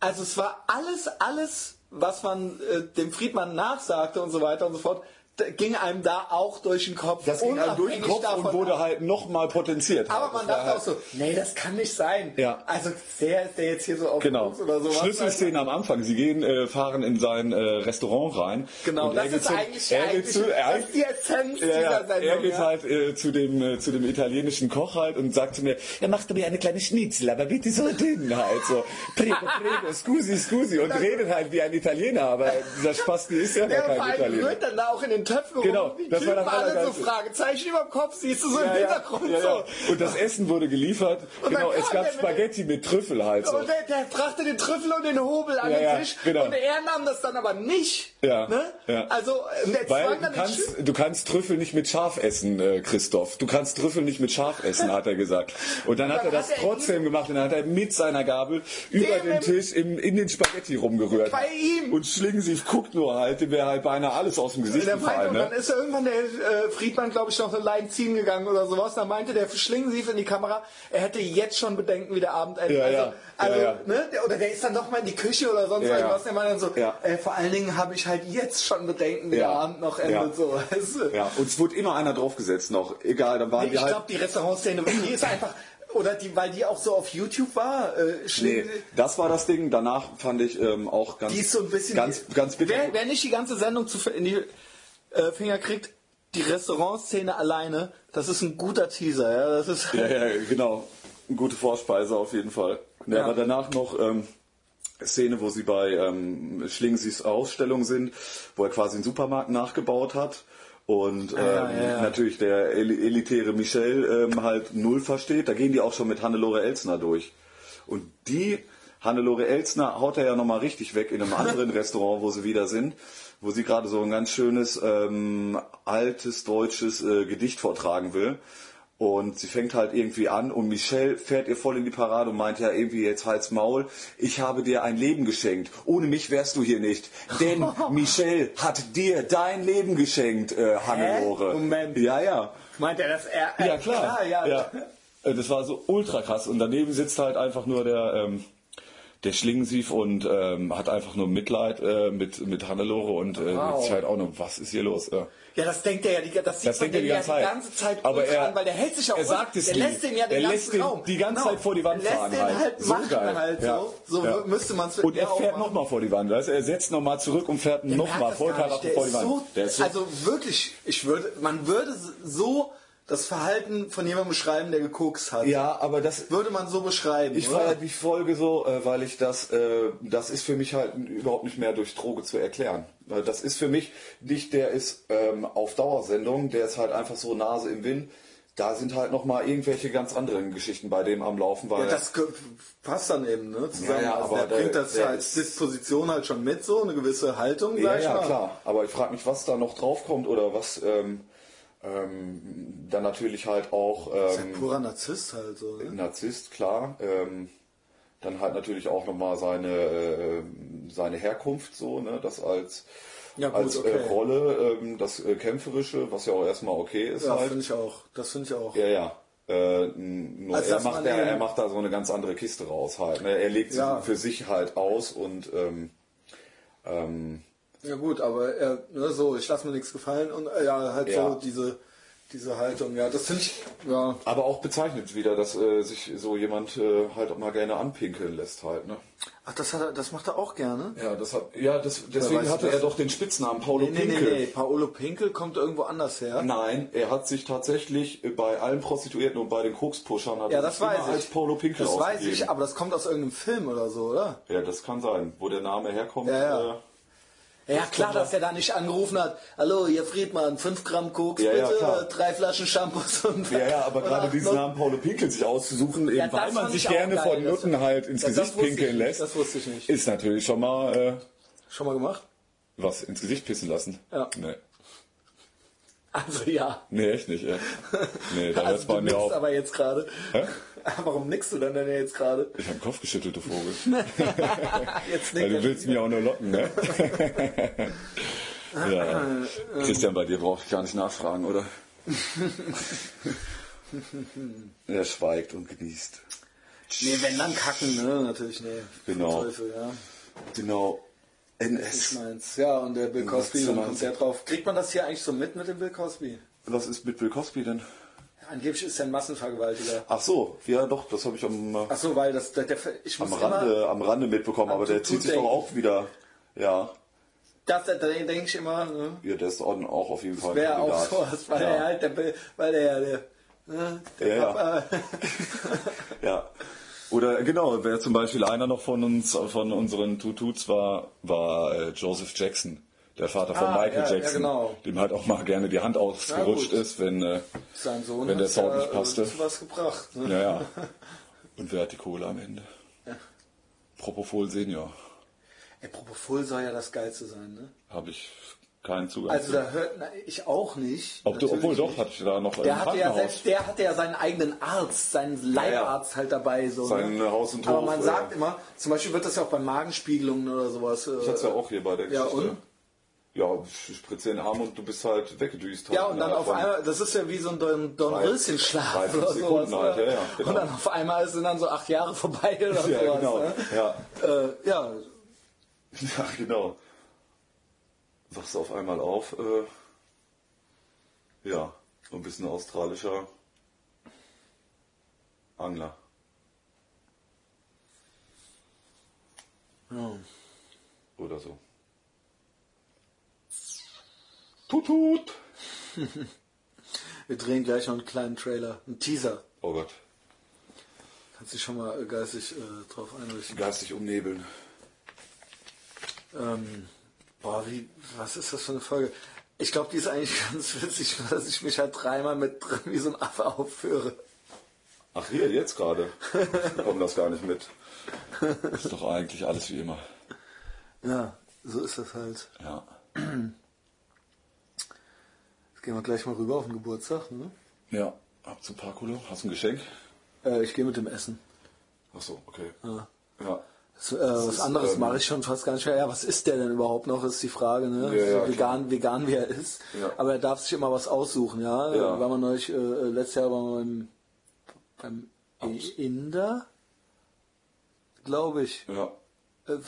B: also es war alles, alles, was man äh, dem Friedmann nachsagte und so weiter und so fort, d- ging einem da auch durch den Kopf.
C: Das ging
I: halt
C: einem durch den
B: unabhängig
C: Kopf
B: davon,
C: und wurde halt nochmal potenziert.
B: Aber man
C: Das war
B: dachte auch so, nee, das kann nicht sein.
C: Ja.
B: Also der ist der jetzt hier so auf
C: Genau.
B: Koks oder sowas. also
C: Schlüsselszene am Anfang. Sie gehen, äh, fahren in sein äh, Restaurant rein.
B: Genau,
C: Und
B: das
C: er geht
B: ist
C: zum-
B: eigentlich,
C: er geht
B: eigentlich
C: zu, er,
B: das ist die Essenz
C: ja, ja,
B: dieser
C: er
B: Sendung.
C: geht
B: ja.
C: halt äh, zu, dem, äh, zu dem italienischen Koch halt und sagt zu mir, ja, mach du mir eine kleine Schnitzel, aber bitte so dünn halt. So, prego, prego, scusi, scusi. Und redet halt wie ein Italiener, aber dieser Spasti ist ja
B: Ja,
C: gar
B: vor
C: kein
B: allem
C: Italiener.
B: rührt dann da auch in den Töpfen
C: Genau,
B: rum. Die
C: das war
B: Typen
C: das
B: alle so
C: Allergeilste.
B: Fragezeichen über dem Kopf, siehst du so im
C: Ja, ja,
B: Hintergrund
C: ja, ja.
B: so.
C: Und das Essen wurde geliefert.
B: Und dann
C: genau, es
B: kam
C: gab
B: der mit
C: Spaghetti mit Trüffel halt. So.
B: Und der, der brachte den Trüffel und den Hobel an
C: Ja, ja,
B: den Tisch
C: genau.
B: und er nahm das dann aber nicht.
C: Ja,
B: ne?
C: ja.
B: Also äh, der
C: Weil
B: zwang
C: du
B: dann den Schiff.
C: kannst, du kannst Trüffel nicht mit Schaf essen, äh, Christoph. Du kannst Trüffel nicht mit Schaf essen, hat er gesagt. Und dann hat
B: Dann
C: er das
B: hat er
C: trotzdem gemacht und dann hat er mit seiner Gabel über
B: Dem im-
C: den Tisch in, in den Spaghetti rumgerührt.
B: Bei ihm.
C: Und Schlingensief guckt nur halt, dem wäre halt beinahe alles aus dem Gesicht
B: Der meinte,
C: gefallen.
B: und
C: Ne?
B: dann ist irgendwann der äh, Friedmann, glaube ich, noch eine Line ziehen gegangen oder sowas. Dann meinte der Schlingensief in die Kamera, er hätte jetzt schon Bedenken, wie der Abend endet.
C: Ja,
B: also,
C: ja.
B: also,
C: Ja, ja.
B: Ne? Der, oder der ist dann noch mal in die Küche oder sonst
C: Ja, ja.
B: irgendwas. Der meinte dann so,
C: Ja.
B: äh, vor allen Dingen habe ich halt jetzt schon Bedenken, wie der
C: Ja.
B: Abend noch endet.
C: Ja.
B: So, weißt du?
C: Ja, und es wurde immer einer draufgesetzt noch. Egal, dann waren
B: Ich
C: wir halt.
B: glaube, die Restaurantszene, die ist einfach, oder die, weil die auch so auf YouTube war, äh,
C: Nee,
B: Schlingensief.
C: das war das Ding. Danach fand ich ähm, auch ganz,
B: Die ist so ein bisschen.
C: ganz, ganz bitter.
B: wer, wer nicht die ganze Sendung zu, in die äh, Finger kriegt, die Restaurantszene alleine, das ist ein guter Teaser. Ja? Das ist
C: Ja, ja, genau. Eine gute Vorspeise auf jeden Fall. Ja,
B: Ja.
C: Aber danach noch ähm, Szene, wo sie bei ähm, Schlingensies Ausstellung sind, wo er quasi einen Supermarkt nachgebaut hat. Und ähm,
B: Ah, ja, ja.
C: natürlich der el elitäre Michel ähm, halt null versteht. Da gehen die auch schon mit Hannelore Elsner durch. Und die, Hannelore Elsner, haut er ja nochmal richtig weg in einem anderen Restaurant, wo sie wieder sind, wo sie gerade so ein ganz schönes ähm, altes deutsches äh, Gedicht vortragen will. Und sie fängt halt irgendwie an und Michelle fährt ihr voll in die Parade und meint ja irgendwie jetzt halt's Maul, ich habe dir ein Leben geschenkt. Ohne mich wärst du hier nicht. Denn Michelle hat dir dein Leben geschenkt, äh, Hannelore.
B: Moment.
C: Ja, ja.
B: Meint er das? Er,
C: Ja, klar.
B: Ah, ja.
C: Äh, Das war so ultra krass. Und daneben sitzt halt einfach nur der, ähm, der Schlingensief und ähm, hat einfach nur Mitleid äh, mit, mit Hannelore und äh,
B: Wow.
C: denkt sich halt auch nur, was ist hier los? Ja.
B: Ja, das denkt er ja, die, das sieht
C: Das
B: man
C: denkt er
B: dem
C: die
B: ja
C: ganze Zeit.
B: die ganze Zeit
C: Aber
B: ultra
C: er-
B: an, weil der hält sich auch
C: er
B: ultra.
C: sagt es
B: der
C: nie.
B: lässt den ja den
C: Er
B: ganzen
C: lässt den
B: Raum. Genau.
C: die ganze Zeit vor die Wand
B: lässt
C: fahren
B: Den
C: halt.
B: halt
C: So
B: machen
C: geil.
B: halt
C: Ja.
B: so. So
C: Ja.
B: müsste man es
C: Und er fährt nochmal vor die Wand. Weißt? du? Er setzt nochmal zurück und fährt
B: Der
C: nochmal
B: merkt das
C: voll
B: gar nicht.
C: Karacho
B: Der
C: vor die
B: ist
C: Wand.
B: So,
C: Der ist so-
B: also wirklich, ich würde, man würde so das Verhalten von jemandem beschreiben, der gekokst hat.
C: ja, aber das,
B: Würde man so beschreiben.
C: Ich
B: oder?
C: feiere die Folge so, äh, weil ich das, äh, das ist für mich halt überhaupt nicht mehr durch Droge zu erklären. Äh, Das ist für mich nicht, der ist ähm, auf Dauersendung, der ist halt einfach so Nase im Wind. Da sind halt nochmal irgendwelche ganz anderen Geschichten bei dem am Laufen, weil
B: ja, das ge- passt dann eben ne, zusammen.
C: Ja, ja,
B: also
C: aber
B: der
C: der-
B: bringt das
C: der
B: ja als
C: ist-
B: Disposition halt schon mit, so eine gewisse Haltung,
C: ja,
B: ich
C: ja
B: mal.
C: klar. Aber ich frage mich, was da noch draufkommt oder was, ähm, Ähm, dann natürlich halt auch
B: Das ist ein
C: ähm,
B: purer Narzisst halt so. Ne?
C: Narzisst, klar. Ähm, dann halt natürlich auch nochmal seine, äh, seine Herkunft so, ne? Das als,
B: Ja, gut,
C: als
B: okay.
C: äh, Rolle, ähm, das äh, Kämpferische, was ja auch erstmal okay ist
B: Ja,
C: halt.
B: finde ich auch. Das finde ich auch.
C: Ja, ja. Äh, n- nur
B: Also,
C: er,
B: dass man
C: macht, er,
B: eben-
C: er macht da so eine ganz andere Kiste raus halt. Ne? Er legt sie
B: Ja.
C: für sich halt aus und ähm, ähm,
B: Ja gut, aber er, ne, so, ich lasse mir nichts gefallen und äh, ja, halt
C: Ja.
B: so diese, diese Haltung, ja, das finde ich, ja,
C: aber auch bezeichnet wieder, dass äh, sich so jemand äh, halt auch mal gerne anpinkeln lässt halt. Ne?
B: ach, das, hat er, das macht er auch gerne.
C: Ja, das hat, ja das, deswegen
B: weißt du
C: hatte
B: das?
C: er doch den Spitznamen Paulo
B: Nee, nee,
C: Pinkel.
B: nee, Paolo Pinkel kommt irgendwo anders her.
C: Nein, er hat sich tatsächlich bei allen Prostituierten und bei den Kokspushern hat
B: ja,
C: er
B: das
C: sich immer
B: weiß ich.
C: als Paulo Pinkel
B: das weiß
C: ausgegeben.
B: ich, aber das kommt aus irgendeinem Film oder so, oder?
C: ja, das kann sein, wo der Name herkommt.
B: Ja, ja.
C: Äh,
B: Ja, klar, dass er da nicht angerufen hat. Hallo, ihr Friedmann, 5 Gramm Koks,
C: Ja, ja,
B: bitte,
C: klar.
B: äh, drei Flaschen Shampoos und.
C: äh, Ja, ja, aber
B: und
C: gerade
B: acht
C: diesen
B: Nutten.
C: Namen Paulo Pinkel sich auszusuchen, eben
B: Ja, das
C: weil man
B: fand
C: sich
B: ich auch
C: gerne
B: geil,
C: von
B: das-
C: Nutten halt ins
B: Ja, das
J: Gesicht
B: wusste ich
J: pinkeln
B: nicht,
J: lässt.
B: Das wusste ich nicht.
J: Ist natürlich schon mal äh,
B: Schon mal gemacht?
J: was ins Gesicht pissen lassen.
B: Ja.
J: Nee.
B: Also ja.
J: Nee, echt nicht. Ey. Nee, da hört's
B: also,
J: bei
B: du
J: mir
B: nickst
J: auf.
B: aber jetzt gerade.
J: Hä?
B: Warum nickst du denn denn jetzt gerade?
J: Ich hab den Kopf geschüttelt, du Vogel.
B: Jetzt
J: Ja,
C: Also,
B: nickt
J: du willst mich auch nur locken, ne?
B: Ah,
J: ja.
B: ähm.
C: Christian, bei dir brauche ich gar nicht nachfragen, oder? er schweigt und genießt.
B: Nee, wenn dann kacken, ne? Natürlich, nee.
C: Genau.
B: Teufel, ja.
C: Genau.
B: Ich
C: NS.
B: meins. Ja, und der Bill Cosby
C: Was
B: so ein
C: meinst
B: Konzert drauf. Kriegt man das hier eigentlich so mit mit dem Bill Cosby?
C: Was ist mit Bill Cosby denn?
B: Angeblich ist er ein Massenvergewaltiger.
C: Ach so, ja doch, das habe ich am, äh,
B: Ach so, weil das der, der ich muss
C: am,
B: immer
C: Rande, am Rande mitbekommen,
B: Am
C: aber der
B: Tut-
C: zieht sich doch
B: Tut
C: auch wieder. Ja,
B: das da denke ich immer, ne?
C: ja der ist auch auch auf jeden Fall ein
B: Wäre auch
C: Kandidat.
B: sowas, weil
C: ja.
B: er halt der Bill, weil er der, ne, der
C: Ja, ja.
B: Papa.
C: Ja.
J: Oder genau, wer zum Beispiel einer noch von uns, von unseren Tututs war, war äh, Joseph Jackson. Der Vater von
B: Ah,
J: Michael
B: ja, ja,
J: Jackson,
B: genau.
J: dem halt auch mal gerne die Hand ausgerutscht
B: Ja, gut.
J: ist, wenn, äh,
B: Sein Sohn
J: wenn der
B: hat
J: Sound
B: ja,
J: nicht passte.
B: äh, zu was gebracht. Ne?
J: Ja, ja. Und wer hat die Kohle am Ende? Propofol Senior.
B: Ey, Propofol soll ja das Geilste sein, ne?
J: Habe ich keinen Zugang
B: Also
J: zu.
B: da hört na, ich auch nicht.
J: Ob du,
B: natürlich
J: obwohl doch,
B: nicht.
J: hatte ich da noch im
B: Der hatte, ja
J: Krankenhaus.
B: selbst, der hatte ja seinen eigenen Arzt, seinen Leibarzt halt dabei. So,
C: Seinen Haus- und
B: Aber
C: Hof,
B: man
C: äh.
B: sagt immer, zum Beispiel wird das ja auch bei Magenspiegelungen oder sowas. äh,
C: Ich hatte es ja auch hier bei der
B: Ja,
C: Geschichte.
B: und?
C: Ja, ich spritze den Arm und du bist halt weggedüst.
B: Ja,
C: halt
B: und dann
C: innerhalb
B: auf
C: von-
B: einmal, das ist ja wie so ein Don, Don
C: Drei- drei,
B: Röschen-Schlaf
C: fünf
B: oder
C: Sekunden
B: sowas.
C: halt,
B: oder?
C: ja, ja, genau.
B: Und dann auf einmal sind dann so acht Jahre vorbei oder sowas.
C: Ja, genau.
B: Ne?
C: Ja.
B: Äh, ja,
C: Ja, genau. Wachst auf einmal auf, äh, ja, und bist ein australischer Angler. Oder so. Tut, tut!
B: wir drehen gleich noch einen kleinen Trailer, einen Teaser.
C: Oh Gott,
B: Kannst dich schon mal äh, geistig äh, drauf einrichten.
C: geistig umnebeln.
B: Ähm, boah, wie, was ist das für eine Folge? Ich glaube, die ist eigentlich ganz witzig, nur dass ich mich halt dreimal mit drin wie so ein Affe aufführe.
C: Ach, hier, jetzt gerade. Ich bekomme das gar nicht mit.
J: Ist doch eigentlich alles wie immer.
B: Ja, so ist das halt.
J: Ja.
B: Jetzt gehen wir gleich mal rüber auf den Geburtstag. Ne?
J: Ja, ab zu Parkulo. Hast du ein Geschenk?
B: Äh, ich gehe mit dem Essen.
C: Ach so, okay.
B: Ja.
C: Ja.
B: Das, äh, was
C: ist,
B: anderes
C: ähm,
B: mache ich schon fast gar nicht mehr. Ja, was ist der denn überhaupt noch, ist die Frage. Ne?
C: Ja, ja,
B: so vegan, vegan wie er ist.
C: Ja.
B: Aber er darf sich immer was aussuchen. Ja,
C: Ja.
B: war man neulich, äh, äh, letztes Jahr waren wir beim, beim Inder, glaube ich.
C: Ja,
B: Äh,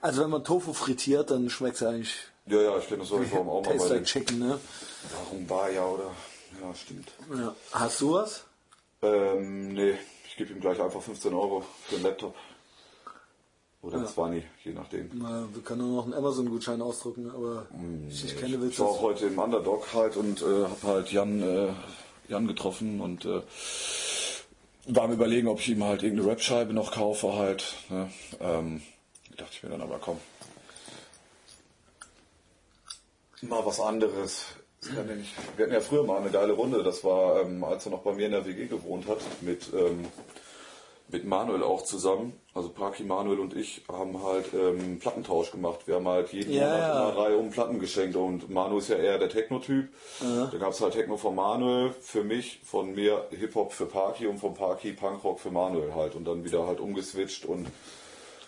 B: Also wenn man Tofu frittiert, dann schmeckt es eigentlich
C: ja, ja ich kenne das sowieso auch mal bei
B: Taste like
C: den
B: Chicken, ne?
C: Darum war ja, oder? Ja, stimmt.
B: Ja. Hast du was?
C: Ähm, nee, ich gebe ihm gleich einfach 15 Euro für den Laptop. Oder 20, je nachdem.
B: Na, wir können nur noch einen Amazon-Gutschein ausdrucken, aber ich, ich kenne
C: Hm, Ich
B: Witze.
C: war auch heute im Underdog halt und
J: Und äh, hab halt Jan, äh, Jan getroffen und äh, war mir überlegen, ob ich ihm halt irgendeine Rap-Scheibe noch kaufe halt. Ne? Ähm, dachte ich mir dann aber, komm,
C: mal was anderes. Das kann ja nicht- Wir hatten ja früher mal eine geile Runde, das war, ähm, als er noch bei mir in der WG gewohnt hat, mit ähm, mit Manuel auch zusammen, also Praki, Manuel und ich haben halt ähm, Plattentausch gemacht. Wir haben halt jeden
B: Ja,
C: Monat
B: ja.
C: immer drei um Platten geschenkt und Manu ist ja eher der Techno-Typ. Da gab es halt Techno von Manuel für mich, von mir Hip-Hop für Parky und von Parky Punkrock für Manuel halt und dann wieder halt umgeswitcht und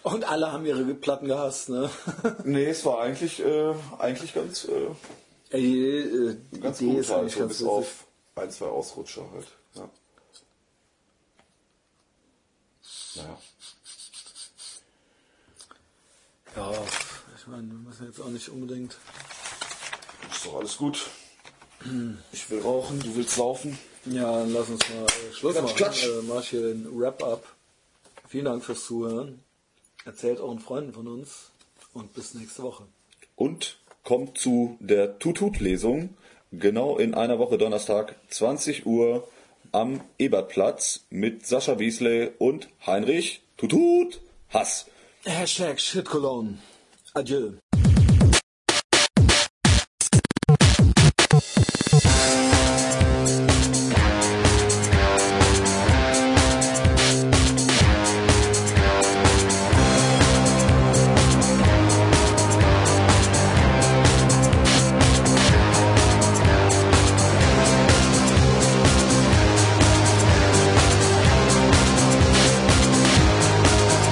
B: Und alle haben ihre Platten gehasst, ne?
C: nee, es war eigentlich, äh, eigentlich ganz, äh,
B: Ey, die äh,
C: ganz
B: Idee
C: gut
B: ist
C: halt,
B: eigentlich
C: so
B: ganz
C: bis
B: witzig.
C: auf ein, zwei Ausrutscher halt. Ja. Naja.
B: Ja, ich meine, wir müssen jetzt auch nicht unbedingt.
C: Ist doch alles gut. Ich will rauchen, du willst saufen.
B: Ja, dann lass uns mal äh, Schluss
C: Klatsch,
B: machen.
C: klatsch.
B: Äh, mach ich hier den Wrap-up. Vielen Dank fürs Zuhören. Erzählt euren Freunden von uns und bis nächste Woche.
K: Und kommt zu der Tutut-Lesung, genau in einer Woche Donnerstag, 20 Uhr am Ebertplatz mit Sascha Wiesley und Heinrich Tutut Hass.
B: Hashtag Shitcologne. Adieu.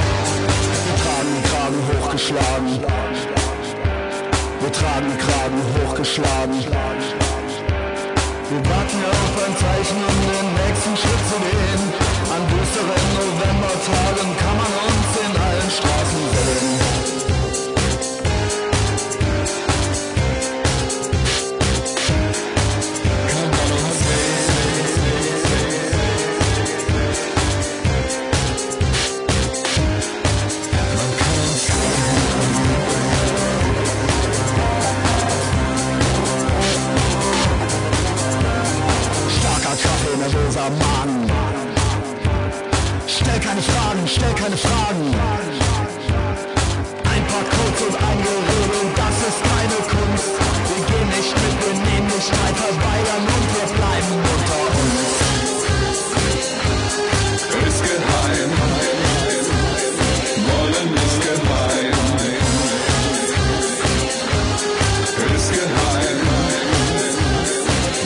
L: tragen Kragen hochgeschlagen. Wir tragen Kragen hochgeschlagen. Wir warten auf ein Zeichen, um den nächsten Schritt zu gehen. An düsteren Novembertagen kann man uns in allen Straßen sehen. Kann man uns Starker Kaffee, nervöser Magen. Stell keine Fragen, stell keine Fragen. Ein paar Codes und Angeredung, das ist keine Kunst. Wir gehen nicht mit, wir nehmen nicht weiter weiter und wir bleiben unter uns.
M: ist geheim. Wollen ist geheim. Ist geheim.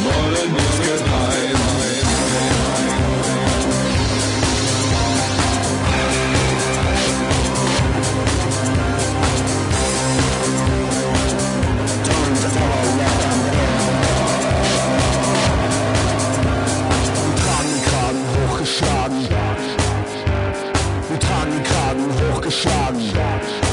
M: Wollen ist geheim.
L: Wir tragen den Kragen hochgeschlagen. Wir tragen den Kragen hochgeschlagen.